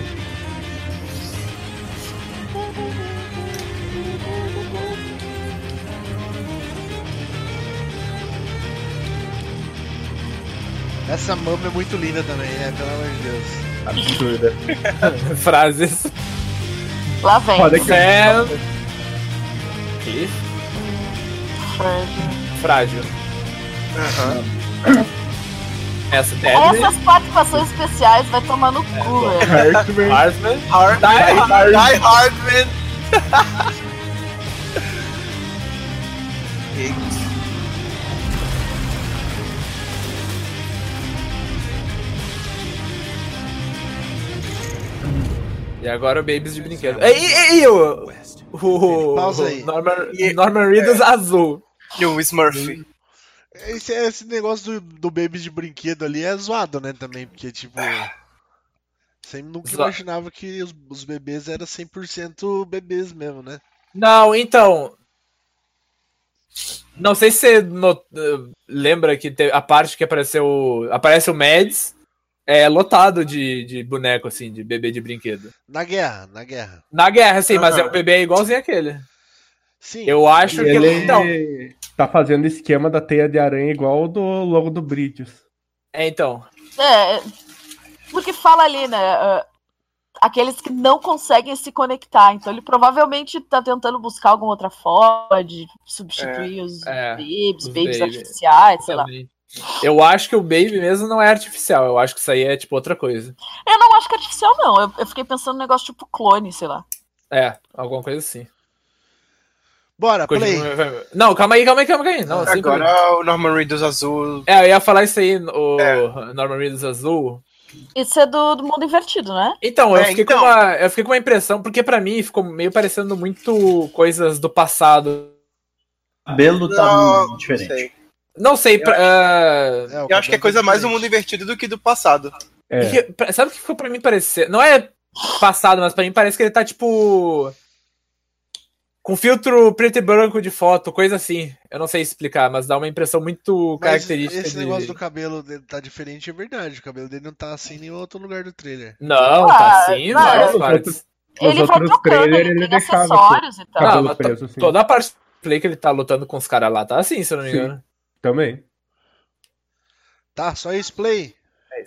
[SPEAKER 2] Essa mama é muito linda também, é, pelo amor de Deus.
[SPEAKER 4] Absurda.
[SPEAKER 3] Frases.
[SPEAKER 5] lá vem.
[SPEAKER 4] Olha que
[SPEAKER 3] Sam. Que? Frágil.
[SPEAKER 7] Aham.
[SPEAKER 3] Essa Deadman,
[SPEAKER 5] Essas participações especiais vai tomar no cu, velho.
[SPEAKER 4] Hartman.
[SPEAKER 3] Harsman,
[SPEAKER 7] Hard,
[SPEAKER 3] Die Hard.
[SPEAKER 7] Die Hard, man. Eita.
[SPEAKER 3] e agora o Babies de brinquedo. E, e, e o, o, o,
[SPEAKER 2] é Pausa aí. é.
[SPEAKER 3] Norman, Norman Reedus azul.
[SPEAKER 7] E o Smurf.
[SPEAKER 2] Esse, esse negócio do, do baby de brinquedo ali é zoado, né, também, porque, tipo... Você nunca
[SPEAKER 3] Zoa-
[SPEAKER 2] imaginava que os, os bebês eram 100% bebês mesmo, né?
[SPEAKER 3] Não, então. Não sei se você not- eh, lembra que te- a parte que apareceu. o- Aparece o Mads é lotado de, de boneco, assim, de bebê de brinquedo.
[SPEAKER 2] Na guerra, na guerra.
[SPEAKER 3] Na guerra, sim, mas é
[SPEAKER 7] Aham.
[SPEAKER 3] o bebê é igualzinho aquele.
[SPEAKER 2] Sim.
[SPEAKER 3] Eu acho que.
[SPEAKER 4] Ele
[SPEAKER 3] Então,
[SPEAKER 4] tá fazendo esquema da teia de aranha igual o do logo do Bridges.
[SPEAKER 3] é, então.
[SPEAKER 5] É, é, porque fala ali, né? ah, Aqueles que não conseguem se conectar. Então ele provavelmente tá tentando buscar alguma outra forma de substituir os
[SPEAKER 3] é,
[SPEAKER 5] babes,
[SPEAKER 3] os
[SPEAKER 5] babes
[SPEAKER 3] babies.
[SPEAKER 5] artificiais, sei lá.
[SPEAKER 3] Eu acho que o Baby mesmo não é artificial. Eu acho que isso aí é tipo outra coisa.
[SPEAKER 5] Eu não acho que é artificial, não. Eu, eu fiquei pensando num negócio tipo clone, sei lá.
[SPEAKER 3] É, alguma coisa assim.
[SPEAKER 5] Ah,
[SPEAKER 2] Bora,
[SPEAKER 3] Coisa
[SPEAKER 2] play.
[SPEAKER 3] de- Não, calma aí, calma aí, calma aí. Não, sem problema.
[SPEAKER 7] Agora o Norman Reedus azul.
[SPEAKER 3] É, eu ia falar isso aí, o
[SPEAKER 5] É.
[SPEAKER 3] Norman Reedus azul.
[SPEAKER 5] Isso é do, do mundo invertido, né?
[SPEAKER 3] Então, eu,
[SPEAKER 7] É,
[SPEAKER 3] fiquei
[SPEAKER 7] então.
[SPEAKER 3] Com uma, eu fiquei com uma impressão, porque pra mim ficou meio parecendo muito coisas do passado.
[SPEAKER 6] O cabelo tá
[SPEAKER 7] Não,
[SPEAKER 6] muito
[SPEAKER 7] não
[SPEAKER 6] diferente.
[SPEAKER 7] sei.
[SPEAKER 3] Não sei, pra, ah,
[SPEAKER 2] É, o
[SPEAKER 7] Eu acho que é
[SPEAKER 2] cabelo
[SPEAKER 7] coisa mais do mundo
[SPEAKER 2] diferente.
[SPEAKER 7] invertido do que do passado.
[SPEAKER 4] É.
[SPEAKER 3] porque- pra- sabe o ah, que ficou pra mim parecer? Não é passado, mas pra mim parece que ele tá tipo. Com filtro preto e branco de foto, coisa assim. Eu não sei explicar, mas dá uma impressão muito
[SPEAKER 2] Mas
[SPEAKER 3] característica.
[SPEAKER 2] Esse
[SPEAKER 3] de-
[SPEAKER 2] negócio do cabelo dele tá diferente, é verdade. O cabelo dele não tá assim em nenhum outro lugar do trailer.
[SPEAKER 3] Não, tá
[SPEAKER 5] Ah,
[SPEAKER 3] assim,
[SPEAKER 5] não,
[SPEAKER 3] várias
[SPEAKER 4] eu-
[SPEAKER 3] partes.
[SPEAKER 4] Nos
[SPEAKER 5] ele vai
[SPEAKER 4] outros
[SPEAKER 5] trocando,
[SPEAKER 4] trailers,
[SPEAKER 5] ele,
[SPEAKER 4] ele
[SPEAKER 5] tem
[SPEAKER 4] deixava
[SPEAKER 5] acessórios e tal.
[SPEAKER 3] Ah,
[SPEAKER 4] Cabelo
[SPEAKER 3] mas to-
[SPEAKER 4] preso, assim.
[SPEAKER 3] Toda a parte do play que ele tá lutando com os caras lá tá assim, se eu não me
[SPEAKER 4] Sim.
[SPEAKER 3] engano.
[SPEAKER 4] Também.
[SPEAKER 2] Tá, só isso, play.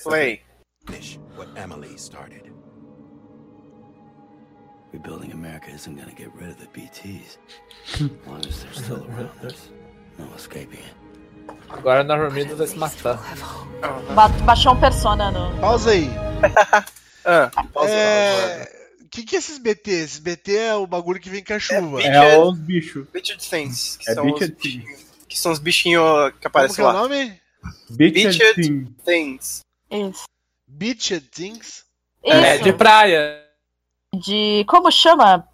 [SPEAKER 7] Play.
[SPEAKER 9] Finish what Emily started.
[SPEAKER 8] Rebuilding America isn't gonna get rid of the BTs. As long as they're still around, there's no escaping it.
[SPEAKER 3] Agora Norman Reedus vai se matar.
[SPEAKER 5] Ba- Baixou um persona no.
[SPEAKER 2] Pausa aí.
[SPEAKER 7] Ah,
[SPEAKER 2] É... O que, que é esses BT? Esses BT é o bagulho que vem com a chuva.
[SPEAKER 7] É
[SPEAKER 4] É
[SPEAKER 7] Beach-
[SPEAKER 4] os bichos.
[SPEAKER 7] Beach Saints, que,
[SPEAKER 4] É
[SPEAKER 7] são
[SPEAKER 4] Beach
[SPEAKER 7] os
[SPEAKER 4] and
[SPEAKER 7] bichinhos- que são os bichinhos que
[SPEAKER 2] Como que
[SPEAKER 7] aparecem
[SPEAKER 2] é o
[SPEAKER 7] lá.
[SPEAKER 2] nome?
[SPEAKER 4] Bitch
[SPEAKER 7] Bitched.
[SPEAKER 4] Sim.
[SPEAKER 7] Saints.
[SPEAKER 5] Isso.
[SPEAKER 2] Beached Things?
[SPEAKER 3] É,
[SPEAKER 5] Isso.
[SPEAKER 3] de praia.
[SPEAKER 5] de. Como chama?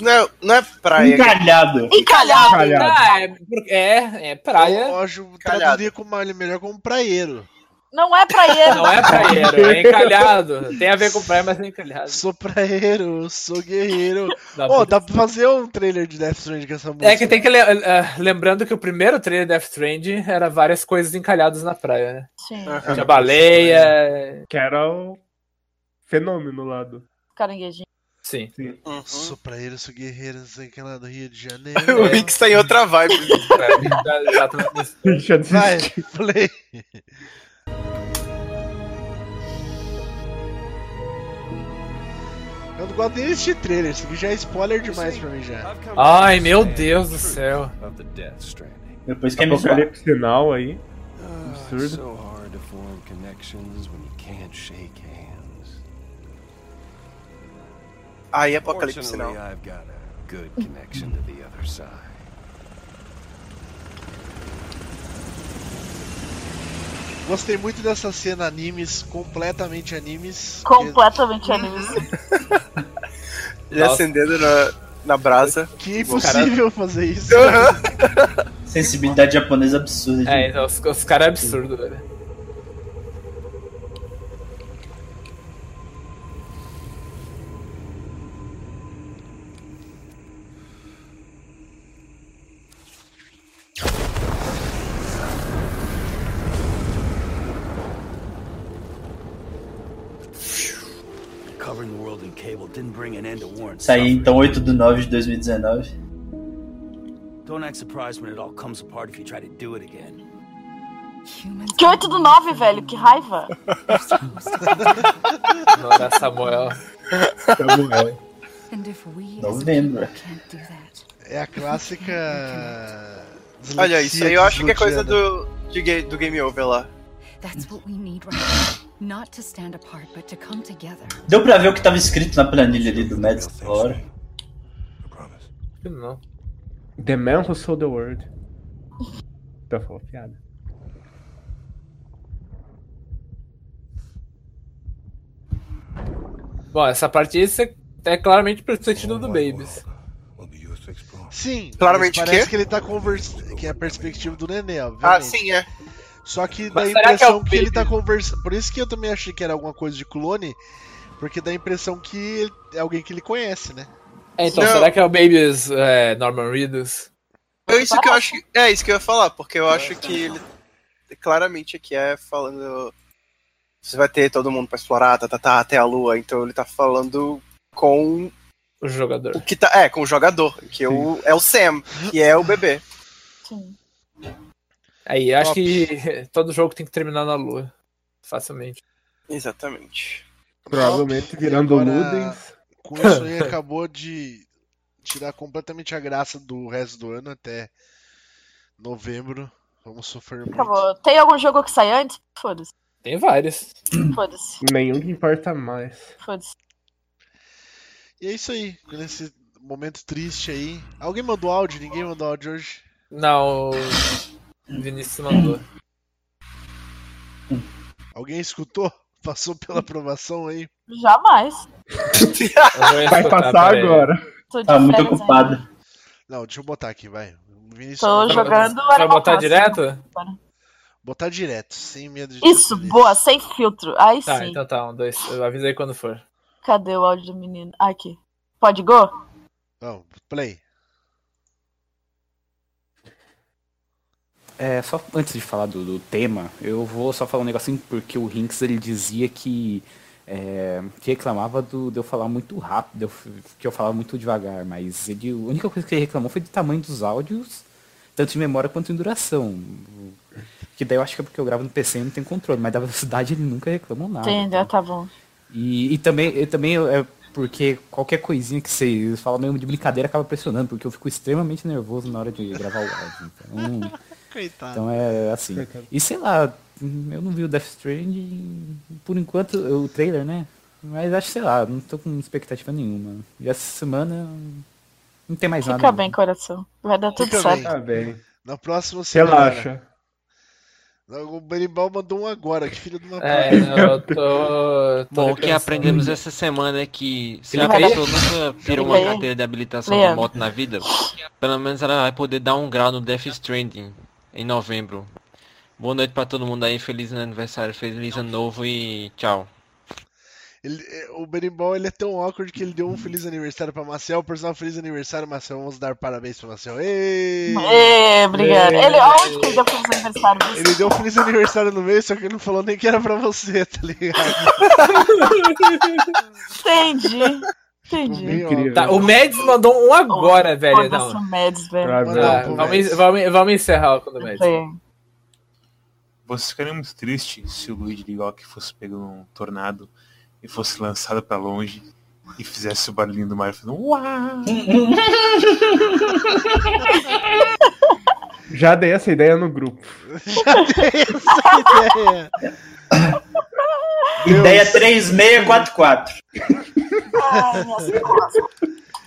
[SPEAKER 7] Não é, não é praia.
[SPEAKER 6] Encalhado.
[SPEAKER 5] Encalhado.
[SPEAKER 4] Calhado.
[SPEAKER 3] Ah, é, porque- é, é
[SPEAKER 2] Eu
[SPEAKER 3] praia.
[SPEAKER 2] acho
[SPEAKER 7] Calhado.
[SPEAKER 2] traduziria como ele melhor como praieiro.
[SPEAKER 5] Não é praieiro.
[SPEAKER 3] Não é praieiro, é encalhado. Tem a ver com praia, mas é encalhado.
[SPEAKER 2] Sou praieiro, sou guerreiro.
[SPEAKER 3] Dá
[SPEAKER 2] Ô,
[SPEAKER 3] pra-
[SPEAKER 2] dá um- pra fazer um trailer de Death Stranding com essa música.
[SPEAKER 3] É que tem que. le- eh, lembrando que o primeiro trailer de Death Stranding era várias coisas encalhadas na praia, né?
[SPEAKER 5] Sim,
[SPEAKER 2] Ah,
[SPEAKER 7] Aham.
[SPEAKER 3] Tinha baleia.
[SPEAKER 4] Que era o fenômeno lá do.
[SPEAKER 5] caranguejinho.
[SPEAKER 3] Sim.
[SPEAKER 7] Uhum.
[SPEAKER 2] Sou praieiro, sou guerreiro, não sei quem lá do Rio de
[SPEAKER 7] O
[SPEAKER 2] Janeiro. É,
[SPEAKER 7] Rick tá em outra vibe.
[SPEAKER 3] Já- já tá-
[SPEAKER 4] Já
[SPEAKER 2] Vai,
[SPEAKER 4] desisti.
[SPEAKER 2] play. Eu não gosto nem desse trailer, isso aqui já é spoiler demais pra mim já.
[SPEAKER 3] Ai, meu Deus do céu.
[SPEAKER 6] Depois que é misturado.
[SPEAKER 4] Apocalipse sinal aí.
[SPEAKER 9] Absurdo.
[SPEAKER 4] Absurdo.
[SPEAKER 9] So hard to form connections when you can't shake hands.
[SPEAKER 7] Aí, é Apocalipse não.
[SPEAKER 9] Fortunately, I've got a good connection to the other side.
[SPEAKER 2] Gostei muito dessa cena animes, completamente animes.
[SPEAKER 5] Completamente anime.
[SPEAKER 7] Ele
[SPEAKER 3] Nossa.
[SPEAKER 7] acendendo na, na brasa.
[SPEAKER 2] Que é impossível fazer isso.
[SPEAKER 6] Sensibilidade japonesa absurda. gente.
[SPEAKER 3] É, então, os, os caras é absurdo, velho.
[SPEAKER 8] Covering the world in cable didn't bring an end to Warren's
[SPEAKER 6] Isso aí,
[SPEAKER 8] suffering.
[SPEAKER 6] então, 8 de 9 de 2019.
[SPEAKER 8] Don't act surprised when it all comes apart if you try to do it again.
[SPEAKER 10] Humans
[SPEAKER 5] Que 8 do 9, velho, que raiva.
[SPEAKER 10] are supposed to be
[SPEAKER 3] Nora Samuel.
[SPEAKER 4] Samuel.
[SPEAKER 10] And if we as a
[SPEAKER 6] Novembro.
[SPEAKER 10] people can't do that,
[SPEAKER 2] É a clássica.
[SPEAKER 3] é
[SPEAKER 7] Olha, isso aí eu acho que é coisa do, de ga- do Game Over lá.
[SPEAKER 10] That's what we need right now. Not to stand apart, but to come together.
[SPEAKER 6] Deu pra ver o que tava escrito na planilha ali do Mads agora.
[SPEAKER 3] Não.
[SPEAKER 4] The Man Who Sold the World. Pra falar piada.
[SPEAKER 3] Bom, essa parte aí você- é claramente pro sentido do Babies.
[SPEAKER 2] né? Sim,
[SPEAKER 7] Claramente
[SPEAKER 2] mas parece
[SPEAKER 7] que?
[SPEAKER 2] que ele tá conversando. Que é a perspectiva do Nenê, obviamente.
[SPEAKER 7] Ah, sim, é.
[SPEAKER 2] Só que dá a
[SPEAKER 3] Mas será que é
[SPEAKER 2] impressão
[SPEAKER 3] o
[SPEAKER 2] que, ele
[SPEAKER 3] Baby?
[SPEAKER 2] tá conversando. Por isso que eu também achei que era alguma coisa de clone. Porque dá a impressão que ele- é alguém que ele conhece, né?
[SPEAKER 3] É, então,
[SPEAKER 7] Não.
[SPEAKER 3] será que é o Babies é, Norman Reedus?
[SPEAKER 7] É isso que eu acho. que- É isso que eu ia falar, porque eu acho que ele claramente aqui é falando. Você vai ter todo mundo pra explorar, tá, tá, tá, até a lua. Então ele tá falando com
[SPEAKER 3] O jogador.
[SPEAKER 7] o que tá. É, com o jogador, que é o, é o Sam, que é o bebê.
[SPEAKER 5] Sim.
[SPEAKER 3] Aí, eu acho
[SPEAKER 2] Top.
[SPEAKER 3] que todo jogo tem que terminar na lua. Facilmente.
[SPEAKER 7] Exatamente.
[SPEAKER 4] Provavelmente virando
[SPEAKER 2] Agora-
[SPEAKER 4] Ludens.
[SPEAKER 2] Com isso aí acabou de tirar completamente a graça do resto do ano até novembro. Vamos sofrer muito.
[SPEAKER 5] Acabou. Tem algum jogo que sai antes? Foda-se.
[SPEAKER 3] Tem vários.
[SPEAKER 5] Foda-se.
[SPEAKER 4] Nenhum que importa mais.
[SPEAKER 5] Foda-se.
[SPEAKER 2] E é isso aí, nesse momento triste aí. Alguém mandou áudio? Ninguém mandou áudio hoje?
[SPEAKER 3] Não, o Vinícius mandou.
[SPEAKER 2] Alguém escutou? Passou pela aprovação aí?
[SPEAKER 5] Jamais.
[SPEAKER 3] Eu vou
[SPEAKER 4] Vai
[SPEAKER 3] escutar,
[SPEAKER 4] passar
[SPEAKER 3] peraí.
[SPEAKER 4] agora.
[SPEAKER 5] Tô de
[SPEAKER 6] Tá muito
[SPEAKER 5] férias ainda.
[SPEAKER 6] ocupado.
[SPEAKER 2] Não, deixa eu botar aqui, vai. Vinícius,
[SPEAKER 5] Tô
[SPEAKER 2] botar-
[SPEAKER 5] jogando
[SPEAKER 3] Tá Vai
[SPEAKER 5] Animal
[SPEAKER 3] botar
[SPEAKER 5] Crossing.
[SPEAKER 3] direto?
[SPEAKER 5] né?
[SPEAKER 2] Botar direto, sem medo de.
[SPEAKER 5] Isso, boa, sem filtro. Aí
[SPEAKER 3] Tá,
[SPEAKER 5] sim.
[SPEAKER 3] então tá, um, dois. Eu avisei quando for.
[SPEAKER 5] Cadê o áudio do menino? Ah, Aqui. Pode go?
[SPEAKER 2] Não, play.
[SPEAKER 11] É, só antes de falar do, do tema, eu vou só falar um negocinho, porque o Rinks ele dizia que, é, que reclamava do, de eu falar muito rápido, eu f- que eu falava muito devagar, mas ele, a única coisa que ele reclamou foi do tamanho dos áudios, tanto de memória quanto em duração. Que daí eu acho que é porque eu gravo no PC e não tenho controle, mas da velocidade ele nunca reclamou
[SPEAKER 6] Ah,
[SPEAKER 11] nada.
[SPEAKER 5] Entendeu?
[SPEAKER 6] então.
[SPEAKER 5] Tá bom.
[SPEAKER 11] E, e também, e também é porque qualquer coisinha que você fala mesmo de brincadeira acaba pressionando, porque eu fico extremamente nervoso na hora de gravar o áudio. Então,
[SPEAKER 2] Coitado.
[SPEAKER 11] então é assim. E sei lá, eu não vi o Death Stranding, por enquanto, o trailer, né? Mas acho, sei lá, não tô com expectativa nenhuma. E essa semana não tem mais nada.
[SPEAKER 5] Fica bem, coração. Vai dar tudo
[SPEAKER 2] Fica
[SPEAKER 5] certo.
[SPEAKER 2] bem.
[SPEAKER 4] Tá bem.
[SPEAKER 2] Na próxima semana.
[SPEAKER 4] Relaxa.
[SPEAKER 2] O Berimbau mandou um agora, que filho de uma
[SPEAKER 3] É,
[SPEAKER 2] puta.
[SPEAKER 3] eu tô. tô
[SPEAKER 12] Bom, o que
[SPEAKER 3] repensando.
[SPEAKER 12] aprendemos essa semana é que se
[SPEAKER 5] Ele
[SPEAKER 12] a
[SPEAKER 5] vai-
[SPEAKER 12] pessoa nunca tirou uma
[SPEAKER 5] Leandro.
[SPEAKER 12] carteira de habilitação de
[SPEAKER 5] Leandro.
[SPEAKER 12] moto na vida, pelo menos ela vai poder dar um grau no Death Stranding em novembro. Boa noite pra todo mundo aí, feliz aniversário, feliz ano novo e tchau.
[SPEAKER 2] Ele- é, o Berimbau ele é tão awkward que ele deu um feliz aniversário pra Marcel. Por sinal, feliz aniversário, Marcel. Vamos dar parabéns pra Marcel. Ei!
[SPEAKER 5] Ê, obrigado. Ele, aonde que ele deu pro seu aniversário? Viu?
[SPEAKER 2] Ele deu um feliz aniversário no meio, só que ele não falou nem que era pra você, tá ligado?
[SPEAKER 5] Entendi. Entendi.
[SPEAKER 2] Bem
[SPEAKER 4] Incrível.
[SPEAKER 3] Tá, o Mads mandou um agora, velho.
[SPEAKER 5] Olha essa
[SPEAKER 3] Não.
[SPEAKER 5] Mads, velho.
[SPEAKER 4] Pra ver.
[SPEAKER 3] Tá,
[SPEAKER 2] pro
[SPEAKER 3] vamos,
[SPEAKER 2] Mads.
[SPEAKER 3] vamos, vamos encerrar com o do Mads.
[SPEAKER 5] Sim.
[SPEAKER 9] Vocês ficariam muito tristes se o Luigi de Locke fosse pego num tornado e fosse lançado pra longe e fizesse o barulhinho do mar fazendo uau.
[SPEAKER 4] Já dei essa ideia no grupo.
[SPEAKER 2] Essa ideia.
[SPEAKER 6] Ideia 3644.
[SPEAKER 5] Ai, minhas costas.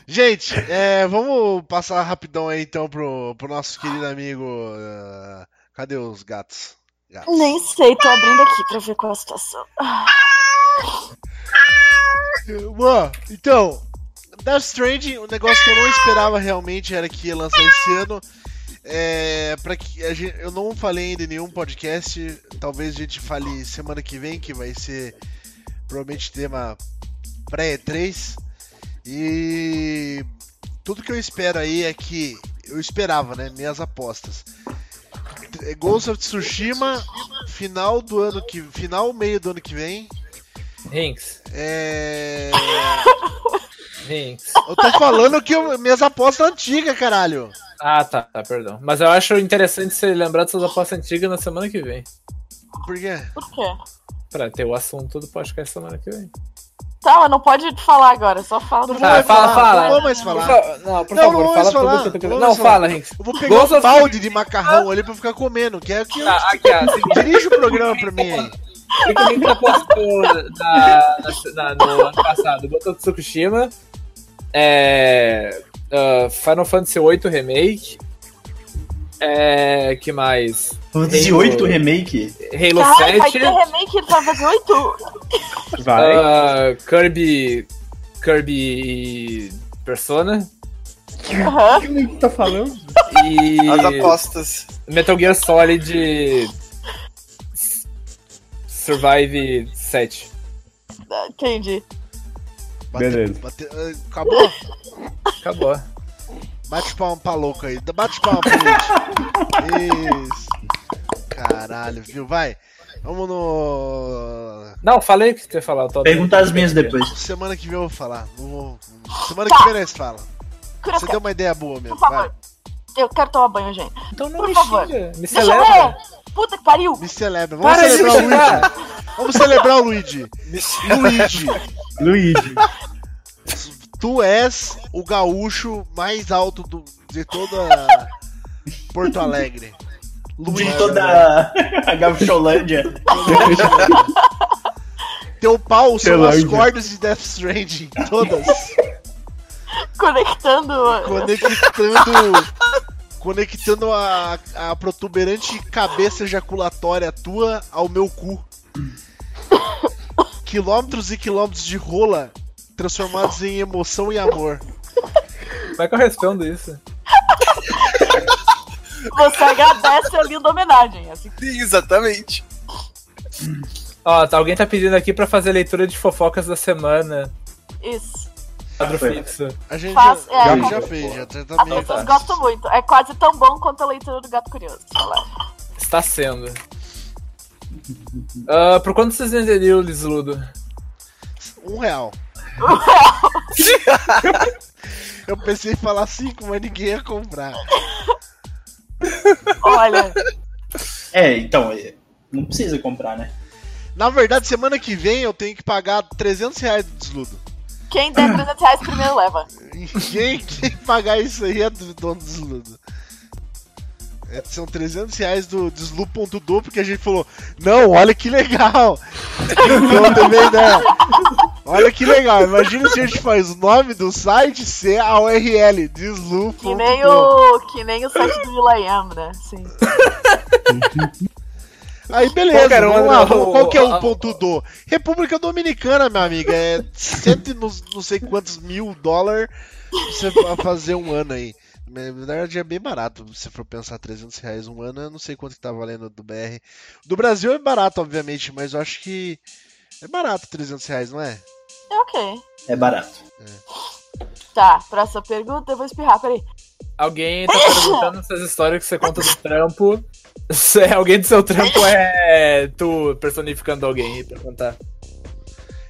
[SPEAKER 2] Gente, é, vamos passar rapidão aí então pro, pro nosso querido amigo. ah, cadê os gatos? Gatos.
[SPEAKER 5] Nem sei, tô abrindo aqui pra ver qual é a situação.
[SPEAKER 2] Mano, então, Death Stranding, um negócio que eu não esperava realmente era que ia lançar esse ano. É, pra que a gente- eu não falei ainda em nenhum podcast, talvez a gente fale semana que vem, que vai ser provavelmente tema pré-E3. E tudo que eu espero aí é que. Eu esperava, né? Minhas apostas. É, Ghost of Tsushima, final do ano que. Final meio do ano que vem.
[SPEAKER 3] Rinks,
[SPEAKER 2] É.
[SPEAKER 3] Rinks.
[SPEAKER 2] Eu tô falando que eu- minhas apostas antigas, caralho.
[SPEAKER 3] Ah, tá, tá, perdão. Mas eu acho interessante você lembrar dessas apostas antigas na semana que vem.
[SPEAKER 2] Por quê?
[SPEAKER 5] Por quê?
[SPEAKER 3] Pra ter o assunto do podcast semana que vem.
[SPEAKER 5] Tá, mas não pode falar agora, só fala do
[SPEAKER 3] Ah, fala, fala.
[SPEAKER 2] Não vou mais falar.
[SPEAKER 3] Por fa- Não, por favor,
[SPEAKER 2] vou
[SPEAKER 3] fala
[SPEAKER 2] mais falar,
[SPEAKER 3] tudo que eu tô
[SPEAKER 2] vou
[SPEAKER 3] querendo.
[SPEAKER 2] mais
[SPEAKER 3] Não,
[SPEAKER 2] falar.
[SPEAKER 3] fala, Rinks.
[SPEAKER 2] Eu vou pegar
[SPEAKER 3] Ghost
[SPEAKER 2] um
[SPEAKER 3] of-
[SPEAKER 2] balde de macarrão ali pra ficar comendo, que é o que eu...
[SPEAKER 13] Tá, aqui, ó, seguinte.
[SPEAKER 2] Dirige o programa pra mim aí.
[SPEAKER 3] O que que a gente tá postou na, na- na- no ano passado? Botou Tsukushima, é, ah, Final Fantasy VIII Remake, é, que mais?
[SPEAKER 6] Final Fantasy
[SPEAKER 3] Halo-
[SPEAKER 6] VIII Remake?
[SPEAKER 3] Halo
[SPEAKER 5] Caralho, vai
[SPEAKER 3] 7.
[SPEAKER 5] ter remake do Final Fantasy VIII?
[SPEAKER 3] ah, Kirby. Kirby e Persona.
[SPEAKER 5] Aham.
[SPEAKER 4] O que o tá falando?
[SPEAKER 3] E.
[SPEAKER 7] As apostas.
[SPEAKER 3] Metal Gear Solid. S- Survive 7.
[SPEAKER 5] Entendi.
[SPEAKER 4] Beleza.
[SPEAKER 2] Bate- ah, Acabou?
[SPEAKER 3] Acabou.
[SPEAKER 2] Bate palma pra louco aí. Bate palma pra gente. Isso. Caralho, viu? Vai. Vamos no.
[SPEAKER 3] Não, falei o que tá? você ia falar. eu tô-
[SPEAKER 2] Semana que vem eu vou falar. Não vou- Semana
[SPEAKER 5] Tá.
[SPEAKER 2] que vem nós fala. Você
[SPEAKER 5] Curacao.
[SPEAKER 2] deu uma ideia boa mesmo.
[SPEAKER 5] Por favor.
[SPEAKER 2] Vai.
[SPEAKER 5] Eu quero tomar banho, gente.
[SPEAKER 3] Então não
[SPEAKER 5] Por
[SPEAKER 3] me
[SPEAKER 5] favor.
[SPEAKER 3] xinga, me
[SPEAKER 5] Deixa
[SPEAKER 3] celebra.
[SPEAKER 5] eu ver. Puta que pariu.
[SPEAKER 2] Me celebra. Vamos
[SPEAKER 3] Para de
[SPEAKER 2] celebrar o
[SPEAKER 3] xingar.
[SPEAKER 2] Luigi. Vamos celebrar o Luigi. Luigi,
[SPEAKER 4] Luigi.
[SPEAKER 2] tu és o gaúcho mais alto do- de toda Porto Alegre.
[SPEAKER 6] De toda a Gaucholândia.
[SPEAKER 2] Teu pau são as
[SPEAKER 6] Zelândia.
[SPEAKER 2] cordas de Death Stranding, todas.
[SPEAKER 5] Conectando.
[SPEAKER 2] Conectando. conectando a, a protuberante cabeça ejaculatória tua ao meu cu. Quilômetros e quilômetros de rola transformados em emoção e amor.
[SPEAKER 3] Como é que eu respondo isso?
[SPEAKER 5] Você agradece a linda homenagem. Assim.
[SPEAKER 7] Exatamente.
[SPEAKER 3] Ó, tá, alguém tá pedindo aqui pra fazer leitura de fofocas da semana.
[SPEAKER 5] Isso.
[SPEAKER 3] Quadro
[SPEAKER 2] foi.
[SPEAKER 3] fixo.
[SPEAKER 2] A gente
[SPEAKER 5] Faz-
[SPEAKER 2] já,
[SPEAKER 5] é,
[SPEAKER 2] a gente
[SPEAKER 5] já-
[SPEAKER 2] já fez, já tá tá
[SPEAKER 5] As
[SPEAKER 2] meio.
[SPEAKER 5] pessoas gostam muito. É quase tão bom quanto a leitura do Gato Curioso. falar.
[SPEAKER 3] Está sendo. Ah, por quanto vocês venderiam o Lisludo?
[SPEAKER 2] Um real. Eu pensei em falar cinco, mas ninguém ia comprar.
[SPEAKER 5] Olha.
[SPEAKER 6] É, então, é, não precisa comprar, né?
[SPEAKER 2] Na verdade, semana que vem eu tenho que pagar 300 reais do desludo.
[SPEAKER 5] Quem der 300 reais primeiro leva.
[SPEAKER 2] Quem, quem pagar isso aí é do dono do desludo. É, são 300 reais do deslu.do, porque a gente falou, não, olha que legal. Então também, né? Olha que legal, imagina se a gente faz o nome do site ser a URL, deslu.do.
[SPEAKER 5] Que nem o, que nem o site do Will.i.am, né? Sim.
[SPEAKER 2] Aí beleza,
[SPEAKER 3] Pô, cara,
[SPEAKER 2] vamos
[SPEAKER 3] o-
[SPEAKER 2] lá,
[SPEAKER 3] o-
[SPEAKER 2] vamos- qual que é o
[SPEAKER 3] o-
[SPEAKER 2] ponto do? República Dominicana, minha amiga, é cento e nos- não sei quantos mil dólares pra você fa- fazer um ano aí. Na verdade é bem barato, se for pensar 300 reais um ano, eu não sei quanto que tá valendo do BR. Do Brasil é barato, obviamente, mas eu acho que é barato 300 reais, não é?
[SPEAKER 5] É ok.
[SPEAKER 6] É barato.
[SPEAKER 5] Tá, próxima pergunta, eu vou espirrar, peraí.
[SPEAKER 3] Alguém tá perguntando essas histórias que você conta do trampo. Se é alguém do seu trampo é tu personificando alguém aí pra contar.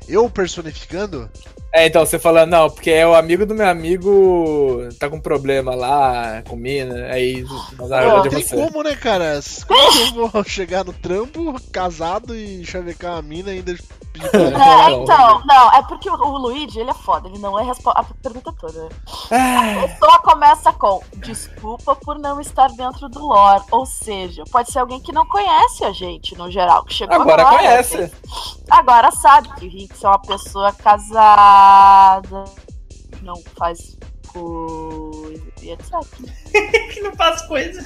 [SPEAKER 2] Eu personificando?
[SPEAKER 3] É, então, você fala, não, porque é o amigo do meu amigo tá com problema lá, com mina, aí mandaram
[SPEAKER 2] não
[SPEAKER 3] de
[SPEAKER 2] tem
[SPEAKER 3] você.
[SPEAKER 2] como, né, cara? Como que eu vou chegar no trampo casado e chavecar a mina e ainda pedir pra ela
[SPEAKER 5] Não,
[SPEAKER 2] namorar?
[SPEAKER 5] é, então, não, é porque o, o Luigi, ele é foda, ele não é respo- a pergunta toda. né? A pessoa começa com desculpa por não estar dentro do lore, ou seja, pode ser alguém que não conhece a gente no geral, que chegou
[SPEAKER 3] Agora
[SPEAKER 5] agora,
[SPEAKER 3] conhece.
[SPEAKER 5] Agora sabe que o Hicks é uma pessoa casada, não faz coisa e etc.
[SPEAKER 6] É que não faz coisa.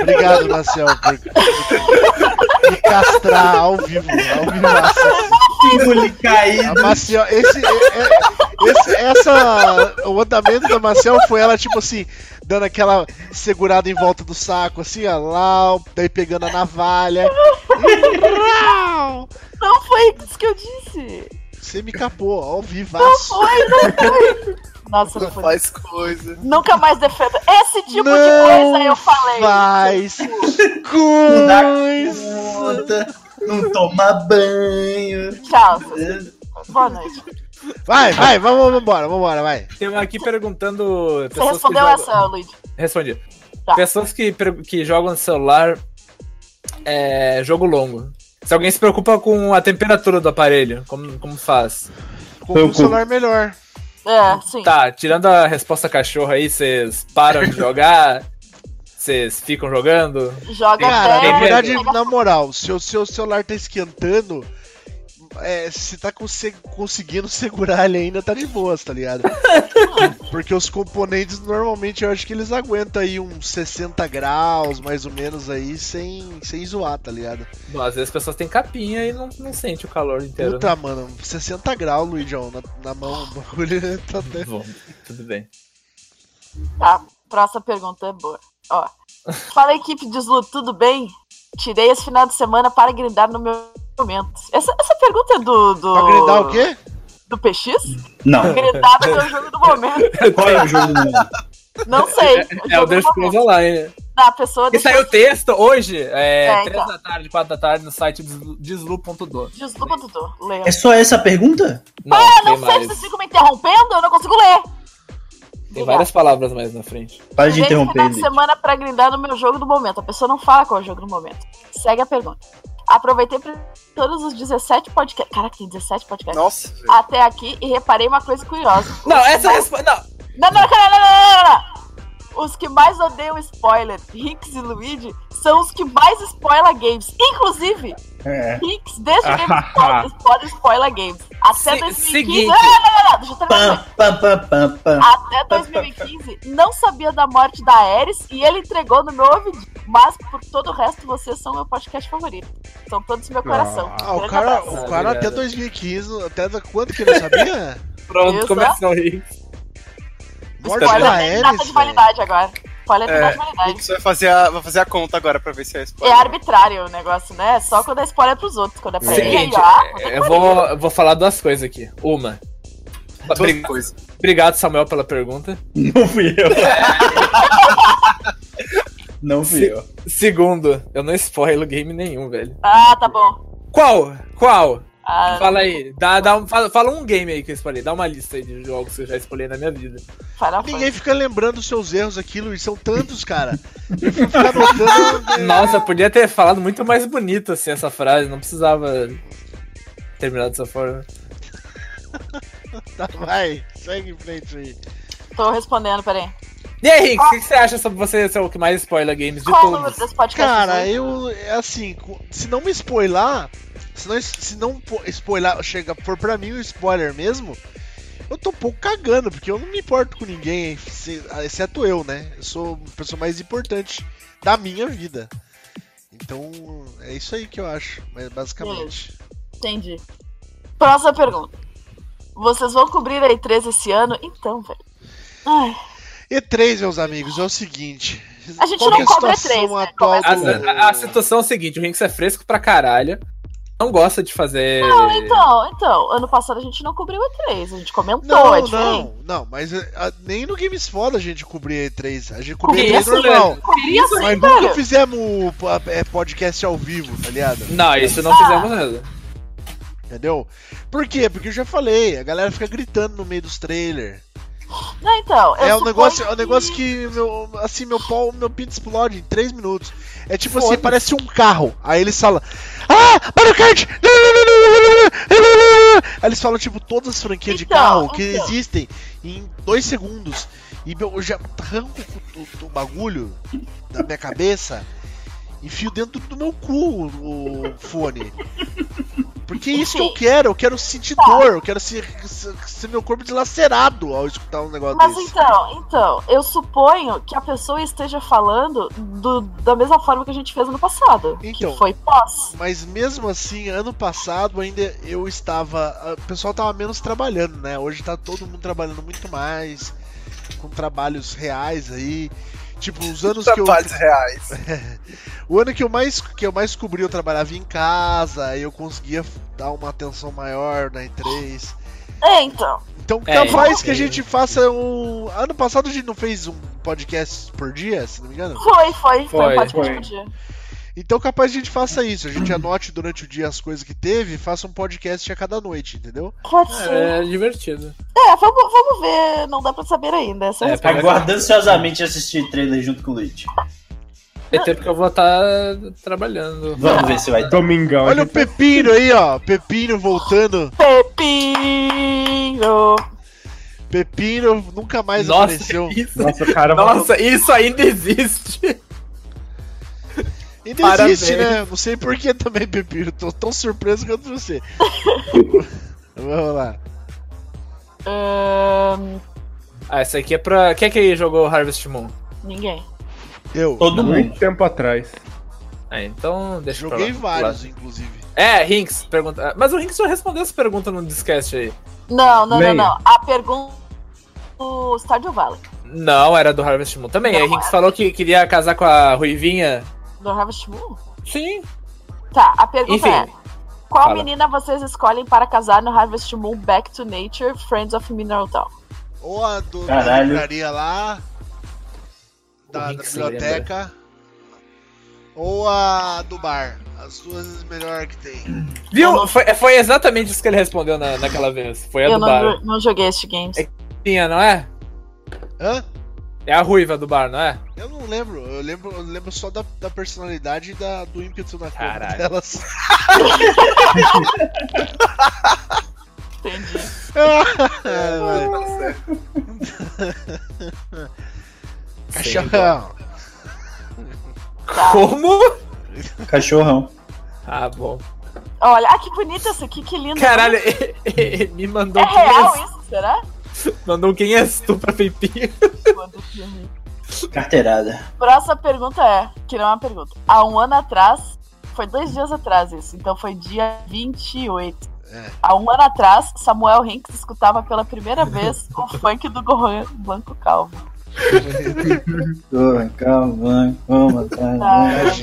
[SPEAKER 2] Obrigado, Marcel, por me castrar ao vivo, ao vivo.
[SPEAKER 6] Engoli caído.
[SPEAKER 2] A Maciel, esse, é- é- esse- essa, o andamento da Maciel foi ela, tipo assim, dando aquela segurada em volta do saco, assim, ó, lá, daí pegando a navalha.
[SPEAKER 5] Não foi isso que eu disse!
[SPEAKER 2] Você me capou, ao
[SPEAKER 5] Não
[SPEAKER 2] vivaço.
[SPEAKER 5] foi, não foi! Nossa, não
[SPEAKER 7] Não
[SPEAKER 5] foi.
[SPEAKER 7] faz coisa.
[SPEAKER 5] Nunca mais defenda. Esse tipo de
[SPEAKER 2] Não
[SPEAKER 5] coisa eu falei.
[SPEAKER 2] Faz
[SPEAKER 6] Não dá
[SPEAKER 2] coisa.
[SPEAKER 6] conta, não toma banho.
[SPEAKER 5] Tchau. Boa noite.
[SPEAKER 2] Vai, vai, vamos embora, vamos embora, vai.
[SPEAKER 3] Tem uma aqui perguntando.
[SPEAKER 5] Você
[SPEAKER 3] pessoas que
[SPEAKER 5] respondeu
[SPEAKER 3] jogam-
[SPEAKER 5] essa, Luigi.
[SPEAKER 3] Respondi.
[SPEAKER 5] Tá.
[SPEAKER 3] Pessoas que, per- que jogam no celular é, jogo longo. Se alguém se preocupa com a temperatura do aparelho, como, como faz?
[SPEAKER 2] Compre um celular melhor.
[SPEAKER 5] É, sim.
[SPEAKER 3] Tá, tirando a resposta cachorro aí, vocês param de jogar? Vocês ficam jogando?
[SPEAKER 5] Joga
[SPEAKER 2] Cara,
[SPEAKER 5] até.
[SPEAKER 2] na verdade, na moral, se o seu celular tá esquentando, é, se tá conse- conseguindo segurar ele ainda, tá de boas, tá ligado? Porque os componentes, normalmente, eu acho que eles aguentam aí uns 60 graus, mais ou menos, aí, sem, sem zoar, tá ligado?
[SPEAKER 3] Bom, às vezes as pessoas têm capinha e não, não sente o calor inteiro.
[SPEAKER 2] Puta, mano, 60 graus, Luigião, na, na mão, o bagulho tá até...
[SPEAKER 3] Bom, tudo bem.
[SPEAKER 5] Tá, próxima pergunta é boa. Ó. Fala equipe de Slu, tudo bem? Tirei esse final de semana para grindar no meu momento. Essa, essa pergunta é do. do...
[SPEAKER 2] Pra grindar o quê?
[SPEAKER 5] Do PX?
[SPEAKER 6] Não.
[SPEAKER 5] Grindar no meu jogo do momento.
[SPEAKER 6] Qual é o jogo do mundo?
[SPEAKER 5] Não sei.
[SPEAKER 3] É o Deus Prova Online.
[SPEAKER 5] Da pessoa
[SPEAKER 3] E
[SPEAKER 2] é
[SPEAKER 3] saiu o texto hoje, é,
[SPEAKER 5] É,
[SPEAKER 3] 3
[SPEAKER 5] então.
[SPEAKER 3] da tarde, 4 da tarde, no site deslu- deslu.do.
[SPEAKER 5] Desculpa, Dudu. Leia.
[SPEAKER 6] É só essa a pergunta?
[SPEAKER 3] Não,
[SPEAKER 5] É, Ah, Não
[SPEAKER 3] tem
[SPEAKER 5] sei,
[SPEAKER 3] mais.
[SPEAKER 5] vocês ficam me interrompendo, eu não consigo ler.
[SPEAKER 3] Tem várias palavras mais na frente.
[SPEAKER 6] Para de
[SPEAKER 5] Tirei esse
[SPEAKER 6] interromper,
[SPEAKER 5] final de
[SPEAKER 6] Henrique.
[SPEAKER 5] semana pra grindar no meu jogo do momento. A pessoa não fala qual é o jogo do momento. Segue a pergunta. Aproveitei pra todos os 17 podcasts. Caraca, tem 17 podcasts.
[SPEAKER 7] Nossa, velho.
[SPEAKER 5] Até aqui e reparei uma coisa curiosa.
[SPEAKER 3] Não, essa resposta. Não,
[SPEAKER 5] Não, não, não, não, não, não, não, não. Os que mais odeiam spoiler, Rix e Luigi, são os que mais spoiler games. Inclusive,
[SPEAKER 6] É.
[SPEAKER 5] Rix, desde o GameSpot, spoiler, spoiler games. Até
[SPEAKER 3] Se-
[SPEAKER 5] 2015.
[SPEAKER 3] seguinte.
[SPEAKER 5] Não, não, não, não, não, deixa eu terminar.
[SPEAKER 6] Pam, pam, pam, pam, pam.
[SPEAKER 5] Até 2015, não sabia da morte da Ares e ele entregou no meu ouvido. Mas por todo o resto, vocês são meu podcast favorito. São todos meu coração.
[SPEAKER 2] Ah, o
[SPEAKER 5] Grande
[SPEAKER 2] cara,
[SPEAKER 5] abraço.
[SPEAKER 2] o cara até 2015, até da- quanto que ele não sabia?
[SPEAKER 3] Pronto,
[SPEAKER 5] Exato.
[SPEAKER 3] começou aí.
[SPEAKER 2] Morte
[SPEAKER 5] Spoiler
[SPEAKER 2] da
[SPEAKER 5] tem data de
[SPEAKER 2] Ares, é. velho.
[SPEAKER 5] validade agora. Spoiler tem
[SPEAKER 7] É.
[SPEAKER 5] data de validade.
[SPEAKER 7] Você vai fazer a, vai fazer a conta agora pra ver se é
[SPEAKER 5] É
[SPEAKER 7] spoiler.
[SPEAKER 5] arbitrário o negócio, né? Só quando é spoiler pros outros. Quando é pra ele, aí,
[SPEAKER 3] Seguinte,
[SPEAKER 5] ó.
[SPEAKER 3] eu vou, eu vou falar duas coisas aqui. Uma.
[SPEAKER 7] Duas
[SPEAKER 3] Obri-
[SPEAKER 7] coisas.
[SPEAKER 3] Obrigado, Samuel, pela pergunta.
[SPEAKER 6] Não fui eu. Não fui
[SPEAKER 3] Se-
[SPEAKER 6] eu.
[SPEAKER 3] Segundo, eu não spoilo game nenhum, velho.
[SPEAKER 5] Ah, tá bom.
[SPEAKER 3] Qual? Qual?
[SPEAKER 5] Ah,
[SPEAKER 3] Fala aí. Dá, dá um, fala, fala um game aí que eu espalhei. Dá uma lista aí de jogos que eu já espalhei na minha vida.
[SPEAKER 5] Final
[SPEAKER 2] Ninguém fica lembrando os seus erros aqui, Luiz, são tantos, cara. Eu fui ficar anotando... né?
[SPEAKER 3] Nossa, eu podia ter falado muito mais bonito assim essa frase. Não precisava terminar dessa forma.
[SPEAKER 2] Tá, vai, segue em frente aí.
[SPEAKER 5] Fantasy. Tô respondendo, peraí.
[SPEAKER 3] E aí, Rick, o que, que você acha sobre você ser o que mais spoiler games de
[SPEAKER 5] Qual o número
[SPEAKER 3] todos?
[SPEAKER 5] desse podcast?
[SPEAKER 2] Cara, eu, é assim, co- se não me spoiler, se não, se não po- spoiler, chega, for pra mim o spoiler mesmo, eu tô um pouco cagando, porque eu não me importo com ninguém, se- exceto eu, né? Eu sou a pessoa mais importante da minha vida. Então, é isso aí que eu acho, mas basicamente.
[SPEAKER 5] Entendi. Próxima pergunta. Vocês vão cobrir a E3 esse ano? Então, velho. Ai,
[SPEAKER 2] E3, meus amigos, é o seguinte.
[SPEAKER 5] A gente
[SPEAKER 2] qual
[SPEAKER 5] não
[SPEAKER 2] que é
[SPEAKER 5] cobra
[SPEAKER 2] situação
[SPEAKER 5] E3, né?
[SPEAKER 2] atual
[SPEAKER 3] A,
[SPEAKER 2] do-
[SPEAKER 3] a- a situação é a seguinte: o Rick é fresco pra caralho. Não gosta de fazer.
[SPEAKER 5] Não, então, então. Ano passado a gente não cobriu a E3, a gente comentou,
[SPEAKER 2] Não,
[SPEAKER 5] é diferente.
[SPEAKER 2] não, não, mas eh, a- nem no Games Foda a gente cobria E3. A gente
[SPEAKER 3] Que
[SPEAKER 2] cobria E3
[SPEAKER 3] isso,
[SPEAKER 2] normal.
[SPEAKER 3] velho?
[SPEAKER 5] Cobria assim,
[SPEAKER 2] Mas nunca
[SPEAKER 5] velho.
[SPEAKER 2] fizemos o po- é, podcast ao vivo, tá ligado?
[SPEAKER 3] Não, isso
[SPEAKER 5] Ah.
[SPEAKER 3] não fizemos nada.
[SPEAKER 2] Entendeu? Por quê? Porque eu já falei, a galera fica gritando no meio dos trailers.
[SPEAKER 5] Não, então. eu
[SPEAKER 2] É um
[SPEAKER 5] suponho
[SPEAKER 2] negócio, é um negócio que meu, assim, meu pau, meu pinto explode em 3 minutos. É tipo assim, parece um carro. Aí eles falam: "Ah, Mario Kart!" Aí eles falam tipo todas as franquias de
[SPEAKER 5] Então,
[SPEAKER 2] carro que
[SPEAKER 5] então.
[SPEAKER 2] existem em 2 segundos. E meu, eu já arranco o, o- o bagulho da minha cabeça. Enfio dentro do meu cu o fone. Porque é isso que eu
[SPEAKER 5] Sim.
[SPEAKER 2] quero, eu quero sentir dor, eu quero ser, ser- ser meu corpo dilacerado ao escutar um negócio
[SPEAKER 5] Mas
[SPEAKER 2] desse.
[SPEAKER 5] então, então, eu suponho que a pessoa esteja falando do- da mesma forma que a gente fez ano passado.
[SPEAKER 2] Então.
[SPEAKER 5] Que foi pós.
[SPEAKER 2] Mas mesmo assim, ano passado ainda eu estava. ah, O pessoal tava menos trabalhando, né? Hoje tá todo mundo trabalhando muito mais, com trabalhos reais aí. Tipo, os anos que eu.
[SPEAKER 7] Trabalhos reais.
[SPEAKER 2] O ano que eu mais que eu mais cobri, eu trabalhava em casa, aí eu conseguia dar uma atenção maior na E3.
[SPEAKER 5] É, então.
[SPEAKER 2] Então
[SPEAKER 3] É,
[SPEAKER 2] capaz
[SPEAKER 3] é.
[SPEAKER 2] que a gente faça um. Ano passado a gente não fez um podcast por dia, se não me engano?
[SPEAKER 5] Foi, foi, foi,
[SPEAKER 3] Foi,
[SPEAKER 5] um podcast
[SPEAKER 3] foi.
[SPEAKER 5] por dia.
[SPEAKER 2] Então capaz que a gente faça isso, a gente anote durante o dia as coisas que teve e faça um podcast a cada noite, entendeu?
[SPEAKER 5] Pode ser.
[SPEAKER 3] É divertido.
[SPEAKER 5] É, vamos, vamos ver, não dá pra saber ainda. Essa é a
[SPEAKER 3] É,
[SPEAKER 5] resposta.
[SPEAKER 3] pega-
[SPEAKER 6] Aguardo ansiosamente assistir trailer junto com o Luigi.
[SPEAKER 3] Tem tempo que eu vou estar trabalhando.
[SPEAKER 6] Vamos ver se vai.
[SPEAKER 4] Domingão.
[SPEAKER 2] Olha o Pepino aí, ó. Pepino voltando.
[SPEAKER 5] Pepino!
[SPEAKER 2] Pepino nunca mais um
[SPEAKER 3] Nossa,
[SPEAKER 2] apareceu.
[SPEAKER 3] isso-
[SPEAKER 6] Nossa, o cara
[SPEAKER 3] Nossa, isso ainda existe.
[SPEAKER 2] Ainda
[SPEAKER 3] Parabéns.
[SPEAKER 2] existe, né? Não sei por que também, Pepino. Tô tão surpreso quanto você. Vamos lá.
[SPEAKER 5] Ahn,
[SPEAKER 3] Ah, esse aqui é pra. Quem é que jogou Harvest Moon?
[SPEAKER 5] ninguém.
[SPEAKER 2] Eu.
[SPEAKER 6] Todo mundo.
[SPEAKER 4] Muito tempo atrás.
[SPEAKER 3] Ah, então deixa pra
[SPEAKER 2] Joguei
[SPEAKER 3] lá.
[SPEAKER 2] vários, inclusive.
[SPEAKER 3] É, Rinks, pergunta. ah, Mas o Rinks já respondeu essa pergunta no Discast aí.
[SPEAKER 5] Não, não,
[SPEAKER 4] Leia.
[SPEAKER 5] não, não. A pergunta do Stardew Valley.
[SPEAKER 3] Não, era do Harvest Moon também. Aí o Rinks falou que queria casar com a Ruivinha.
[SPEAKER 5] Do Harvest Moon?
[SPEAKER 3] Sim.
[SPEAKER 5] Tá, a pergunta
[SPEAKER 3] Enfim.
[SPEAKER 5] é: Qual
[SPEAKER 3] Fala.
[SPEAKER 5] menina vocês escolhem para casar no Harvest Moon Back to Nature Friends of Mineral Town?
[SPEAKER 2] Ou a do, da
[SPEAKER 6] Caralho.
[SPEAKER 2] livraria lá, da,
[SPEAKER 3] Quem
[SPEAKER 2] da
[SPEAKER 3] que se lembra?
[SPEAKER 2] biblioteca, ou a do bar. As duas melhor que tem.
[SPEAKER 3] Viu?
[SPEAKER 5] Eu não-
[SPEAKER 3] Foi, foi exatamente isso que ele respondeu na, naquela vez. Foi a
[SPEAKER 5] eu
[SPEAKER 3] É do
[SPEAKER 5] não,
[SPEAKER 3] bar.
[SPEAKER 5] jo- não joguei este game.
[SPEAKER 3] É- Tinha, não é?
[SPEAKER 2] Hã?
[SPEAKER 3] É a ruiva do bar, não é?
[SPEAKER 2] Eu não lembro, eu lembro, eu lembro só da, da personalidade e da, do ímpeto na cara
[SPEAKER 3] Caralho.
[SPEAKER 2] delas.
[SPEAKER 5] Entendi.
[SPEAKER 2] Ai, vai. Cachorrão!
[SPEAKER 5] Tá.
[SPEAKER 3] Como?
[SPEAKER 6] Cachorrão.
[SPEAKER 3] Ah, bom.
[SPEAKER 5] Olha, ah, que bonita essa aqui, que linda.
[SPEAKER 3] Caralho, ele me mandou
[SPEAKER 5] É
[SPEAKER 3] quem és-
[SPEAKER 5] real isso, será?
[SPEAKER 3] Mandou quem és tu pra Pepinho.
[SPEAKER 5] Quando o filme.
[SPEAKER 6] Carteirada.
[SPEAKER 5] Próxima pergunta é, que não é uma pergunta. Há um ano atrás, foi dois dias atrás isso, então foi dia 28.
[SPEAKER 2] É.
[SPEAKER 5] Há um ano atrás, Samuel Hinks escutava pela primeira vez o funk do Gohan Blanco Calvo.
[SPEAKER 6] Calma, calma, calma, atrás.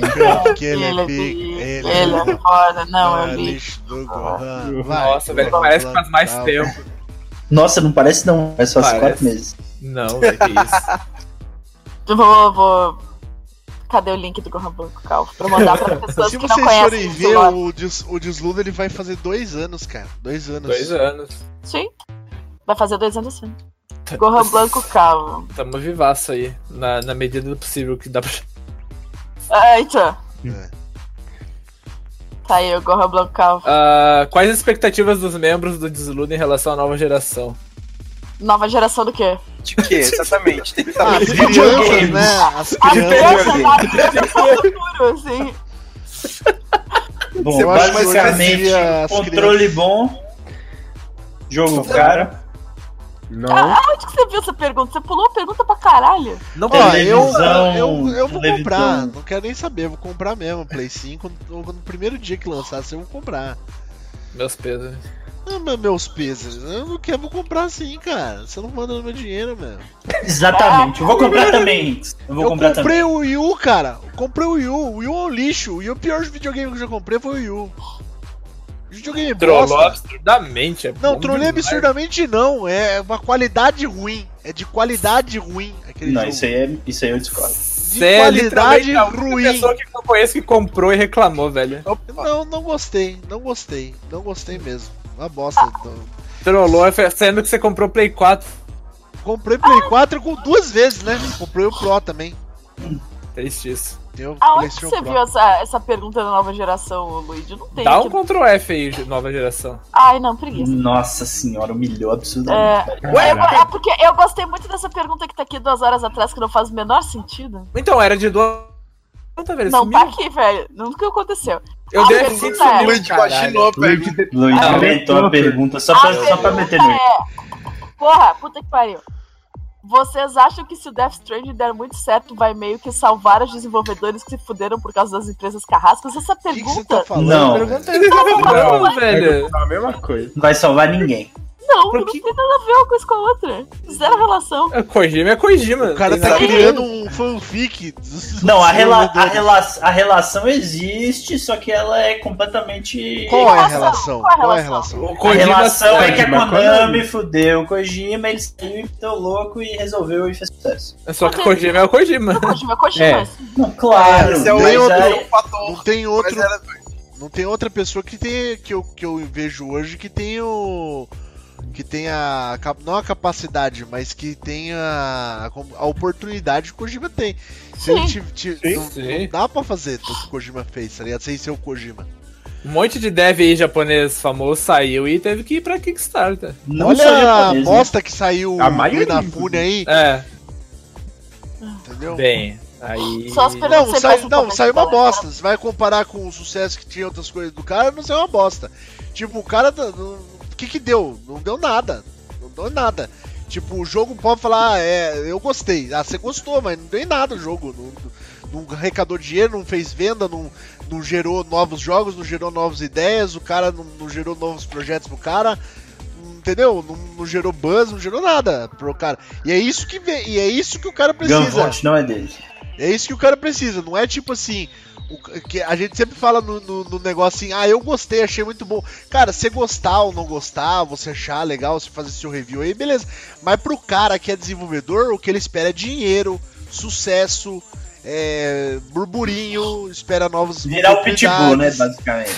[SPEAKER 2] Que ele é pica,
[SPEAKER 5] pica,
[SPEAKER 2] ele
[SPEAKER 5] ele
[SPEAKER 2] é
[SPEAKER 5] é foda, não,
[SPEAKER 2] Ah,
[SPEAKER 5] eu vi.
[SPEAKER 2] lixo do Gohan. Vai,
[SPEAKER 3] Nossa, velho,
[SPEAKER 2] Gohan,
[SPEAKER 3] parece que faz mais
[SPEAKER 2] tal.
[SPEAKER 3] tempo.
[SPEAKER 6] Nossa, não parece não. Faz só
[SPEAKER 3] Parece.
[SPEAKER 6] quatro meses.
[SPEAKER 3] Não, velho, que isso.
[SPEAKER 5] Eu Vou, vou... Cadê o link do Gohan Blanco Calvo? Pra mandar pra pessoas
[SPEAKER 2] Se
[SPEAKER 5] que não
[SPEAKER 2] vocês forem
[SPEAKER 5] conhecem. muito
[SPEAKER 2] ver,
[SPEAKER 5] logo.
[SPEAKER 2] o, des, o Desludo ele vai fazer dois anos, cara. Dois anos.
[SPEAKER 3] Dois anos.
[SPEAKER 5] Sim, vai fazer dois anos assim.
[SPEAKER 2] Tá.
[SPEAKER 5] Gohan Blanco Calvo.
[SPEAKER 3] Tamo vivaço aí. Na, na medida do possível que dá pra.
[SPEAKER 5] Ah, então.
[SPEAKER 2] É.
[SPEAKER 5] Tá aí, o Gohan Blanco Calvo.
[SPEAKER 3] Ah, quais as expectativas dos membros do Desludo em relação à nova geração?
[SPEAKER 5] Nova geração do quê?
[SPEAKER 7] De que, exatamente? Tem que
[SPEAKER 2] Ah,
[SPEAKER 7] saber.
[SPEAKER 2] as crianças, né? As
[SPEAKER 5] A
[SPEAKER 2] crianças.
[SPEAKER 5] criança da futuro, assim.
[SPEAKER 6] Bom,
[SPEAKER 2] Eu acho mais
[SPEAKER 6] basicamente,
[SPEAKER 2] fazia as
[SPEAKER 6] controle bom. Jogo cara.
[SPEAKER 4] Não.
[SPEAKER 2] Ah,
[SPEAKER 5] Onde que você viu essa pergunta? Você pulou a pergunta pra caralho.
[SPEAKER 3] Não
[SPEAKER 2] Ó, eu,
[SPEAKER 6] Televisão,
[SPEAKER 2] eu, eu vou
[SPEAKER 6] televisão.
[SPEAKER 2] comprar, não quero nem saber, eu vou comprar mesmo. Play 5, no, no primeiro dia que lançasse, eu vou comprar.
[SPEAKER 3] Meus pesos.
[SPEAKER 2] Ah, mas meus pesos, eu não quero, vou comprar sim, cara. Você não manda no meu dinheiro, mano.
[SPEAKER 6] Exatamente. Eu vou comprar também. Eu vou
[SPEAKER 2] eu
[SPEAKER 6] comprar também.
[SPEAKER 2] comprei o Wii U, cara. Eu comprei o Wii U. O Wii U é um lixo. O Wii U, o pior videogame que eu já comprei foi o Wii U. Videogame
[SPEAKER 3] Trollou
[SPEAKER 2] bosta.
[SPEAKER 3] absurdamente. É
[SPEAKER 2] Não,
[SPEAKER 3] bom
[SPEAKER 2] trolei
[SPEAKER 3] demais.
[SPEAKER 2] absurdamente não. É uma qualidade ruim. É de qualidade ruim aquele
[SPEAKER 6] Não,
[SPEAKER 2] jogo.
[SPEAKER 6] isso aí, é, isso aí eu discordo.
[SPEAKER 2] De
[SPEAKER 3] Cê é
[SPEAKER 2] qualidade
[SPEAKER 3] literalmente a única
[SPEAKER 2] ruim.
[SPEAKER 3] pessoa que eu conheço que comprou e reclamou, velho.
[SPEAKER 2] Não, não gostei. Não gostei. Não gostei mesmo. Uma bosta. Então.
[SPEAKER 3] Trollou, é sendo que você comprou Play 4.
[SPEAKER 2] Comprei Play
[SPEAKER 5] Ah.
[SPEAKER 2] 4 com duas vezes, né? Comprei o Pro também.
[SPEAKER 3] Triste isso.
[SPEAKER 2] Tem o
[SPEAKER 5] Aonde que
[SPEAKER 2] PlayStation
[SPEAKER 5] você viu
[SPEAKER 2] Pro.
[SPEAKER 5] essa, essa pergunta da nova geração, Luigi? Não tem.
[SPEAKER 3] Dá
[SPEAKER 5] aqui.
[SPEAKER 3] um Ctrl F aí, nova geração.
[SPEAKER 5] Ai, não, preguiça.
[SPEAKER 6] Nossa senhora, humilhou absurdamente.
[SPEAKER 5] É, eu- é porque eu gostei muito dessa pergunta que tá aqui duas horas atrás, que não faz o menor sentido.
[SPEAKER 3] Então, era de duas. Não, tá velho,
[SPEAKER 5] não,
[SPEAKER 3] sumiu.
[SPEAKER 5] tá aqui, velho. Nunca aconteceu.
[SPEAKER 3] Eu
[SPEAKER 5] Ah,
[SPEAKER 3] dei
[SPEAKER 5] mas
[SPEAKER 3] F5
[SPEAKER 5] isso é.
[SPEAKER 7] O
[SPEAKER 3] sumiu,
[SPEAKER 7] Luigi
[SPEAKER 3] caralho.
[SPEAKER 7] patinou, velho.
[SPEAKER 6] Luiz
[SPEAKER 3] Ah,
[SPEAKER 6] inventou
[SPEAKER 4] eu-
[SPEAKER 6] a pergunta só pra,
[SPEAKER 5] A
[SPEAKER 6] só pra meter no.
[SPEAKER 5] Porra, puta que pariu. Vocês acham que se o Death Stranding der muito certo, vai meio que salvar os desenvolvedores que se fuderam por causa das empresas carrascas? Essa
[SPEAKER 2] O que, que
[SPEAKER 5] pergunta.
[SPEAKER 2] você tá
[SPEAKER 3] então.
[SPEAKER 2] falando?
[SPEAKER 6] Não.
[SPEAKER 2] velho?
[SPEAKER 3] Pergunta aí, não,
[SPEAKER 5] Não,
[SPEAKER 3] velho.
[SPEAKER 4] É a mesma coisa.
[SPEAKER 6] Não vai salvar ninguém.
[SPEAKER 5] Não,
[SPEAKER 3] Por
[SPEAKER 5] não
[SPEAKER 3] que-
[SPEAKER 5] tem nada a ver uma coisa com a outra. Zero relação.
[SPEAKER 3] Kojima é Kojima.
[SPEAKER 2] O cara
[SPEAKER 3] tem
[SPEAKER 2] tá
[SPEAKER 3] nada a ver.
[SPEAKER 2] criando um fanfic. dos-
[SPEAKER 6] Não, a,
[SPEAKER 2] dos
[SPEAKER 6] rela a,
[SPEAKER 2] desenvolvedores.
[SPEAKER 6] rela a relação existe, só que ela é completamente.
[SPEAKER 2] Qual é a relação?
[SPEAKER 5] relação? Qual é a
[SPEAKER 2] Qual é a
[SPEAKER 5] relação?
[SPEAKER 2] relação?
[SPEAKER 3] O
[SPEAKER 6] A
[SPEAKER 3] Kojima
[SPEAKER 6] relação é que a
[SPEAKER 4] Kojima,
[SPEAKER 6] Konami fudeu o Kojima, ele saiu e ficou louco e resolveu e fez sucesso.
[SPEAKER 3] Só que Kojima é o Kojima.
[SPEAKER 5] Kojima é Kojima.
[SPEAKER 11] É.
[SPEAKER 5] assim.
[SPEAKER 6] Não, claro,
[SPEAKER 7] Esse é o
[SPEAKER 6] mas
[SPEAKER 2] Tem
[SPEAKER 7] outro
[SPEAKER 6] aí-
[SPEAKER 2] Não
[SPEAKER 7] fator.
[SPEAKER 2] tem
[SPEAKER 7] Mas
[SPEAKER 2] outro
[SPEAKER 7] era
[SPEAKER 2] Não tem outra pessoa que tem que eu, que eu vejo hoje que tem o, que tenha, cap- não a capacidade, mas que tenha a, com- a oportunidade que o Kojima tem. Se ele
[SPEAKER 3] Sim.
[SPEAKER 2] tive- tive-
[SPEAKER 3] Sim,
[SPEAKER 2] não,
[SPEAKER 3] sim.
[SPEAKER 2] não dá pra fazer o que o Kojima fez, tá ligado? Sem ser o Kojima.
[SPEAKER 3] Um monte de dev aí japonês famoso saiu e teve que ir pra Kickstarter.
[SPEAKER 2] Olha a aposta que saiu
[SPEAKER 3] A
[SPEAKER 2] o
[SPEAKER 3] maioria,
[SPEAKER 2] Inafune aí.
[SPEAKER 3] É.
[SPEAKER 2] Entendeu?
[SPEAKER 3] Bem, aí.
[SPEAKER 5] Só as perguntas
[SPEAKER 2] Não,
[SPEAKER 5] que você
[SPEAKER 2] sai,
[SPEAKER 5] faz no
[SPEAKER 2] não,
[SPEAKER 5] começo
[SPEAKER 2] saiu uma
[SPEAKER 5] da
[SPEAKER 2] bosta. Você vai comparar com o sucesso que tinha outras coisas do cara, não saiu uma bosta. Tipo, o cara. tá- não- O que que deu? Não deu nada. Não deu nada. Tipo, o jogo pode falar, ah, é, eu gostei. Ah, você gostou, mas não deu em nada o jogo. Não, não arrecadou dinheiro, não fez venda, não, não gerou novos jogos, não gerou novas ideias, o cara não, não gerou novos projetos pro cara. Entendeu? Não, não gerou buzz, não gerou nada pro cara. E é isso que vê, e é isso que o cara precisa.
[SPEAKER 6] Gunvolt não é dele.
[SPEAKER 2] É isso que o cara precisa, não é tipo assim. o ca- que a gente sempre fala no, no- no negócio assim, ah, eu gostei, achei muito bom. Cara, você gostar ou não gostar, você achar legal, você fazer seu review aí, beleza. Mas pro cara que é desenvolvedor, o que ele espera é dinheiro, sucesso, é, burburinho, espera novos.
[SPEAKER 6] Virar o Pitbull, né,
[SPEAKER 2] oportunidades.
[SPEAKER 6] basicamente.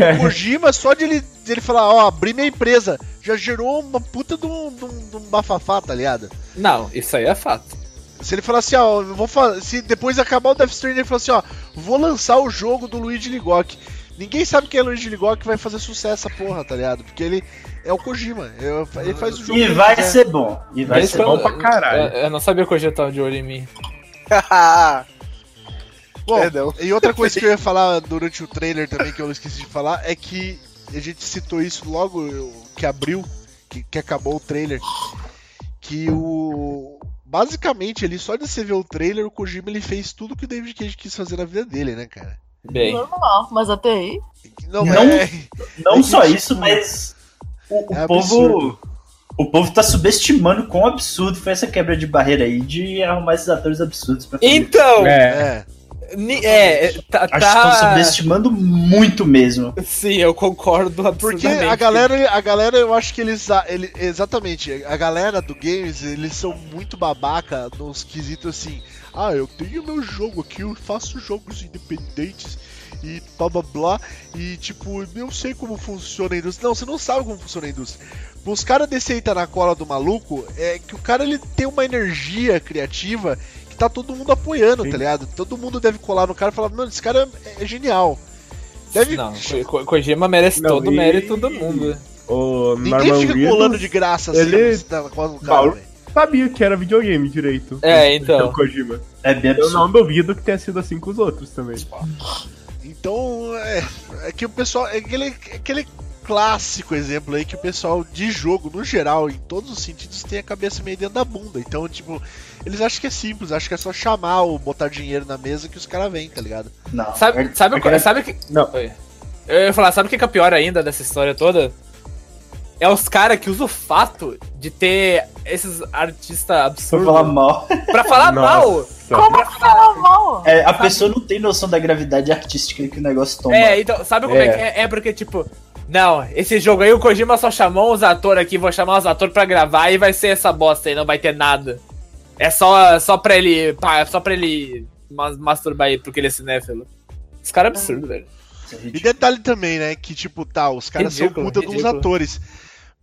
[SPEAKER 2] É, o Kojima, só de ele, de ele falar, ó, abri minha empresa, já gerou uma puta de um, de um- de um bafafá, tá ligado?
[SPEAKER 3] Não, isso aí é fato.
[SPEAKER 2] Se ele falar assim, ó, eu vou fa- se depois acabar o Death Stranding, ele falar assim, ó, vou lançar o jogo do Luigi Ligok. Ninguém sabe quem é Luigi Ligok vai fazer sucesso essa porra, tá ligado? Porque ele é o Kojima, eu- ele faz o jogo que
[SPEAKER 6] E
[SPEAKER 2] ele
[SPEAKER 6] vai
[SPEAKER 2] quiser.
[SPEAKER 6] ser bom. E vai
[SPEAKER 3] Mas
[SPEAKER 6] ser
[SPEAKER 2] é
[SPEAKER 3] eu-
[SPEAKER 2] um-
[SPEAKER 6] bom pra
[SPEAKER 4] Tá.
[SPEAKER 6] caralho.
[SPEAKER 3] Eu, eu não sabia que o G tava de olho em mim.
[SPEAKER 2] Bom, e outra coisa que eu ia falar durante o trailer também, que eu esqueci de falar, é que a gente citou isso logo que abriu, que, que acabou o trailer, que o... Basicamente, ali, só de você ver o trailer, o Kojima ele fez tudo que o David Cage quis fazer na vida dele, né, cara?
[SPEAKER 3] Bem.
[SPEAKER 5] Normal, mas até aí.
[SPEAKER 2] Não,
[SPEAKER 6] Não-
[SPEAKER 2] é-
[SPEAKER 6] Não
[SPEAKER 2] é que,
[SPEAKER 6] só
[SPEAKER 2] tipo,
[SPEAKER 6] isso, mas o, o
[SPEAKER 2] é absurdo.
[SPEAKER 6] povo. O povo tá subestimando quão absurdo foi essa quebra de barreira aí de arrumar esses atores absurdos pra fazer.
[SPEAKER 3] Então!
[SPEAKER 2] É.
[SPEAKER 3] Ni- É, tá.
[SPEAKER 6] Acho que
[SPEAKER 3] tá-
[SPEAKER 6] estão subestimando muito mesmo.
[SPEAKER 3] Sim, eu concordo
[SPEAKER 2] Porque
[SPEAKER 3] absurdamente.
[SPEAKER 2] a galera, a galera, eu acho que eles, a- ele, exatamente, a galera do games, eles são muito babaca nos quesitos assim, ah, eu tenho meu jogo aqui, eu faço jogos independentes e blá blá blá, e tipo, eu sei como funciona a indústria. Não, você não sabe como funciona a indústria. Os caras desceitam tá na cola do maluco, é que o cara ele tem uma energia criativa que tá todo mundo apoiando, tá ligado? Todo mundo deve colar no cara e falar, mano, esse cara é, é genial. Deve,
[SPEAKER 3] Não, Ko- Ko- Kojima merece
[SPEAKER 4] Não,
[SPEAKER 3] todo o
[SPEAKER 4] e-
[SPEAKER 3] mérito do mundo.
[SPEAKER 4] O
[SPEAKER 2] um- Ninguém
[SPEAKER 4] Norman
[SPEAKER 2] fica
[SPEAKER 4] Reedus,
[SPEAKER 2] colando de graça assim
[SPEAKER 4] ele-
[SPEAKER 2] ele... na cola do cara,
[SPEAKER 4] Paulo
[SPEAKER 2] velho.
[SPEAKER 4] sabia que era videogame direito.
[SPEAKER 3] É, então.
[SPEAKER 4] O Kojima.
[SPEAKER 6] É bem
[SPEAKER 4] Eu
[SPEAKER 6] absurdo.
[SPEAKER 4] não duvido que tenha sido assim com os outros também.
[SPEAKER 2] Então, é, é que o pessoal. É aquele, é aquele clássico exemplo aí que o pessoal de jogo, no geral, em todos os sentidos, tem a cabeça meio dentro da bunda. Então, tipo, eles acham que é simples, acham que é só chamar ou botar dinheiro na mesa que os caras vêm, tá ligado?
[SPEAKER 6] Não. é,
[SPEAKER 3] Sabe, sabe, o que- sabe o que.
[SPEAKER 4] Não.
[SPEAKER 3] Oi. Eu ia falar, sabe o que que é pior ainda dessa história toda? É os caras que usam o fato de ter esses artistas
[SPEAKER 6] Vou
[SPEAKER 3] absurdos
[SPEAKER 6] falar mal.
[SPEAKER 3] pra falar mal.
[SPEAKER 4] Nossa.
[SPEAKER 5] Como que fala mal?
[SPEAKER 6] É, a pessoa não tem noção da gravidade artística que o negócio toma.
[SPEAKER 3] É, então, sabe como é,
[SPEAKER 4] É.
[SPEAKER 3] que é? É porque, tipo, não, esse jogo aí o Kojima só chamou os atores aqui, vou chamar os atores pra gravar e vai ser essa bosta aí, não vai ter nada. É só, só pra ele. Pá, é só pra ele mas, masturbar aí, porque ele é cinéfilo. Esse cara é absurdo, velho.
[SPEAKER 6] Isso é
[SPEAKER 2] E
[SPEAKER 6] ridículo.
[SPEAKER 2] detalhe também, né? Que, tipo, tá, os caras são
[SPEAKER 3] Ridículo,
[SPEAKER 2] puta dos
[SPEAKER 3] ridículo.
[SPEAKER 2] atores.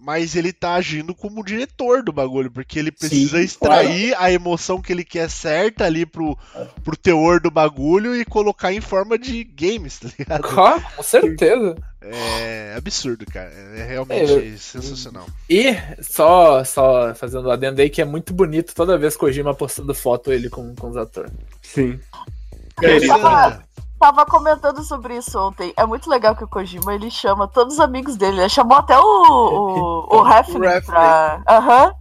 [SPEAKER 2] Mas ele tá agindo como diretor do bagulho, porque ele precisa extrair a emoção que ele quer certa ali pro, pro teor do bagulho e colocar em forma de games, tá ligado?
[SPEAKER 3] Com, com certeza.
[SPEAKER 2] É absurdo, cara. É realmente
[SPEAKER 3] É, eu-
[SPEAKER 2] sensacional.
[SPEAKER 3] E só, só fazendo um adendo aí que é muito bonito toda vez que o Kojima postando foto ele com, com os atores.
[SPEAKER 4] Sim.
[SPEAKER 2] assim?
[SPEAKER 5] Tava, tava comentando sobre isso ontem. É muito legal que o Kojima ele chama todos os amigos dele. Ele chamou até o, o, o Hefner
[SPEAKER 7] Hefner.
[SPEAKER 5] pra. Aham.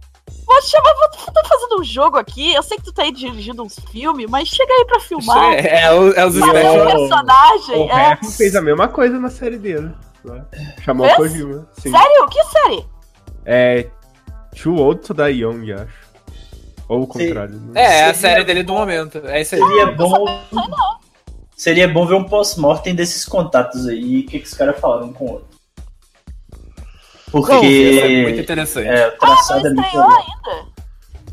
[SPEAKER 5] Mas chamava, tu tá fazendo um jogo aqui. Eu sei que tu tá aí dirigindo uns filmes, mas chega aí pra filmar.
[SPEAKER 3] É, é, o- é os
[SPEAKER 4] E
[SPEAKER 5] Fazer um
[SPEAKER 4] eu-
[SPEAKER 3] special.
[SPEAKER 5] personagem.
[SPEAKER 4] O
[SPEAKER 5] é.
[SPEAKER 4] Ref fez a mesma coisa na série dele. né? Chamou
[SPEAKER 5] Fez?
[SPEAKER 4] o Kojima. Sim.
[SPEAKER 5] Sério? Que série?
[SPEAKER 4] É. Too Old to Die Young, acho. Ou o
[SPEAKER 6] Sim.
[SPEAKER 4] contrário. né?
[SPEAKER 3] É, é a série dele do momento. É isso aí.
[SPEAKER 6] Seria bom. Seria bom ver um pós-mortem desses contatos aí e o que, que os caras falaram um com o outro.
[SPEAKER 3] Bom, isso é muito
[SPEAKER 6] Porque.
[SPEAKER 3] interessante.
[SPEAKER 6] É, o
[SPEAKER 5] Ah, não
[SPEAKER 6] traçado é muito
[SPEAKER 5] estranhou
[SPEAKER 6] legal.
[SPEAKER 5] ainda?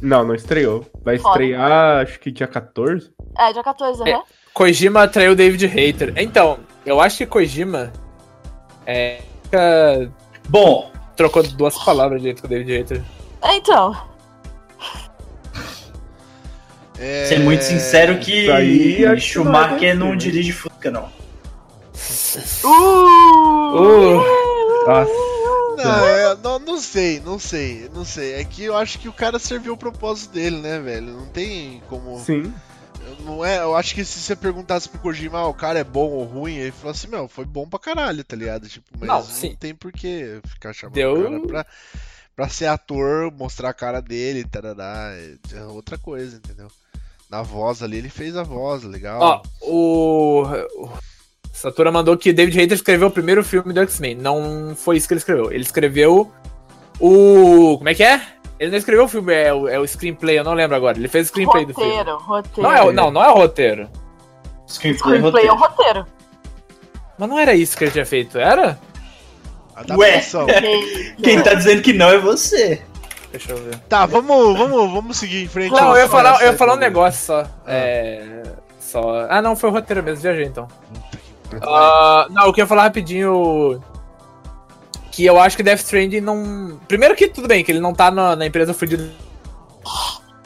[SPEAKER 4] Não, não estreou. Vai
[SPEAKER 5] Foda.
[SPEAKER 4] estrear, acho que dia 14.
[SPEAKER 5] É, dia 14, né?
[SPEAKER 3] Kojima atraiu David Hater. Então, eu acho que Kojima é. fica-
[SPEAKER 6] Bom,
[SPEAKER 3] trocou duas palavras direito com o David Hater. É.
[SPEAKER 5] Então,
[SPEAKER 2] é
[SPEAKER 6] Ser é muito sincero que
[SPEAKER 3] É, Isso aí acho que não
[SPEAKER 6] Schumacher não,
[SPEAKER 3] vai acontecer, né?
[SPEAKER 6] dirige Fusca, não.
[SPEAKER 2] Uh!
[SPEAKER 4] Nossa.
[SPEAKER 2] Não, é, não, não sei, não sei, não sei. É que eu acho que o cara serviu o propósito dele, né, velho? Não tem como.
[SPEAKER 4] Sim.
[SPEAKER 2] Eu Não é, eu acho que se você perguntasse pro Kojima, ah, o cara é bom ou ruim, ele falou assim, meu, foi bom pra caralho, tá ligado? Tipo, mas
[SPEAKER 3] Não,
[SPEAKER 2] não,
[SPEAKER 3] sim.
[SPEAKER 2] tem por que ficar chamando
[SPEAKER 3] Deu-
[SPEAKER 2] o cara pra, pra ser ator, mostrar a cara dele, tarará, é outra coisa, entendeu? Na voz ali, ele fez a voz, legal.
[SPEAKER 3] Ó, o. o Satura mandou que David Hayter escreveu o primeiro filme do X-Men. Não foi isso que ele escreveu. Ele escreveu o. Como é que é? Ele não escreveu o filme, é o, é o screenplay, eu não lembro agora. Ele fez o screenplay do filme.
[SPEAKER 5] roteiro, roteiro.
[SPEAKER 3] Não, é, o- não, não é o roteiro.
[SPEAKER 6] Screenplay,
[SPEAKER 5] Screenplay é o roteiro.
[SPEAKER 3] Mas não era isso que ele tinha feito, era?
[SPEAKER 6] Ué, quem tá dizendo que não é você.
[SPEAKER 3] Deixa eu ver.
[SPEAKER 2] Tá, vamos, vamos, vamos seguir em frente.
[SPEAKER 3] Não, eu ia falar, eu ia
[SPEAKER 2] Essa-
[SPEAKER 3] falar um negócio só. É. Só. Ah, não, foi o roteiro mesmo, viajei então. Ah, não, eu queria falar rapidinho. Que eu acho que Death Stranding não. Primeiro que tudo bem, que ele não tá na, na empresa fudida.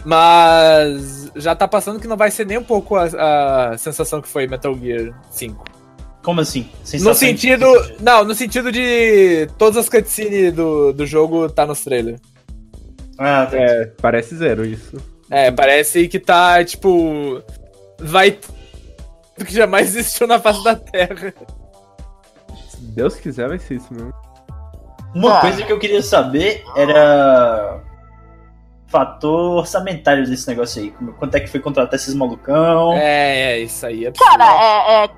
[SPEAKER 3] Mas já tá passando que não vai ser nem um pouco a, a sensação que foi Metal Gear 5.
[SPEAKER 6] Como assim?
[SPEAKER 3] No sentido. Não, no sentido de. Todas as cutscenes do, do jogo tá nos trailers.
[SPEAKER 6] Ah,
[SPEAKER 4] é, parece zero isso.
[SPEAKER 3] É, parece que tá, tipo. Vai. t- Do que jamais existiu na face da Terra.
[SPEAKER 4] Se Deus quiser, vai ser isso mesmo.
[SPEAKER 6] Uma
[SPEAKER 2] Tá.
[SPEAKER 6] coisa que eu queria saber era. Fator orçamentário desse negócio aí. Como- Quanto é que foi contratar esses malucão?
[SPEAKER 3] É, é, isso aí. É
[SPEAKER 5] Cara, é. é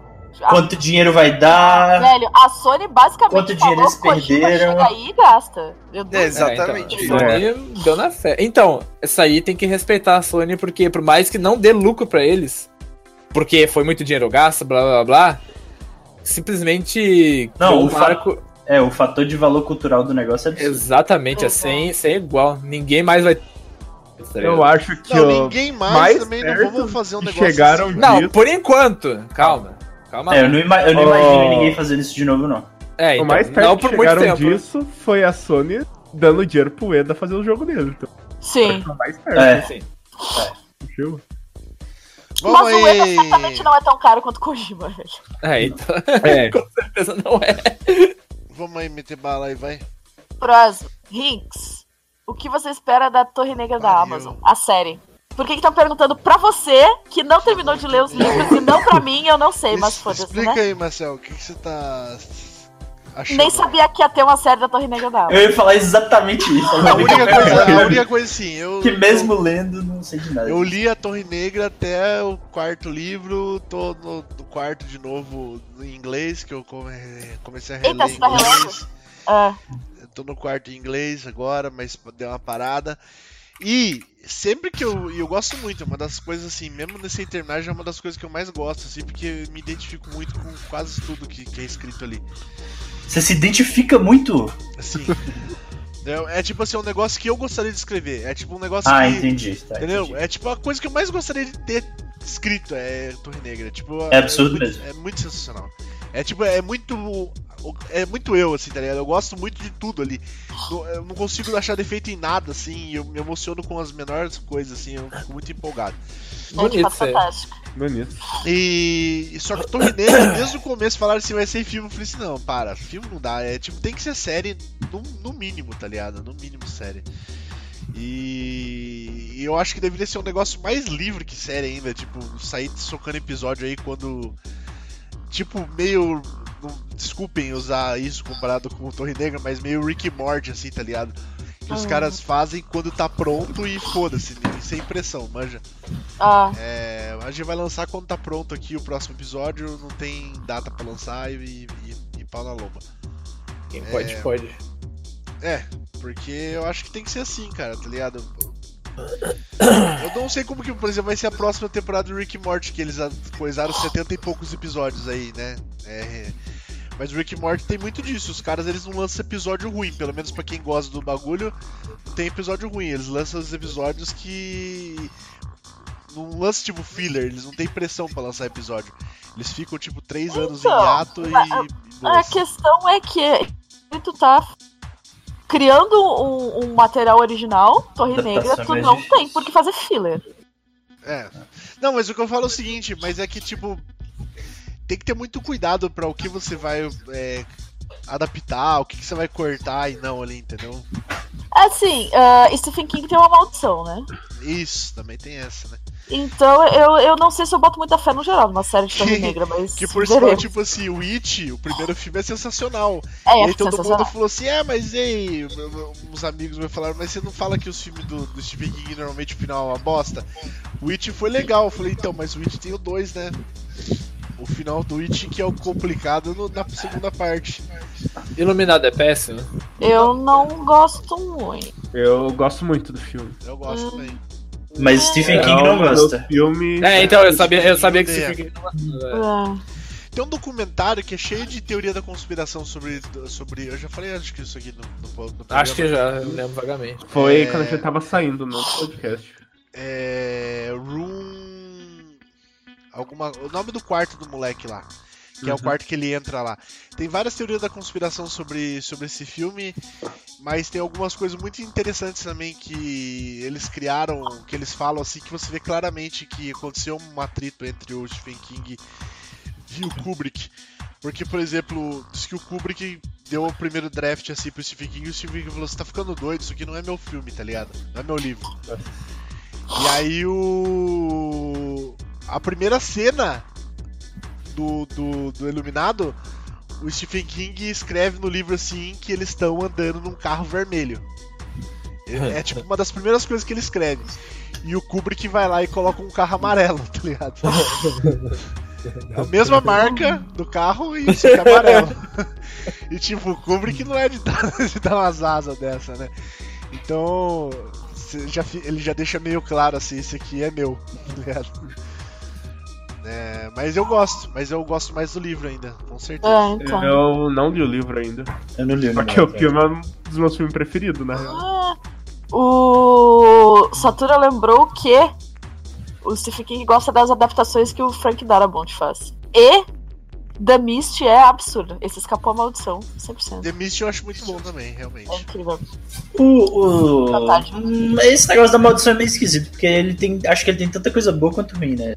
[SPEAKER 6] Quanto dinheiro vai dar?
[SPEAKER 5] Velho, a Sony basicamente.
[SPEAKER 6] Quanto dinheiro
[SPEAKER 5] falou,
[SPEAKER 6] eles
[SPEAKER 5] "Kojima,
[SPEAKER 6] perderam?"
[SPEAKER 5] Chega aí e gasta. Eu dou-
[SPEAKER 7] exatamente
[SPEAKER 3] É, então, a Sony deu na fé. Então, essa aí tem que respeitar a Sony, porque por mais que não dê lucro pra eles, porque foi muito dinheiro gasto, blá blá blá, simplesmente.
[SPEAKER 6] Não,
[SPEAKER 3] criou
[SPEAKER 6] o,
[SPEAKER 3] um
[SPEAKER 6] fa-
[SPEAKER 3] arco-
[SPEAKER 6] é, o fator de valor cultural do negócio é absurdo.
[SPEAKER 3] Exatamente, é sem, sem igual. Ninguém mais vai. Tá
[SPEAKER 4] Eu acho que
[SPEAKER 2] Não,
[SPEAKER 4] ó,
[SPEAKER 2] ninguém mais, também não
[SPEAKER 4] perto
[SPEAKER 2] vamos fazer um
[SPEAKER 4] de
[SPEAKER 2] negócio
[SPEAKER 4] chegaram
[SPEAKER 2] assim.
[SPEAKER 3] Não, por enquanto. Calma. Calma.
[SPEAKER 6] É, eu não, ima- eu não
[SPEAKER 4] Ó.
[SPEAKER 6] imagino ninguém fazendo isso de novo, não.
[SPEAKER 4] o
[SPEAKER 3] É, então,
[SPEAKER 4] mais perto
[SPEAKER 3] não
[SPEAKER 4] que
[SPEAKER 3] por muito
[SPEAKER 4] chegaram
[SPEAKER 3] tempo. né?
[SPEAKER 4] disso foi a Sony dando dinheiro pro Eda fazer o jogo dele. Então,
[SPEAKER 5] Sim.
[SPEAKER 4] tá mais perto.
[SPEAKER 6] É.
[SPEAKER 3] Sim.
[SPEAKER 4] Viu?
[SPEAKER 2] Vamos
[SPEAKER 5] Mas o Eda
[SPEAKER 3] tá
[SPEAKER 2] aí.
[SPEAKER 5] certamente não é tão caro quanto o Kojima, velho.
[SPEAKER 3] É, então.
[SPEAKER 4] É.
[SPEAKER 3] Com certeza não é.
[SPEAKER 2] Vamos aí meter bala aí, vai.
[SPEAKER 5] Próximo. Hinks. O que você espera da Torre Negra da Amazon? A série. Por que estão perguntando pra você que não terminou de ler os livros e não pra mim? Eu não sei, mas
[SPEAKER 2] Es-
[SPEAKER 5] foda-se,
[SPEAKER 2] Explica
[SPEAKER 5] né?
[SPEAKER 2] aí, Marcel, o que, que você tá achando?
[SPEAKER 5] Nem sabia que ia ter uma série da Torre Negra da Amazon.
[SPEAKER 6] Eu ia falar exatamente isso.
[SPEAKER 2] A única coisa, a única coisa assim, eu,
[SPEAKER 6] Que mesmo lendo, não sei de nada.
[SPEAKER 2] eu li a Torre Negra até o quarto livro, tô no, no quarto de novo em inglês, que eu come- comecei a reler
[SPEAKER 5] Eita,
[SPEAKER 2] em
[SPEAKER 5] você tá
[SPEAKER 2] inglês.
[SPEAKER 5] Ah,
[SPEAKER 2] Eu tô no quarto em inglês agora, mas deu uma parada. E sempre que eu. E eu gosto muito, é uma das coisas assim, mesmo nesse intermédio, é uma das coisas que eu mais gosto, assim, porque eu me identifico muito com quase tudo que- que é escrito ali.
[SPEAKER 6] Você se identifica muito?
[SPEAKER 2] Assim. é, é tipo assim, um negócio que eu gostaria de escrever. É tipo um negócio
[SPEAKER 6] Ah,
[SPEAKER 2] que.
[SPEAKER 6] entendi. tá,
[SPEAKER 2] Entendeu?
[SPEAKER 6] entendi.
[SPEAKER 2] É tipo a coisa que eu mais gostaria de ter escrito, é Torre Negra. Tipo,
[SPEAKER 6] É absurdo
[SPEAKER 2] muito-
[SPEAKER 6] mesmo.
[SPEAKER 2] É muito sensacional. É tipo, é muito. É muito eu, assim, tá ligado? Eu gosto muito de tudo ali. Não- Eu não consigo achar defeito em nada, assim. Eu me emociono com as menores coisas, assim. Eu fico muito empolgado.
[SPEAKER 5] é de
[SPEAKER 3] Bonito
[SPEAKER 5] fato
[SPEAKER 3] isso aí.
[SPEAKER 5] fantástico.
[SPEAKER 4] Bonito.
[SPEAKER 2] E e só que Torre Negra, desde o começo, falaram assim: vai ser filme. Eu falei assim: não, para, filme não dá. É tipo, tem que ser série, no, no mínimo, tá ligado? No mínimo série. E, e eu acho que deveria ser um negócio mais livre que série ainda. Tipo, sair socando episódio aí quando. Tipo, meio. não- desculpem usar isso comparado com o Torre Negra, mas meio Rick e Morty, assim, tá ligado? Que os
[SPEAKER 5] Ah.
[SPEAKER 2] caras fazem quando tá pronto e foda-se, sem pressão, manja.
[SPEAKER 5] Ah,
[SPEAKER 2] É, a gente vai lançar quando tá pronto aqui o próximo episódio, não tem data pra lançar e, e, e pau na lomba.
[SPEAKER 3] Quem pode,
[SPEAKER 2] É.
[SPEAKER 3] pode.
[SPEAKER 2] É, porque eu acho que tem que ser assim, cara, tá ligado? Eu não sei como que, por exemplo, vai ser a próxima temporada do Rick e Morty, que eles a- coisaram 70 e poucos episódios aí, né? É, mas o Rick e Morty tem muito disso, os caras eles não lançam episódio ruim, pelo menos pra quem gosta do bagulho, não tem episódio ruim, eles lançam os episódios que não lançam tipo filler, eles não têm pressão pra lançar episódio. Eles ficam tipo 3 anos em
[SPEAKER 5] Então,
[SPEAKER 2] hiato e.
[SPEAKER 5] a-
[SPEAKER 2] boas.
[SPEAKER 5] a questão é que tu tá criando um, um material original, Torre
[SPEAKER 2] Tá- tá
[SPEAKER 5] Negra, tu
[SPEAKER 2] sabendo
[SPEAKER 5] não
[SPEAKER 2] disso.
[SPEAKER 5] tem por que fazer filler.
[SPEAKER 2] É. Não, mas o que eu falo é o seguinte, mas é que, tipo, tem que ter muito cuidado pra o que você vai é, adaptar, o que, que você vai cortar e não ali, entendeu?
[SPEAKER 5] Assim, ah, Stephen King tem uma maldição, né?
[SPEAKER 2] Isso, também tem essa, né?
[SPEAKER 5] Então eu, eu não sei se eu boto muita fé no geral numa série de Torre Negra, mas.
[SPEAKER 2] Que por sinal,
[SPEAKER 5] veremos.
[SPEAKER 2] tipo assim, o It, o primeiro filme é sensacional.
[SPEAKER 5] É,
[SPEAKER 2] e aí todo
[SPEAKER 5] sensacional.
[SPEAKER 2] mundo falou assim, é, mas ei, meu- meu- uns amigos me falaram, mas você não fala que os filmes do, do Stephen King normalmente o final é uma bosta? O It foi legal, eu falei, então, mas o It tem o 2, né? O final do It que é o complicado no- na segunda parte.
[SPEAKER 3] Iluminado é péssimo.
[SPEAKER 5] Eu não gosto muito.
[SPEAKER 4] Eu gosto muito do filme.
[SPEAKER 2] Eu gosto também.
[SPEAKER 6] Mas
[SPEAKER 4] É,
[SPEAKER 6] Stephen King
[SPEAKER 4] um
[SPEAKER 6] não gosta.
[SPEAKER 4] Filme...
[SPEAKER 3] É, então eu sabia, eu sabia que
[SPEAKER 2] Odeia.
[SPEAKER 3] esse filme.
[SPEAKER 2] É. Tem um documentário que é cheio de teoria da conspiração sobre. sobre eu já falei, acho que isso aqui no, no, po- no programa.
[SPEAKER 3] Acho que já, eu lembro vagamente.
[SPEAKER 4] Foi
[SPEAKER 2] É.
[SPEAKER 4] quando a gente tava saindo no outro podcast.
[SPEAKER 2] É. Room. Alguma, o nome do quarto do moleque lá. Que é o
[SPEAKER 4] Uhum.
[SPEAKER 2] quarto que ele entra lá. Tem várias teorias da conspiração sobre, sobre esse filme, mas tem algumas coisas muito interessantes também que eles criaram, que eles falam assim, que você vê claramente que aconteceu um atrito entre o Stephen King e o Kubrick. Porque, por exemplo, diz que o Kubrick deu o primeiro draft assim pro Stephen King e o Stephen King falou, você tá ficando doido, isso aqui não é meu filme, tá ligado? Não é meu livro. E aí o. A primeira cena do, do, do Iluminado, o Stephen King escreve no livro assim que eles estão andando num carro vermelho. É, é, tipo uma das primeiras coisas que ele escreve. E o Kubrick vai lá e coloca um carro amarelo, tá ligado? É a mesma marca do carro e fica amarelo. E tipo, o Kubrick não é de dar, de dar umas asas dessa, né? Então, cê já fi- ele já deixa meio claro assim, esse aqui é meu, tá ligado? É, mas eu gosto, mas eu gosto mais do livro ainda, com
[SPEAKER 5] É,
[SPEAKER 2] certeza.
[SPEAKER 5] então.
[SPEAKER 4] Eu não li o livro ainda.
[SPEAKER 6] Eu não li
[SPEAKER 4] Só
[SPEAKER 6] não,
[SPEAKER 4] que o
[SPEAKER 6] cara.
[SPEAKER 4] filme é um dos meus filmes preferidos, na real.
[SPEAKER 5] O Satura lembrou que o Stephen King gosta das adaptações que o Frank Darabont faz. E The Mist é absurdo. Esse escapou a maldição, 100%.
[SPEAKER 2] The Mist eu acho muito bom também, realmente.
[SPEAKER 5] É incrível.
[SPEAKER 6] O, o-
[SPEAKER 5] Tá tarde.
[SPEAKER 6] Hum, Esse negócio da maldição é meio esquisito, porque ele tem. Acho que ele tem tanta coisa boa quanto ruim, né?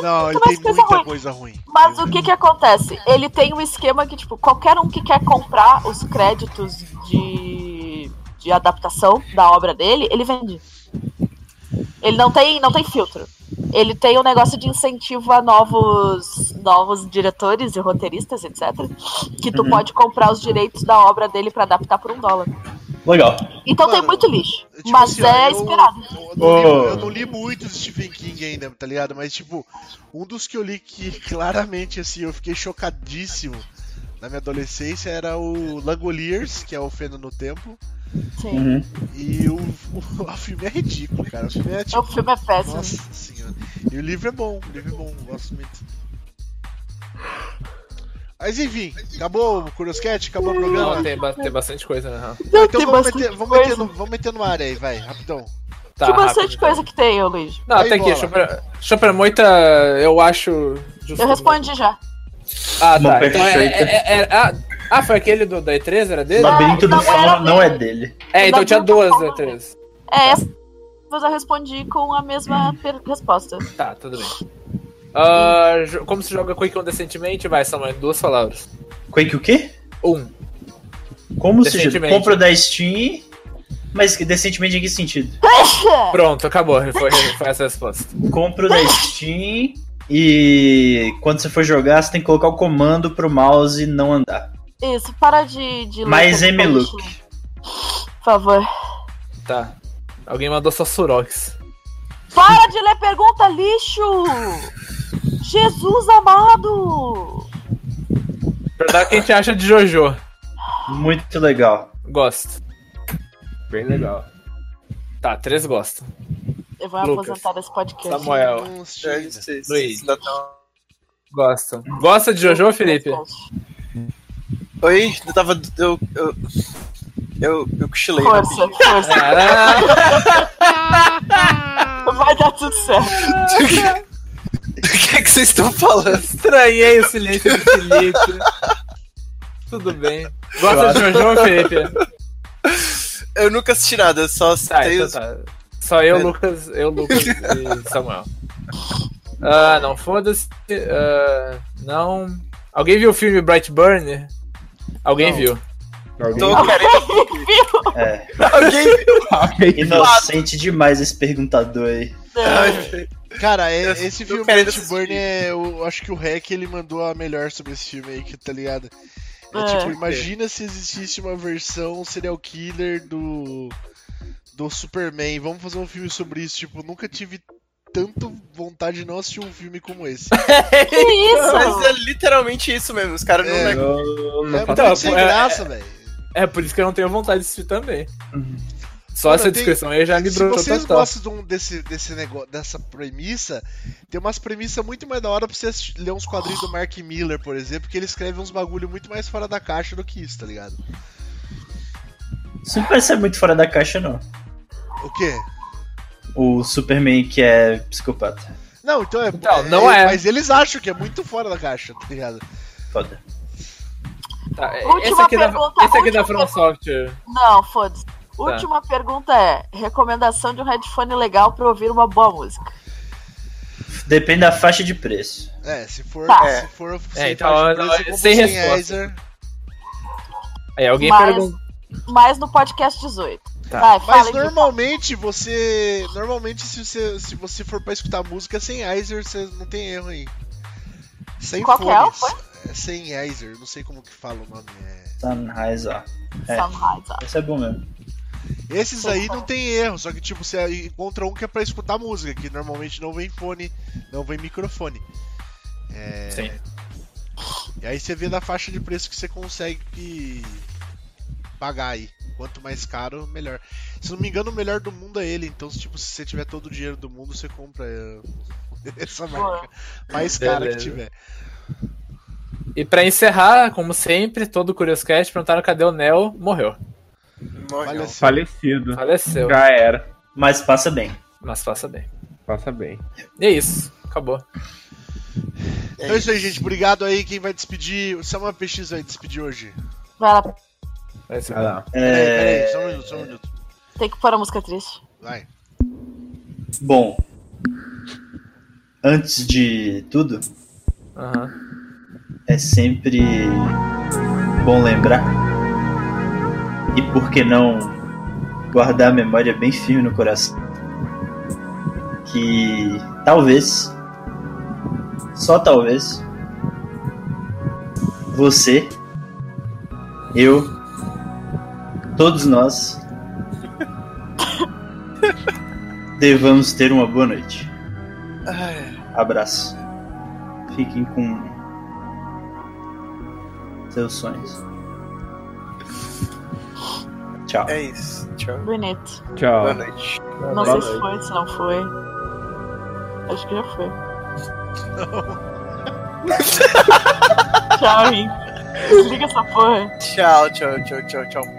[SPEAKER 2] Não, ele
[SPEAKER 5] mais
[SPEAKER 2] tem
[SPEAKER 5] coisa
[SPEAKER 2] muita
[SPEAKER 5] ruim.
[SPEAKER 2] coisa ruim.
[SPEAKER 5] Mas o que que acontece? Ele tem um esquema que, tipo, qualquer um que quer comprar os créditos de, de adaptação da obra dele, ele vende. Ele não tem, não tem filtro. Ele tem um negócio de incentivo a novos, novos diretores e roteiristas, etc. Que tu
[SPEAKER 6] Uhum.
[SPEAKER 5] pode comprar os direitos da obra dele pra adaptar por um dólar.
[SPEAKER 6] Legal.
[SPEAKER 5] Então tem muito lixo. mas é esperado.
[SPEAKER 2] tipo assim, Eu não,
[SPEAKER 6] Oh.
[SPEAKER 2] li, eu não li muitos Stephen King ainda, tá ligado? Mas, tipo, um dos que eu li que claramente, assim, eu fiquei chocadíssimo na minha adolescência era o Langoliers, que é o Feno no Tempo.
[SPEAKER 5] Sim.
[SPEAKER 6] Uhum.
[SPEAKER 2] E o, o, o filme é ridículo, cara. O filme é, tipo,
[SPEAKER 5] O filme é péssimo.
[SPEAKER 2] Nossa senhora. E o livro é bom, o livro é bom, eu gosto muito. Mas enfim, acabou o Curiosquete? Acabou o programa?
[SPEAKER 3] Não, tem, ba- tem bastante coisa, né?
[SPEAKER 2] Não, então vamos
[SPEAKER 5] bastante
[SPEAKER 2] meter, vamos, meter no, vamos meter no ar aí, vai, rapidão.
[SPEAKER 3] Tá,
[SPEAKER 5] Tem bastante
[SPEAKER 3] rápido.
[SPEAKER 5] coisa que tem, ô Luiz.
[SPEAKER 3] Não,
[SPEAKER 2] Vai
[SPEAKER 3] tem aqui.
[SPEAKER 2] bola.
[SPEAKER 3] Chopra, Chopra Moita, eu acho. justo- né?
[SPEAKER 5] Eu respondi já.
[SPEAKER 3] Ah,
[SPEAKER 6] Uma
[SPEAKER 3] tá. Então é,
[SPEAKER 6] perfeita.
[SPEAKER 3] é- é- é- ah, ah, foi aquele do, da E3? Era dele?
[SPEAKER 6] Labirinto do
[SPEAKER 5] não era
[SPEAKER 6] Fauno não é dele.
[SPEAKER 3] É, então tinha duas da E3.
[SPEAKER 5] É, essa eu já respondi com a mesma per- resposta.
[SPEAKER 3] Tá, tudo bem. Ah, jo- como se joga Quake 1 decentemente? Vai, Samuel, em duas palavras.
[SPEAKER 6] Quake o quê?
[SPEAKER 3] Um.
[SPEAKER 6] Como se
[SPEAKER 3] Decentemente.
[SPEAKER 6] compra da Steam, mas que decentemente em que sentido?
[SPEAKER 3] Pronto, acabou. Foi, foi essa a resposta.
[SPEAKER 6] Compro da Steam e quando você for jogar, você tem que colocar o comando pro mouse não andar.
[SPEAKER 5] Isso, para de. de
[SPEAKER 6] Mas
[SPEAKER 5] ler,
[SPEAKER 6] M-Look.
[SPEAKER 5] Por favor.
[SPEAKER 3] Tá. Alguém mandou só Surox.
[SPEAKER 5] Para de ler pergunta lixo! Jesus amado!
[SPEAKER 3] Perguntar o que a gente acha de Jojo.
[SPEAKER 6] Muito legal.
[SPEAKER 3] Gosto.
[SPEAKER 4] Bem legal.
[SPEAKER 3] Tá, três gostam.
[SPEAKER 5] Eu vou
[SPEAKER 3] Lucas.
[SPEAKER 5] aposentar desse podcast.
[SPEAKER 3] Samuel.
[SPEAKER 7] né?
[SPEAKER 3] Luiz.
[SPEAKER 7] Luiz.
[SPEAKER 3] Gostam. Gosta de Jojo, Felipe?
[SPEAKER 7] Oi, eu tava. Eu. Eu, eu, eu cochilei.
[SPEAKER 5] Força,
[SPEAKER 7] rapidinho.
[SPEAKER 5] força.
[SPEAKER 3] Ah,
[SPEAKER 5] Vai dar tudo certo.
[SPEAKER 7] Do que, do que é que vocês estão falando?
[SPEAKER 3] estranhei o silêncio do Felipe. Tudo bem. Gosta de Jojo, Felipe?
[SPEAKER 7] Eu nunca assisti nada, eu só
[SPEAKER 3] Tá,
[SPEAKER 7] citei
[SPEAKER 3] então
[SPEAKER 7] os...
[SPEAKER 3] tá. Só eu, Lucas, eu, Lucas e Samuel. Ah, não, foda-se. ah, não. Alguém viu o filme Bright Burn? Alguém
[SPEAKER 6] Não.
[SPEAKER 3] viu?
[SPEAKER 6] Alguém Tô viu. É. Inocente demais esse perguntador aí.
[SPEAKER 2] Cara, é- esse filme
[SPEAKER 7] quero
[SPEAKER 2] Brett Burn é. Eu acho que o Hack ele mandou a melhor sobre esse filme aí, que tá ligado? É,
[SPEAKER 7] É.
[SPEAKER 5] Ah,
[SPEAKER 2] tipo, imagina se existisse uma versão serial killer do. do Superman. Vamos fazer um filme sobre isso. Tipo, nunca tive tanto vontade de não assistir um filme como esse.
[SPEAKER 7] Que isso? Mas é literalmente isso mesmo, os caras não...
[SPEAKER 2] É,
[SPEAKER 7] não,
[SPEAKER 2] não É faço muito sem ideia. graça, velho.
[SPEAKER 3] É por isso que eu não tenho vontade de assistir também. Só
[SPEAKER 2] Mano,
[SPEAKER 3] essa
[SPEAKER 2] Uhum. tem-
[SPEAKER 3] descrição aí já me
[SPEAKER 2] Se
[SPEAKER 3] drogou
[SPEAKER 2] vocês
[SPEAKER 3] total.
[SPEAKER 2] gostam de um- desse, desse negócio, dessa premissa, tem umas premissas muito mais da hora pra você assistir- ler uns quadrinhos do Mark Miller, por exemplo, que ele escreve uns bagulho muito mais fora da caixa do que isso, tá ligado?
[SPEAKER 6] Isso não parece ser muito fora da caixa, não.
[SPEAKER 2] O quê?
[SPEAKER 6] O Superman que é psicopata.
[SPEAKER 2] Não, então é.
[SPEAKER 3] não é.
[SPEAKER 2] Mas eles acham que é muito fora da caixa, tá ligado?
[SPEAKER 6] Foda.
[SPEAKER 3] Tá, é-
[SPEAKER 5] Última
[SPEAKER 3] esse aqui
[SPEAKER 5] pergunta,
[SPEAKER 3] da, esse aqui da
[SPEAKER 5] última
[SPEAKER 3] From Software.
[SPEAKER 5] Não, foda-se. Última pergunta é: recomendação de um headphone legal pra ouvir uma boa música.
[SPEAKER 6] Depende da faixa de preço.
[SPEAKER 2] É, se for.
[SPEAKER 5] Tá.
[SPEAKER 2] Se for
[SPEAKER 3] É,
[SPEAKER 2] sem
[SPEAKER 3] então,
[SPEAKER 2] faixa
[SPEAKER 3] não,
[SPEAKER 2] preta, eu compro sem
[SPEAKER 3] sem resposta.
[SPEAKER 2] Heiser.
[SPEAKER 3] Aí alguém
[SPEAKER 5] Mas-
[SPEAKER 3] pergunta.
[SPEAKER 5] Mas no podcast 18.
[SPEAKER 3] Tá.
[SPEAKER 5] Vai,
[SPEAKER 2] Mas
[SPEAKER 5] fala aí.
[SPEAKER 2] normalmente você. Normalmente se você, se você for pra escutar música sem Heiser, você não tem erro aí. Sem
[SPEAKER 5] Qual que é?
[SPEAKER 2] fones.
[SPEAKER 5] Foi?
[SPEAKER 2] É sem Heiser, não sei como que fala o nome. é.
[SPEAKER 6] Tá Sunrise, É.
[SPEAKER 5] Sunrise, ó.
[SPEAKER 6] Isso é bom mesmo.
[SPEAKER 2] Esses aí não tem erro, só que tipo, você encontra um que é pra escutar música, que normalmente não vem fone, não vem microfone. É...
[SPEAKER 3] Sim.
[SPEAKER 2] E aí você vê da faixa de preço que você consegue pagar aí. Quanto mais caro, melhor. Se não me engano, o melhor do mundo é ele. Então, se, tipo, se você tiver todo o dinheiro do mundo, você compra eh, essa marca. Mais cara que
[SPEAKER 3] Beleza.
[SPEAKER 2] tiver.
[SPEAKER 3] E pra encerrar, como sempre, todo o Curioscast perguntaram cadê o Neo, morreu.
[SPEAKER 4] Falecido.
[SPEAKER 3] Faleceu.
[SPEAKER 4] Já era.
[SPEAKER 6] Mas passa bem.
[SPEAKER 3] Mas faça bem.
[SPEAKER 4] Passa bem.
[SPEAKER 3] E é isso, acabou.
[SPEAKER 2] Então é isso aí, gente. Obrigado aí. Quem vai despedir? O Samuel PX vai despedir hoje.
[SPEAKER 5] Vai lá,
[SPEAKER 3] Vai ser.
[SPEAKER 4] Vai lá.
[SPEAKER 2] Peraí,
[SPEAKER 6] É,
[SPEAKER 2] peraí, só um minuto, só um minuto.
[SPEAKER 5] tem que pôr a música triste.
[SPEAKER 2] Vai.
[SPEAKER 6] Bom, antes de tudo,
[SPEAKER 3] Aham.
[SPEAKER 6] é sempre bom lembrar e por que não guardar a memória bem firme no coração que talvez só talvez você eu todos nós devamos ter uma boa noite abraço fiquem com seus sonhos. Tchau.
[SPEAKER 7] É isso. Tchau.
[SPEAKER 5] Bonito.
[SPEAKER 4] Tchau.
[SPEAKER 7] Boa noite.
[SPEAKER 5] Não sei se foi, se não foi. Acho que já foi. Tchau, hein? Desliga essa porra.
[SPEAKER 7] Tchau, tchau, tchau, tchau, tchau.